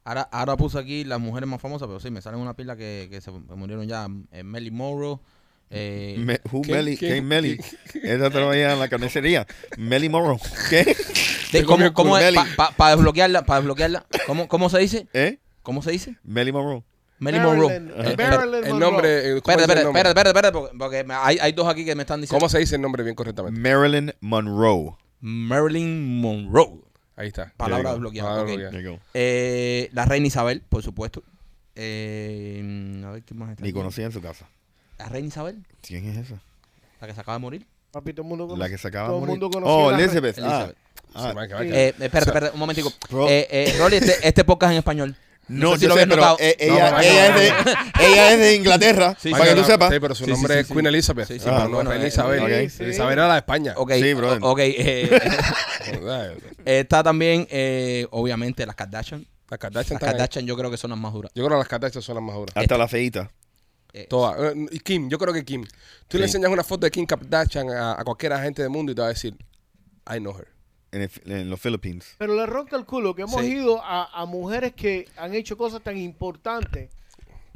[SPEAKER 2] Ahora, ahora puse aquí las mujeres más famosas, pero sí, me salen una pila que, que se murieron ya. Eh, Melly Morrow. Eh,
[SPEAKER 4] Me, who
[SPEAKER 3] ¿Quién-
[SPEAKER 4] Melly?
[SPEAKER 3] quién-
[SPEAKER 4] ¿Quién Melly? Esa trabaja en la carnicería. Melly Morrow. ¿Qué?
[SPEAKER 2] de-
[SPEAKER 4] se
[SPEAKER 2] ¿Cómo,
[SPEAKER 4] comió
[SPEAKER 2] cómo es?
[SPEAKER 4] Melly.
[SPEAKER 2] Para desbloquearla, para desbloquearla. ¿Cómo, ¿Cómo se dice?
[SPEAKER 4] ¿Eh?
[SPEAKER 2] ¿Cómo se dice?
[SPEAKER 4] Melly Monroe.
[SPEAKER 2] Melly Monroe.
[SPEAKER 5] Marilyn-
[SPEAKER 2] Eh, espera,
[SPEAKER 5] Marilyn
[SPEAKER 3] El
[SPEAKER 5] Monroe.
[SPEAKER 3] nombre. eh, ¿cómo
[SPEAKER 2] Espera,
[SPEAKER 3] dice el
[SPEAKER 2] espera,
[SPEAKER 3] nombre?
[SPEAKER 2] espera, espera, espera, porque, porque me- hay, hay dos aquí que me están diciendo.
[SPEAKER 3] ¿Cómo se dice el nombre bien correctamente?
[SPEAKER 4] Marilyn Monroe.
[SPEAKER 2] Marilyn Monroe.
[SPEAKER 3] Ahí está.
[SPEAKER 2] Palabra
[SPEAKER 4] There you go.
[SPEAKER 2] desbloqueada.
[SPEAKER 3] Palabra
[SPEAKER 2] ok.
[SPEAKER 3] desbloqueada.
[SPEAKER 4] There you go.
[SPEAKER 2] Eh, la reina Isabel, por supuesto. Eh, a ver quién más está.
[SPEAKER 4] Ni
[SPEAKER 2] aquí?
[SPEAKER 4] conocía en su casa.
[SPEAKER 2] La reina Isabel,
[SPEAKER 4] ¿Quién es esa?
[SPEAKER 2] la que se acaba de morir.
[SPEAKER 5] Papi, todo el mundo conoce.
[SPEAKER 4] La que se acaba de
[SPEAKER 5] todo el
[SPEAKER 4] morir.
[SPEAKER 5] mundo conoce
[SPEAKER 4] Oh,
[SPEAKER 5] a la-
[SPEAKER 4] Elizabeth. Ah.
[SPEAKER 2] Elizabeth.
[SPEAKER 4] Ah.
[SPEAKER 3] Sí, va, que va, que va.
[SPEAKER 2] Eh, espera, espera, un momentico.
[SPEAKER 4] Bro.
[SPEAKER 2] Eh, eh, Rolly, este, este podcast en español.
[SPEAKER 4] No,
[SPEAKER 2] sé si
[SPEAKER 4] yo
[SPEAKER 2] lo
[SPEAKER 4] sé,
[SPEAKER 2] habías
[SPEAKER 4] pero
[SPEAKER 2] notado.
[SPEAKER 4] eh,
[SPEAKER 3] No,
[SPEAKER 4] ella,
[SPEAKER 3] no,
[SPEAKER 4] ella,
[SPEAKER 3] no.
[SPEAKER 4] es de, ella es de Inglaterra.
[SPEAKER 2] Sí,
[SPEAKER 4] para
[SPEAKER 3] Vaya,
[SPEAKER 4] que tú
[SPEAKER 3] la-
[SPEAKER 4] sepas.
[SPEAKER 3] Sí, pero su
[SPEAKER 2] Sí, sí,
[SPEAKER 3] nombre
[SPEAKER 2] sí,
[SPEAKER 3] es
[SPEAKER 2] sí.
[SPEAKER 3] Queen Elizabeth.
[SPEAKER 2] Sí, sí,
[SPEAKER 3] Ah,
[SPEAKER 4] pero
[SPEAKER 3] no,
[SPEAKER 2] bueno,
[SPEAKER 3] es
[SPEAKER 2] eh,
[SPEAKER 3] Elizabeth.
[SPEAKER 4] ok.
[SPEAKER 5] Sí, sí.
[SPEAKER 3] Elizabeth era la de España.
[SPEAKER 2] Ok,
[SPEAKER 4] Sí, brother.
[SPEAKER 2] o- ok, eh,
[SPEAKER 3] Joder,
[SPEAKER 2] está también, eh, obviamente, las Kardashian.
[SPEAKER 3] Las Kardashian
[SPEAKER 2] Las
[SPEAKER 3] están ahí.
[SPEAKER 2] Kardashian yo creo que son las más duras.
[SPEAKER 3] Yo creo que las Kardashian son las más duras.
[SPEAKER 4] Hasta la feita.
[SPEAKER 2] Eh,
[SPEAKER 3] Todas. Eh, Y Kim, yo creo que Kim. Tú le
[SPEAKER 4] Sí.
[SPEAKER 3] enseñas una foto de Kim Kardashian a, a cualquier agente del mundo y te va a decir, I know her.
[SPEAKER 4] En, el- en los Philippines.
[SPEAKER 5] Pero le ronca el culo que hemos
[SPEAKER 2] Sí.
[SPEAKER 5] ido a, a mujeres que han hecho cosas tan importantes.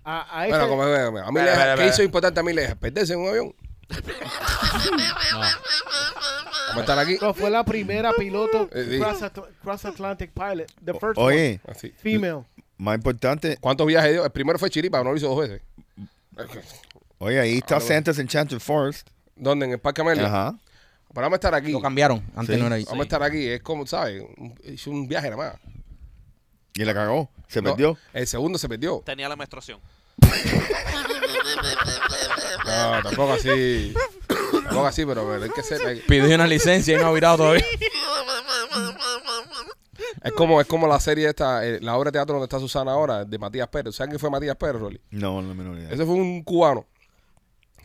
[SPEAKER 5] A, a
[SPEAKER 3] Bueno,
[SPEAKER 5] este-
[SPEAKER 3] como bueno, a mí
[SPEAKER 2] Espera,
[SPEAKER 3] le-
[SPEAKER 2] espera,
[SPEAKER 3] ¿qué
[SPEAKER 2] espera.
[SPEAKER 3] hizo importante a mí le dije, perderse en un avión. Vamos a estar aquí.
[SPEAKER 5] No, fue la primera piloto
[SPEAKER 3] Eh, sí.
[SPEAKER 5] cross, Atl- cross Atlantic pilot. The first
[SPEAKER 4] Oye,
[SPEAKER 3] Así.
[SPEAKER 5] one, female.
[SPEAKER 4] más importante.
[SPEAKER 3] ¿Cuántos viajes dio? El primero fue Chiripa, no lo hizo dos veces.
[SPEAKER 4] Oye, ahí está Santa's Enchanted Forest.
[SPEAKER 3] ¿Dónde? En el Parque Amelia.
[SPEAKER 4] Ajá.
[SPEAKER 3] Pero vamos a estar aquí.
[SPEAKER 2] Lo
[SPEAKER 3] Vamos
[SPEAKER 2] cambiaron, antes
[SPEAKER 4] Sí.
[SPEAKER 2] no era ahí.
[SPEAKER 3] a estar aquí. Es como, ¿sabes? Un- Hizo un viaje nada más.
[SPEAKER 4] Y la cagó. Se
[SPEAKER 3] No,
[SPEAKER 4] perdió.
[SPEAKER 3] El segundo se perdió.
[SPEAKER 6] Tenía la menstruación.
[SPEAKER 3] No, tampoco así. tampoco así, pero, pero hay que ser. hay-
[SPEAKER 2] Pidió una licencia y no ha virado todavía.
[SPEAKER 3] es, como, es como la serie esta, eh, la obra de teatro donde está Susana ahora, de Matías Pérez. ¿Saben quién fue Matías Pérez, Rolly?
[SPEAKER 4] No, no me lo olvidé.
[SPEAKER 3] Ese fue un cubano.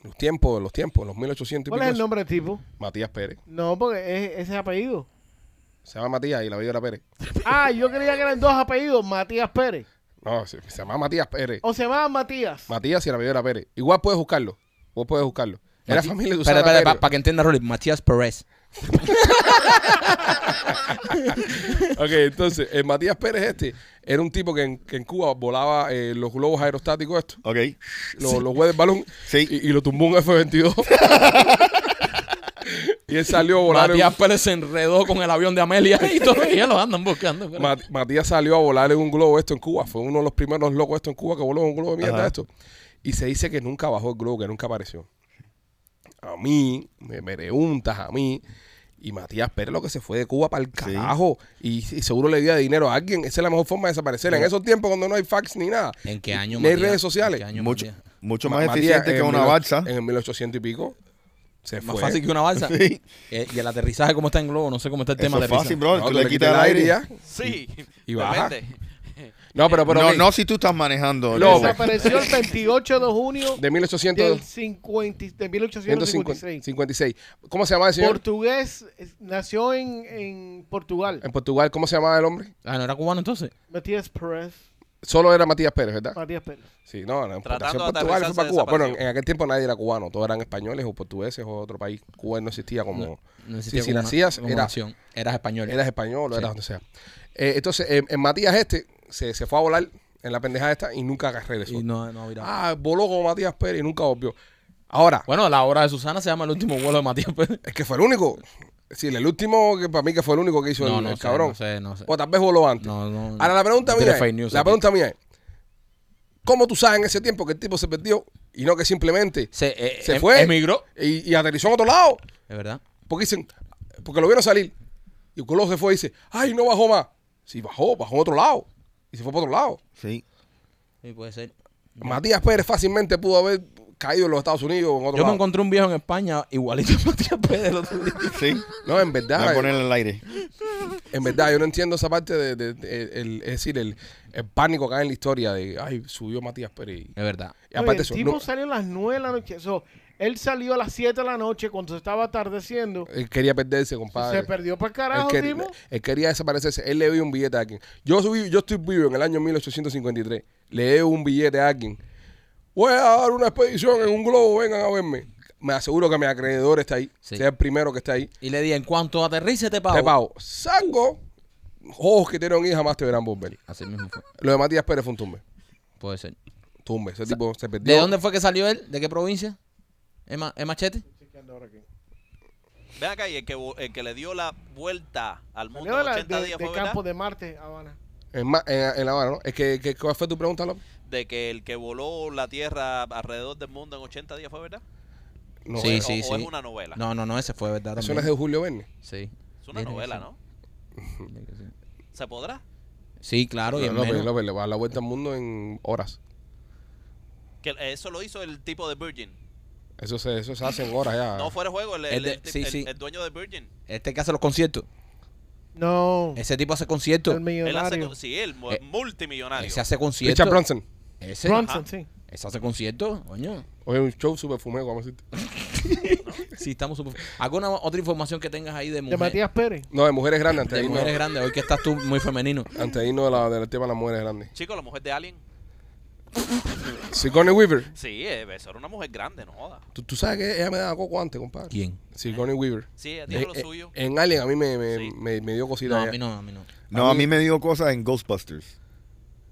[SPEAKER 3] Los tiempos, los tiempos, los 1800 y
[SPEAKER 5] ¿Cuál
[SPEAKER 3] pico
[SPEAKER 5] es el
[SPEAKER 3] eso.
[SPEAKER 5] nombre del tipo?
[SPEAKER 3] Matías Pérez.
[SPEAKER 5] No, porque es, ese es apellido.
[SPEAKER 3] Se llama Matías y la vida era Pérez.
[SPEAKER 5] Ah, yo creía que eran dos apellidos, Matías Pérez.
[SPEAKER 3] No, se, se llama Matías Pérez.
[SPEAKER 5] O se llamaba Matías.
[SPEAKER 3] Matías y la vida era Pérez. Igual puedes buscarlo. Vos puedes buscarlo. Era
[SPEAKER 2] Mati-
[SPEAKER 3] familia de
[SPEAKER 2] Espera,
[SPEAKER 3] Susana
[SPEAKER 2] espera, para
[SPEAKER 3] Pérez.
[SPEAKER 2] que entienda Rolly, Matías Pérez.
[SPEAKER 3] Ok, entonces, eh, Matías Pérez este era un tipo que en, que en Cuba volaba eh, los globos aerostáticos estos,
[SPEAKER 4] Ok.
[SPEAKER 3] los, los huevos del balón,
[SPEAKER 4] Sí.
[SPEAKER 3] y, y lo tumbó un F-22. y él salió a volar. en-
[SPEAKER 2] Matías Pérez se enredó con el avión de Amelia y todavía lo andan buscando. pero-
[SPEAKER 3] Mat- Matías salió a volar en un globo esto en Cuba. Fue uno de los primeros locos esto en Cuba que voló en un globo de mierda
[SPEAKER 4] Ajá.
[SPEAKER 3] esto. Y se dice que nunca bajó el globo, que nunca apareció. A mí, me me preguntas a mí. Y Matías Pérez lo que se fue de Cuba para el carajo. Y, y seguro le dio dinero a alguien. Esa es la mejor forma de desaparecer. En esos tiempos cuando no hay fax ni nada.
[SPEAKER 2] ¿En qué año,
[SPEAKER 3] Ni hay
[SPEAKER 2] Matías?
[SPEAKER 3] redes sociales.
[SPEAKER 2] ¿En qué año,
[SPEAKER 4] Mucho,
[SPEAKER 2] Matías?
[SPEAKER 4] mucho más
[SPEAKER 3] Ma-
[SPEAKER 4] eficiente
[SPEAKER 3] Matías eh,
[SPEAKER 4] que
[SPEAKER 3] en
[SPEAKER 4] una
[SPEAKER 3] mil-
[SPEAKER 4] balsa.
[SPEAKER 3] En el 1800 y pico. Se
[SPEAKER 2] Más
[SPEAKER 3] fue.
[SPEAKER 2] fácil que una balsa.
[SPEAKER 4] Sí.
[SPEAKER 2] Eh, y el aterrizaje, ¿cómo está en globo? No sé cómo está el tema
[SPEAKER 4] Eso
[SPEAKER 2] de
[SPEAKER 4] es fácil, bro.
[SPEAKER 3] No,
[SPEAKER 4] tú le quitas el aire
[SPEAKER 3] y
[SPEAKER 4] ya.
[SPEAKER 3] ya.
[SPEAKER 6] Sí.
[SPEAKER 3] Y baja.
[SPEAKER 6] Depende.
[SPEAKER 3] No, pero, pero
[SPEAKER 4] no,
[SPEAKER 3] ok,
[SPEAKER 4] no si tú estás manejando.
[SPEAKER 3] Lobo.
[SPEAKER 4] Ese-
[SPEAKER 5] Desapareció el 28 de junio
[SPEAKER 3] de 1800
[SPEAKER 5] del 50, y- de 1856.
[SPEAKER 3] 156. ¿Cómo se llama el señor?
[SPEAKER 5] Portugués, es- nació en, en Portugal.
[SPEAKER 3] En Portugal, ¿cómo se llamaba el hombre?
[SPEAKER 2] Ah, ¿no era cubano entonces?
[SPEAKER 5] Matías Pérez.
[SPEAKER 3] Solo era Matías Pérez, ¿verdad?
[SPEAKER 2] Ah.
[SPEAKER 5] Matías Pérez.
[SPEAKER 3] Sí, no, no en
[SPEAKER 6] Tratando de
[SPEAKER 3] Portugal fue
[SPEAKER 6] aterrizarse,
[SPEAKER 3] para Cuba. Bueno, en
[SPEAKER 6] desapareció.
[SPEAKER 3] aquel tiempo nadie era cubano, todos eran españoles o portugueses o otro país. Cuba no existía como.
[SPEAKER 2] No
[SPEAKER 3] sí,
[SPEAKER 2] existía
[SPEAKER 3] si
[SPEAKER 2] como
[SPEAKER 3] nacías,
[SPEAKER 2] como
[SPEAKER 3] era-
[SPEAKER 2] nación. eras español.
[SPEAKER 3] Eras español o
[SPEAKER 2] Sí.
[SPEAKER 3] eras donde sea. Eh, entonces, eh, en Matías este se, se fue a volar en la pendejada esta y nunca regresó.
[SPEAKER 2] y no, no ha virado.
[SPEAKER 3] Ah, voló como Matías Pérez y nunca volvió. Ahora,
[SPEAKER 2] Bueno, la obra de Susana se llama El último vuelo de Matías Pérez.
[SPEAKER 3] es que fue el único. Es decir, el último, que para mí que fue el único que hizo
[SPEAKER 2] No,
[SPEAKER 3] el,
[SPEAKER 2] no
[SPEAKER 3] el
[SPEAKER 2] sé,
[SPEAKER 3] cabrón.
[SPEAKER 2] no sé, no sé.
[SPEAKER 3] O tal vez voló antes.
[SPEAKER 2] No, no.
[SPEAKER 3] Ahora la pregunta
[SPEAKER 2] Tiene
[SPEAKER 3] mía es,
[SPEAKER 2] fake news
[SPEAKER 3] la
[SPEAKER 2] aquí.
[SPEAKER 3] pregunta mía es, ¿cómo tú sabes en ese tiempo que el tipo se perdió Y no que simplemente
[SPEAKER 2] Se, eh,
[SPEAKER 3] se
[SPEAKER 2] em-
[SPEAKER 3] fue.
[SPEAKER 2] Emigró.
[SPEAKER 3] Y, y aterrizó en otro lado.
[SPEAKER 2] Es verdad.
[SPEAKER 3] Porque dicen, porque lo vieron salir. Y Colón se fue y dice, ay, no bajó más. Sí, bajó, bajó a otro lado. Y se fue para otro lado.
[SPEAKER 4] Sí.
[SPEAKER 2] Sí, puede ser.
[SPEAKER 3] Matías Pérez fácilmente pudo haber caído en los Estados Unidos o en otro
[SPEAKER 2] Yo me
[SPEAKER 3] lado.
[SPEAKER 2] encontré un viejo en España igualito a Matías Pérez el otro día.
[SPEAKER 4] Sí.
[SPEAKER 3] No, en
[SPEAKER 4] Voy a
[SPEAKER 3] verdad,
[SPEAKER 4] ponerla en el aire.
[SPEAKER 3] en verdad, yo no entiendo esa parte de, de- de- el- es decir, el, el pánico que hay en la historia de, ay, subió Matías Pérez. Y,
[SPEAKER 2] Es verdad.
[SPEAKER 3] y aparte
[SPEAKER 5] el
[SPEAKER 3] eso,
[SPEAKER 5] tipo
[SPEAKER 3] no-
[SPEAKER 5] salió a las 9 de la noche. So, él salió a las 7 de la noche cuando se estaba atardeciendo.
[SPEAKER 3] él quería perderse, compadre.
[SPEAKER 5] Se perdió para
[SPEAKER 3] Él,
[SPEAKER 5] carajo,
[SPEAKER 3] quer-
[SPEAKER 5] tipo.
[SPEAKER 3] él quería desaparecerse. Él le dio un billete a alguien. Yo subí, yo estoy vivo en el año 1853. Le debo un billete a alguien. Voy a dar una expedición en un globo, vengan a verme. Me aseguro que mi acreedor está ahí.
[SPEAKER 2] Sí.
[SPEAKER 3] Sea el primero que está ahí.
[SPEAKER 2] Y le di, en cuanto aterrice te pago.
[SPEAKER 3] Te pago. Sango. Ojos que tienen hija jamás te verán volver.
[SPEAKER 2] Así mismo fue.
[SPEAKER 3] Lo de Matías Pérez fue un tumbe.
[SPEAKER 2] Puede ser.
[SPEAKER 3] Tumbe. Ese tipo se perdió.
[SPEAKER 2] ¿De dónde fue que salió él? ¿De qué provincia? ¿Es, ma- es machete?
[SPEAKER 6] Ve acá, y el que, vo- el que le dio la vuelta al mundo
[SPEAKER 5] Salió de,
[SPEAKER 6] en
[SPEAKER 5] la-
[SPEAKER 6] 80
[SPEAKER 5] de-
[SPEAKER 6] días
[SPEAKER 5] de
[SPEAKER 6] fue, ¿verdad?
[SPEAKER 5] Campo de Marte, Habana.
[SPEAKER 3] En, Ma- en- en La Habana, ¿no? Es que, que- ¿Cuál fue tu pregunta, López?
[SPEAKER 6] De que el que voló la Tierra alrededor del mundo en 80 días fue, ¿verdad?
[SPEAKER 3] No,
[SPEAKER 2] Sí,
[SPEAKER 3] eh,
[SPEAKER 6] o,
[SPEAKER 2] sí,
[SPEAKER 6] o
[SPEAKER 2] sí.
[SPEAKER 6] es una novela.
[SPEAKER 2] No, no, no, ese fue verdad
[SPEAKER 3] Eso
[SPEAKER 2] también.
[SPEAKER 3] no es de Julio Verne.
[SPEAKER 2] Sí.
[SPEAKER 6] Es una
[SPEAKER 2] Dicen que
[SPEAKER 6] novela,
[SPEAKER 2] sí.
[SPEAKER 6] ¿no?
[SPEAKER 2] Dicen que sí.
[SPEAKER 6] ¿Se podrá?
[SPEAKER 2] Sí, claro, y en
[SPEAKER 3] López,
[SPEAKER 2] menos.
[SPEAKER 3] López, le va a dar pues, la vuelta al mundo en horas.
[SPEAKER 6] Que eso lo hizo el tipo de Virgin.
[SPEAKER 3] Eso se, eso se hace en horas ya.
[SPEAKER 6] No fuera de juego, el,
[SPEAKER 2] Es
[SPEAKER 6] el-
[SPEAKER 2] de-
[SPEAKER 6] el tip-
[SPEAKER 2] sí,
[SPEAKER 6] el-
[SPEAKER 2] sí.
[SPEAKER 6] el dueño de Virgin.
[SPEAKER 2] Este que hace los conciertos.
[SPEAKER 5] No.
[SPEAKER 2] Ese tipo hace conciertos.
[SPEAKER 5] El
[SPEAKER 6] Él hace,
[SPEAKER 5] millonario.
[SPEAKER 6] con- sí, el mu-
[SPEAKER 2] Eh,
[SPEAKER 6] multimillonario.
[SPEAKER 2] Ese hace
[SPEAKER 3] Richard
[SPEAKER 2] conciertos.
[SPEAKER 3] Bronson.
[SPEAKER 2] Ese,
[SPEAKER 5] Bronson,
[SPEAKER 6] Ajá.
[SPEAKER 5] sí.
[SPEAKER 2] ese hace conciertos, coño.
[SPEAKER 3] Oye, un show super fumego, vamos a decirte.
[SPEAKER 2] Sí, estamos super... ¿Alguna otra información que tengas ahí de
[SPEAKER 5] De
[SPEAKER 2] mujer?
[SPEAKER 5] Matías Pérez.
[SPEAKER 3] No, de mujeres grandes, antes
[SPEAKER 2] de
[SPEAKER 3] de irnos,
[SPEAKER 2] mujeres grandes. Hoy que estás tú muy femenino.
[SPEAKER 3] antes de irnos de la- del tema de las mujeres grandes.
[SPEAKER 6] Chico, la mujer de Alien.
[SPEAKER 3] Sigourney Weaver.
[SPEAKER 6] Sí, eh, eso era una mujer grande, no joda.
[SPEAKER 3] ¿Tú, tú sabes que ella me daba coco antes, compadre.
[SPEAKER 2] ¿Quién?
[SPEAKER 3] Sigourney Weaver.
[SPEAKER 6] Sí, ella tiene
[SPEAKER 3] En,
[SPEAKER 6] lo suyo.
[SPEAKER 3] en Alien a mí me, me,
[SPEAKER 6] Sí.
[SPEAKER 3] me- me dio cosita.
[SPEAKER 2] No, a
[SPEAKER 3] ya.
[SPEAKER 2] mí no, a mí no.
[SPEAKER 4] No,
[SPEAKER 3] A
[SPEAKER 4] a
[SPEAKER 3] mí-
[SPEAKER 4] mí me dio cosas en Ghostbusters.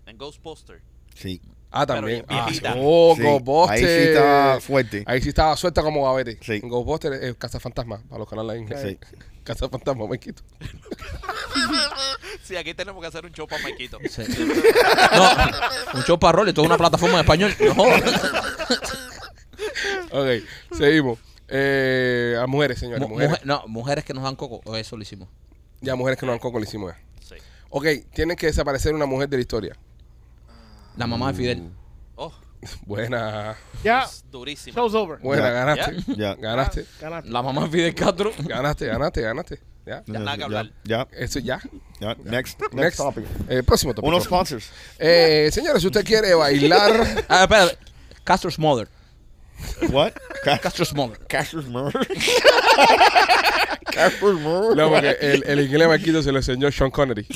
[SPEAKER 6] En Ghostbuster.
[SPEAKER 4] Sí.
[SPEAKER 3] Ah, también.
[SPEAKER 6] Pero
[SPEAKER 3] ah,
[SPEAKER 6] viejita.
[SPEAKER 3] oh,
[SPEAKER 4] Sí,
[SPEAKER 3] Ghostbusters.
[SPEAKER 4] ahí sí estaba fuerte.
[SPEAKER 3] Ahí sí estaba suelta como gavete.
[SPEAKER 4] Sí.
[SPEAKER 3] En Ghostbusters es Cazafantasma, para los canales en inglés.
[SPEAKER 4] Sí.
[SPEAKER 3] Cazafantasma, me quito.
[SPEAKER 6] Sí, aquí tenemos que hacer un show para Maikito.
[SPEAKER 2] Sí. No, un show para rol, esto es una plataforma en español. No.
[SPEAKER 3] Ok, seguimos. Eh, a mujeres, señores.
[SPEAKER 2] Mu-
[SPEAKER 3] mujeres.
[SPEAKER 2] mujer- no, mujeres que nos dan coco. o Eso lo hicimos.
[SPEAKER 3] Ya mujeres que no dan coco le hicimos ya.
[SPEAKER 6] Sí.
[SPEAKER 3] Ok, tienen que desaparecer una mujer de la historia.
[SPEAKER 2] La mamá de Fidel.
[SPEAKER 6] Oh,
[SPEAKER 3] Buena,
[SPEAKER 5] Ya,
[SPEAKER 6] es durísimo.
[SPEAKER 5] show's over.
[SPEAKER 3] buena,
[SPEAKER 4] Ya.
[SPEAKER 3] ganaste.
[SPEAKER 4] Ya.
[SPEAKER 3] Ganaste,
[SPEAKER 5] Ganaste.
[SPEAKER 2] La mamá de Fidel Castro.
[SPEAKER 3] ganaste, ganaste, ganaste. Ya.
[SPEAKER 6] nada que hablar.
[SPEAKER 4] Ya.
[SPEAKER 3] Eso ya.
[SPEAKER 4] ya. Next. Next,
[SPEAKER 3] Next.
[SPEAKER 4] topic.
[SPEAKER 3] Eh, próximo topic.
[SPEAKER 4] Unos sponsors.
[SPEAKER 3] Eh, señores, si usted quiere bailar,
[SPEAKER 2] Ah, espera. Castro's mother.
[SPEAKER 4] What? Ca-
[SPEAKER 2] Castro's mother.
[SPEAKER 4] Casper's murder. Casper's murder.
[SPEAKER 3] no, porque el, el inglés maquito se lo enseñó Sean Connery.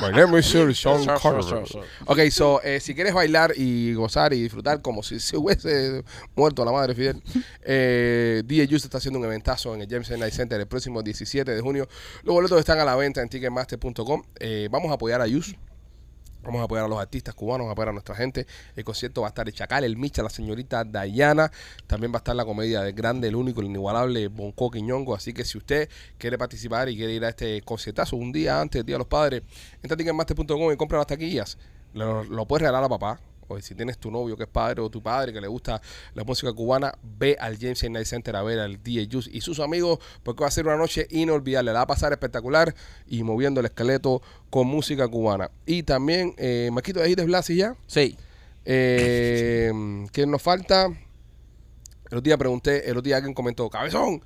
[SPEAKER 3] My name is Sir Sean Connery. Ok, so, eh, si quieres bailar y gozar y disfrutar como si se hubiese muerto la madre Fidel, eh, DJ Just está haciendo un eventazo en el James Night Center el próximo 17 de junio. Los boletos están a la venta en ticketmaster.com. Eh, vamos a apoyar a Just. Vamos a apoyar a los artistas cubanos, vamos a apoyar a nuestra gente. El concierto va a estar el Chacal, el Micha, la señorita Dayana. También va a estar la comedia del grande, el único, el inigualable Bonco Quiñongo. Así que si usted quiere participar y quiere ir a este conciertazo un día antes del Día de los Padres, entra a ticketmaster.com y compra las taquillas. Lo, lo puedes regalar a papá. O si tienes tu novio que es padre o tu padre que le gusta la música cubana, ve al James Night Center a ver al DJ Juice y sus amigos, porque va a ser una noche inolvidable. La va a pasar espectacular y moviendo el esqueleto con música cubana. Y también, eh, Maquito, ahí de Blasi ya.
[SPEAKER 2] Sí.
[SPEAKER 3] Eh, ¿Quién nos falta? El otro día pregunté, el otro día alguien comentó, cabezón,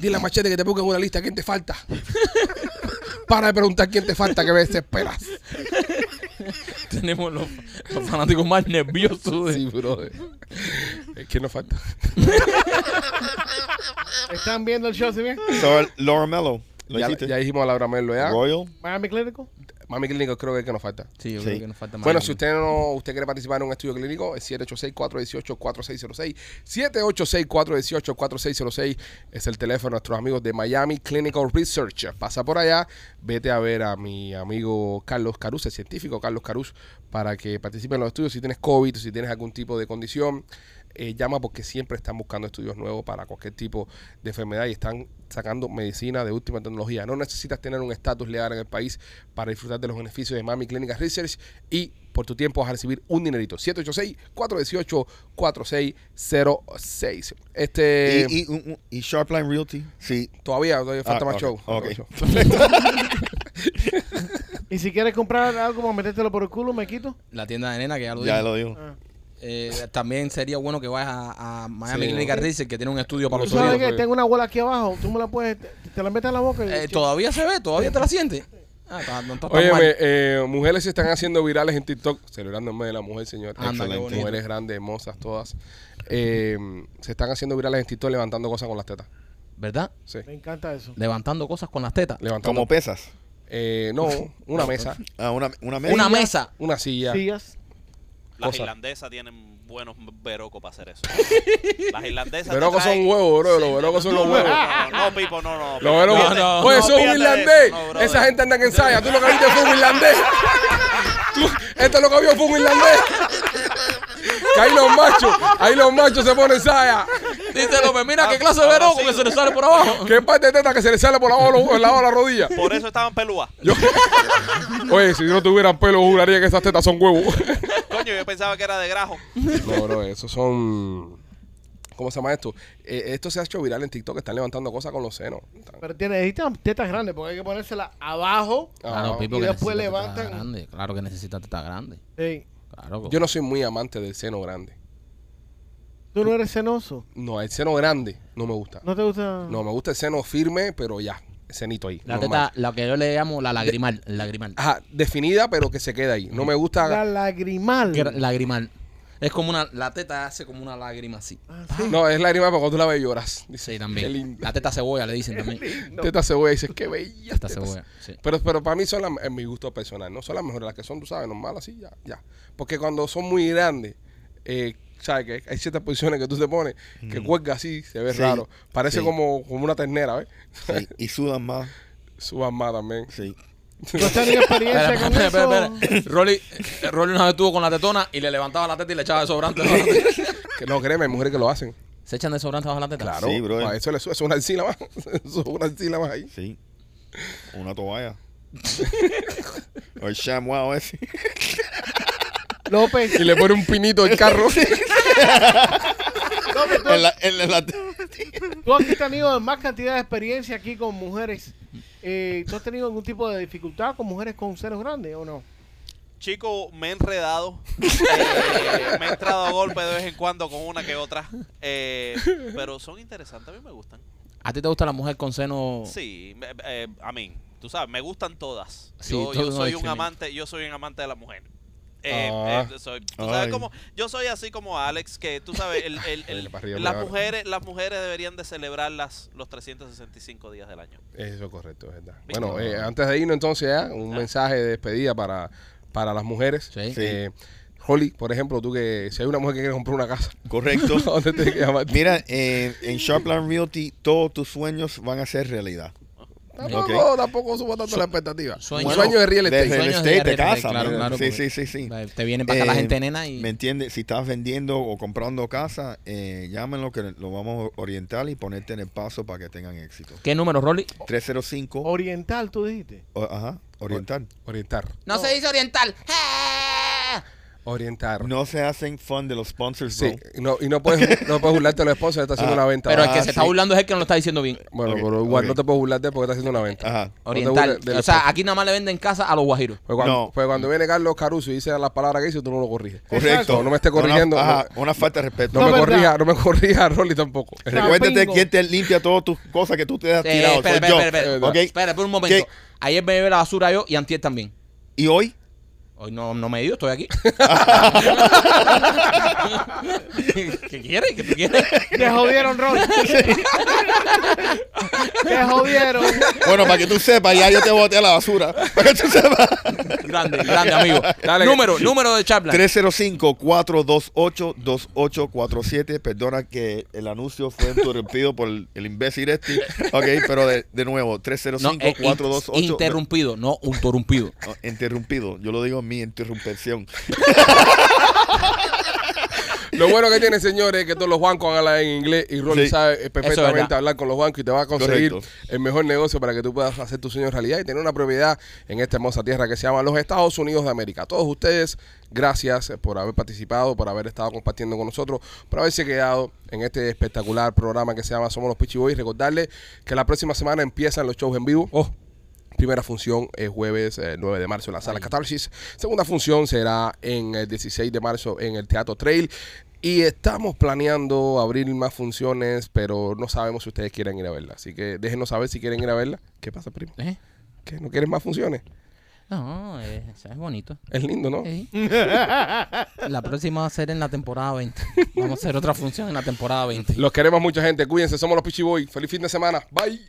[SPEAKER 3] dile a Machete que te ponga en una lista quién te falta. Para de preguntar quién te falta, que me desesperas.
[SPEAKER 2] Tenemos los, los fanáticos más nerviosos. de-
[SPEAKER 3] Sí, brother. Eh, ¿Quién nos falta?
[SPEAKER 5] ¿Están viendo el show, si bien?
[SPEAKER 4] So, Laura Mello. Lo
[SPEAKER 3] Ya,
[SPEAKER 4] hiciste.
[SPEAKER 3] ya dijimos a Laura Merlo ya.
[SPEAKER 4] Royal.
[SPEAKER 5] Miami Clinical.
[SPEAKER 3] Mami Clínico creo que es el que nos falta.
[SPEAKER 2] Sí, yo
[SPEAKER 4] Sí.
[SPEAKER 2] creo que nos falta más.
[SPEAKER 3] Bueno, si usted no usted quiere participar en un estudio clínico, es 786-418-4606. 786-418-4606 es el teléfono de nuestros amigos de Miami Clinical Research. Pasa por allá, vete a ver a mi amigo Carlos Caruz, el científico Carlos Caruz, para que participe en los estudios. Si tienes COVID, si tienes algún tipo de condición, eh, llama porque siempre están buscando estudios nuevos para cualquier tipo de enfermedad y están sacando medicina de última tecnología. No necesitas tener un estatus legal en el país para disfrutar de los beneficios de Miami Clinical Research y Por tu tiempo vas a recibir un dinerito. 786-418-4606. Este.
[SPEAKER 4] y, y, un- un- y Sharpline Realty, sí.
[SPEAKER 3] Todavía, todavía falta
[SPEAKER 4] Ah,
[SPEAKER 3] más
[SPEAKER 4] ok,
[SPEAKER 3] show.
[SPEAKER 4] ok.
[SPEAKER 3] Más show.
[SPEAKER 5] Y si quieres comprar algo para metértelo por el culo, me quito.
[SPEAKER 2] La tienda de nena, que ya lo
[SPEAKER 4] Ya
[SPEAKER 2] dije.
[SPEAKER 4] lo digo.
[SPEAKER 3] Ah.
[SPEAKER 2] Eh, también sería bueno que vayas a, a Miami
[SPEAKER 3] Sí.
[SPEAKER 2] Clinic Research, que tiene un estudio para
[SPEAKER 5] Tú
[SPEAKER 2] los
[SPEAKER 5] sabes
[SPEAKER 2] oídos.
[SPEAKER 5] que tengo una bola aquí abajo. Tú me la puedes. Te, te la metes en la boca. y-
[SPEAKER 2] Eh, ¿Todavía se ve? ¿Todavía te la sientes? Ah, está- no está tan
[SPEAKER 3] Oye, eh,
[SPEAKER 2] mal.
[SPEAKER 3] mujeres se están haciendo virales en TikTok, celebrando el mes de la mujer, señor.
[SPEAKER 2] Anda, qué
[SPEAKER 3] Excelente.
[SPEAKER 2] bonito.
[SPEAKER 3] Mujeres grandes, hermosas, todas. Eh, se están haciendo virales en TikTok levantando cosas con las tetas.
[SPEAKER 2] ¿Verdad?
[SPEAKER 3] Sí.
[SPEAKER 5] Me encanta eso.
[SPEAKER 2] Levantando cosas con las tetas.
[SPEAKER 3] Levantando.
[SPEAKER 4] Como pesas.
[SPEAKER 3] Eh, no, una mesa,
[SPEAKER 4] Ah, una, una mesa.
[SPEAKER 2] Una mesa.
[SPEAKER 3] una silla.
[SPEAKER 5] Sillas.
[SPEAKER 6] Las
[SPEAKER 3] Cosa.
[SPEAKER 6] irlandesas tienen buenos verocos para hacer eso. Las irlandesas.
[SPEAKER 3] Verocos
[SPEAKER 6] te traen-
[SPEAKER 3] son huevos, bro. Los verocos son
[SPEAKER 6] no,
[SPEAKER 3] los huevos.
[SPEAKER 6] No, no, no, Pipo, no, no.
[SPEAKER 3] Los verocos. Oye,
[SPEAKER 6] Fíjate, no,
[SPEAKER 3] son Pues
[SPEAKER 6] fíjate
[SPEAKER 3] irlandés.
[SPEAKER 6] eso, no, brother.
[SPEAKER 3] Esa gente anda en ensaya. Tú lo que viste fue un irlandés. Tú- Esto lo que vio fue un irlandés. Que ahí los machos, ahí los machos se ponen saya.
[SPEAKER 2] Dice López, mira qué
[SPEAKER 6] Ah,
[SPEAKER 2] clase de
[SPEAKER 6] ahora
[SPEAKER 2] veroco
[SPEAKER 6] sí.
[SPEAKER 2] que se le sale por abajo.
[SPEAKER 3] ¿Qué parte de teta que se le sale por la ola- la, ola rodilla?
[SPEAKER 6] Por eso estaban pelúas.
[SPEAKER 3] Oye, si no tuvieran pelo, juraría que esas tetas son huevos.
[SPEAKER 6] Coño, yo pensaba que era de grajo.
[SPEAKER 3] No, bro, esos son. ¿Cómo se llama esto? Eh, esto se ha hecho viral en TikTok. Están levantando cosas con los senos. Están-
[SPEAKER 5] Pero tiene, necesitan tetas grandes porque hay que ponérsela abajo.
[SPEAKER 3] Ah,
[SPEAKER 2] Claro, Pipo,
[SPEAKER 5] y
[SPEAKER 2] que
[SPEAKER 5] después
[SPEAKER 2] necesita tetas
[SPEAKER 5] levantan.
[SPEAKER 2] grande. Claro que necesita teta grande.
[SPEAKER 5] Ey,
[SPEAKER 2] Claro.
[SPEAKER 3] yo no soy muy amante del seno grande.
[SPEAKER 5] tú no eres cenoso.
[SPEAKER 3] No, el seno grande no me gusta.
[SPEAKER 5] ¿No te gusta?
[SPEAKER 3] No, me gusta el seno firme, pero ya. El cenito ahí.
[SPEAKER 2] La
[SPEAKER 3] normal.
[SPEAKER 2] teta, la que yo le llamo la lagrimal. Lagrimal.
[SPEAKER 3] Ajá, definida, pero que se queda ahí. No me
[SPEAKER 5] La
[SPEAKER 3] gusta.
[SPEAKER 5] lagrimal.
[SPEAKER 2] Gra- Lagrimal. Es como una, la teta hace como una lágrima así.
[SPEAKER 3] No, es lágrima, pero cuando tú la ves lloras. Dice,
[SPEAKER 2] Sí,
[SPEAKER 3] Qué
[SPEAKER 2] también.
[SPEAKER 3] linda.
[SPEAKER 2] La teta cebolla le dicen también.
[SPEAKER 3] Teta cebolla. Dices, qué bella.
[SPEAKER 2] Teta
[SPEAKER 3] tetas.
[SPEAKER 2] cebolla, sí.
[SPEAKER 3] Pero, pero para mí son las, en mi gusto personal, no son las mejores, las que son, tú sabes, normal, así, ya, ya. Porque cuando son muy grandes, eh, sabes que hay ciertas posiciones que tú te pones que
[SPEAKER 2] Mm.
[SPEAKER 3] cuelga así, se ve
[SPEAKER 4] Sí,
[SPEAKER 3] raro. Parece
[SPEAKER 4] sí.
[SPEAKER 3] como, como una ternera, ¿ves?
[SPEAKER 4] Sí, y sudan más.
[SPEAKER 3] Suban más también.
[SPEAKER 4] Sí.
[SPEAKER 5] ¿No has tenido experiencia
[SPEAKER 2] Espera,
[SPEAKER 5] con
[SPEAKER 2] espera, espera,
[SPEAKER 5] eso?
[SPEAKER 2] espera. Rolly, eh, Rolly una vez estuvo con la tetona y le levantaba la teta y le echaba desobrante. bajo la teta.
[SPEAKER 3] Que no créeme, hay mujeres que lo hacen.
[SPEAKER 2] ¿Se echan desobrante bajo la teta?
[SPEAKER 3] Claro.
[SPEAKER 4] Sí, brother.
[SPEAKER 3] Ah, Eso le sube, eso es una encina más. Eso es una encina más ahí.
[SPEAKER 4] Sí. Una toalla. o el chamois ese.
[SPEAKER 5] López.
[SPEAKER 3] Y le pone un pinito al carro.
[SPEAKER 5] López, tú,
[SPEAKER 4] En la- en la-
[SPEAKER 5] tú has tenido más cantidad de experiencia aquí con mujeres. Eh, ¿Tú has tenido algún tipo de dificultad con mujeres con senos grandes o no?
[SPEAKER 6] Chico, me he enredado. Eh, me he entrado a golpe de vez en cuando con una que otra. Eh, pero son interesantes, a mí me gustan.
[SPEAKER 2] ¿A ti te gusta la mujer con
[SPEAKER 3] Oh.
[SPEAKER 2] seno?
[SPEAKER 6] Sí, me- eh, a mí, tú sabes, me gustan todas.
[SPEAKER 2] Sí,
[SPEAKER 6] yo,
[SPEAKER 2] todo
[SPEAKER 6] yo
[SPEAKER 2] no
[SPEAKER 6] soy un
[SPEAKER 2] discrimina.
[SPEAKER 6] amante, yo soy un amante de la mujer. Eh,
[SPEAKER 3] Ah.
[SPEAKER 6] eh, soy- tú sabes
[SPEAKER 4] Ay.
[SPEAKER 6] cómo- yo soy así como Alex, que tú sabes, el- el- el-
[SPEAKER 3] Oye, para arriba,
[SPEAKER 6] las,
[SPEAKER 3] para abajo.
[SPEAKER 6] mujeres, las mujeres deberían de celebrarlas los 365 días del año.
[SPEAKER 3] Eso es correcto, es verdad.
[SPEAKER 6] Listo.
[SPEAKER 3] Bueno, eh, antes de irnos entonces ya, un
[SPEAKER 6] Ah.
[SPEAKER 3] mensaje de despedida para, para las mujeres.
[SPEAKER 2] Sí.
[SPEAKER 3] Eh, Holly, por ejemplo, tú que si hay una mujer que quiere comprar una casa,
[SPEAKER 4] Correcto.
[SPEAKER 3] ¿a dónde tiene que llamar?
[SPEAKER 4] Mira, eh, en Sharpland Realty todos tus sueños van a ser realidad.
[SPEAKER 3] Tampoco,
[SPEAKER 4] Ok.
[SPEAKER 3] tampoco suba tanto la expectativa.
[SPEAKER 2] sueño-
[SPEAKER 3] Sueños de real estate.
[SPEAKER 4] de real
[SPEAKER 2] Sueños
[SPEAKER 4] estate, de
[SPEAKER 2] real estate,
[SPEAKER 4] casa.
[SPEAKER 2] claro,
[SPEAKER 4] mira.
[SPEAKER 2] claro,
[SPEAKER 4] sí,
[SPEAKER 2] porque-
[SPEAKER 4] sí, sí, sí.
[SPEAKER 2] Eh, Te viene para acá la
[SPEAKER 4] Eh,
[SPEAKER 2] gente nena y...
[SPEAKER 4] ¿Me entiendes? Si estás vendiendo o comprando casa, eh, llámenlo que lo vamos a orientar y ponerte en el paso para que tengan éxito.
[SPEAKER 2] ¿Qué número, Rolly?
[SPEAKER 4] 305,
[SPEAKER 2] Oh.
[SPEAKER 5] Oriental, tú dijiste.
[SPEAKER 4] o- ajá, orientar.
[SPEAKER 3] Orientar.
[SPEAKER 2] No, se dice oriental.
[SPEAKER 3] Orientar.
[SPEAKER 4] No se hacen fun de los sponsors,
[SPEAKER 3] Sí,
[SPEAKER 4] bro.
[SPEAKER 3] y no, y no puedes, no puedes burlarte de los sponsors, está haciendo
[SPEAKER 4] Ah,
[SPEAKER 3] una venta.
[SPEAKER 2] Pero el que
[SPEAKER 4] Ah,
[SPEAKER 2] se está
[SPEAKER 4] sí.
[SPEAKER 2] burlando es el que no lo está diciendo bien.
[SPEAKER 3] Bueno,
[SPEAKER 4] Ok,
[SPEAKER 3] pero igual
[SPEAKER 4] ok.
[SPEAKER 3] no te puedes burlarte porque está haciendo una venta.
[SPEAKER 4] Ajá.
[SPEAKER 3] No te
[SPEAKER 2] Oriental.
[SPEAKER 3] burles del
[SPEAKER 2] o
[SPEAKER 3] sponsor.
[SPEAKER 2] sea, aquí nada más le venden casa a los guajiros.
[SPEAKER 3] Pues cuando,
[SPEAKER 4] No.
[SPEAKER 3] pues cuando viene Carlos Caruso y dice las palabras que hizo, tú no lo corriges.
[SPEAKER 4] Correcto.
[SPEAKER 3] No me esté corrigiendo.
[SPEAKER 4] Una, ajá,
[SPEAKER 3] no-
[SPEAKER 4] una falta de respeto.
[SPEAKER 3] No,
[SPEAKER 5] No,
[SPEAKER 3] me
[SPEAKER 5] verdad.
[SPEAKER 3] corrija, no me corrija a Rolly tampoco.
[SPEAKER 4] Recuérdate
[SPEAKER 5] Capingo.
[SPEAKER 4] quién te limpia todas tus cosas que tú te has
[SPEAKER 2] Eh, espera,
[SPEAKER 4] tirado. Soy
[SPEAKER 2] espera,
[SPEAKER 4] yo.
[SPEAKER 2] espera, espera.
[SPEAKER 4] Ok.
[SPEAKER 2] Espera, por un momento.
[SPEAKER 4] ¿Qué?
[SPEAKER 2] Ayer me bebé la basura yo y antier también.
[SPEAKER 4] Y hoy,
[SPEAKER 2] Hoy no, no me he ido, estoy aquí. ¿Qué quieres? ¿Qué tú quieres?
[SPEAKER 5] Te jodieron, Ron. Te jodieron.
[SPEAKER 4] bueno, para que tú sepas, ya yo te boté a la basura. Para que tú sepas.
[SPEAKER 2] Grande, grande, amigo.
[SPEAKER 3] Dale.
[SPEAKER 2] número, número de Chaplan.
[SPEAKER 4] 305-428-2847. Perdona que el anuncio fue interrumpido por el, el imbécil este. Ok, pero de, de nuevo,
[SPEAKER 2] No, eh, in-
[SPEAKER 4] 305-428.
[SPEAKER 2] interrumpido, no interrumpido.
[SPEAKER 4] No, interrumpido. Yo lo digo en mi interrupción.
[SPEAKER 3] Lo bueno que tiene, señores, es que todos los bancos hablan en inglés y Rolly
[SPEAKER 4] Sí.
[SPEAKER 3] sabe eh, perfectamente
[SPEAKER 2] verdad.
[SPEAKER 3] hablar con los bancos y te va a conseguir
[SPEAKER 4] Correcto.
[SPEAKER 3] el mejor negocio para que tú puedas hacer tu sueño realidad y tener una propiedad en esta hermosa tierra que se llama los Estados Unidos de América. A Todos ustedes, gracias por haber participado, por haber estado compartiendo con nosotros, por haberse quedado en este espectacular programa que se llama Somos los Pichi Boys. Recordarles que la próxima semana empiezan los shows en vivo.
[SPEAKER 4] Oh.
[SPEAKER 3] Primera función es jueves eh, 9 de marzo en la sala Catarsis. Segunda función será en el 16 de marzo en el Teatro Trail. Y estamos planeando abrir más funciones, pero no sabemos si ustedes quieren ir a verla. Así que déjenos saber si quieren ir a verla. ¿Qué pasa, primo?
[SPEAKER 8] ¿Eh?
[SPEAKER 3] ¿Qué? ¿No quieren más funciones?
[SPEAKER 8] No, eh, o sea, es bonito.
[SPEAKER 3] Es lindo,
[SPEAKER 4] Oh.
[SPEAKER 3] ¿no?
[SPEAKER 2] Eh.
[SPEAKER 8] Sí. La próxima va a ser en la temporada 20. Vamos a hacer otra función en la temporada 20.
[SPEAKER 3] Los queremos mucha gente. Cuídense. Somos los Pichiboy. Feliz fin de semana. Bye.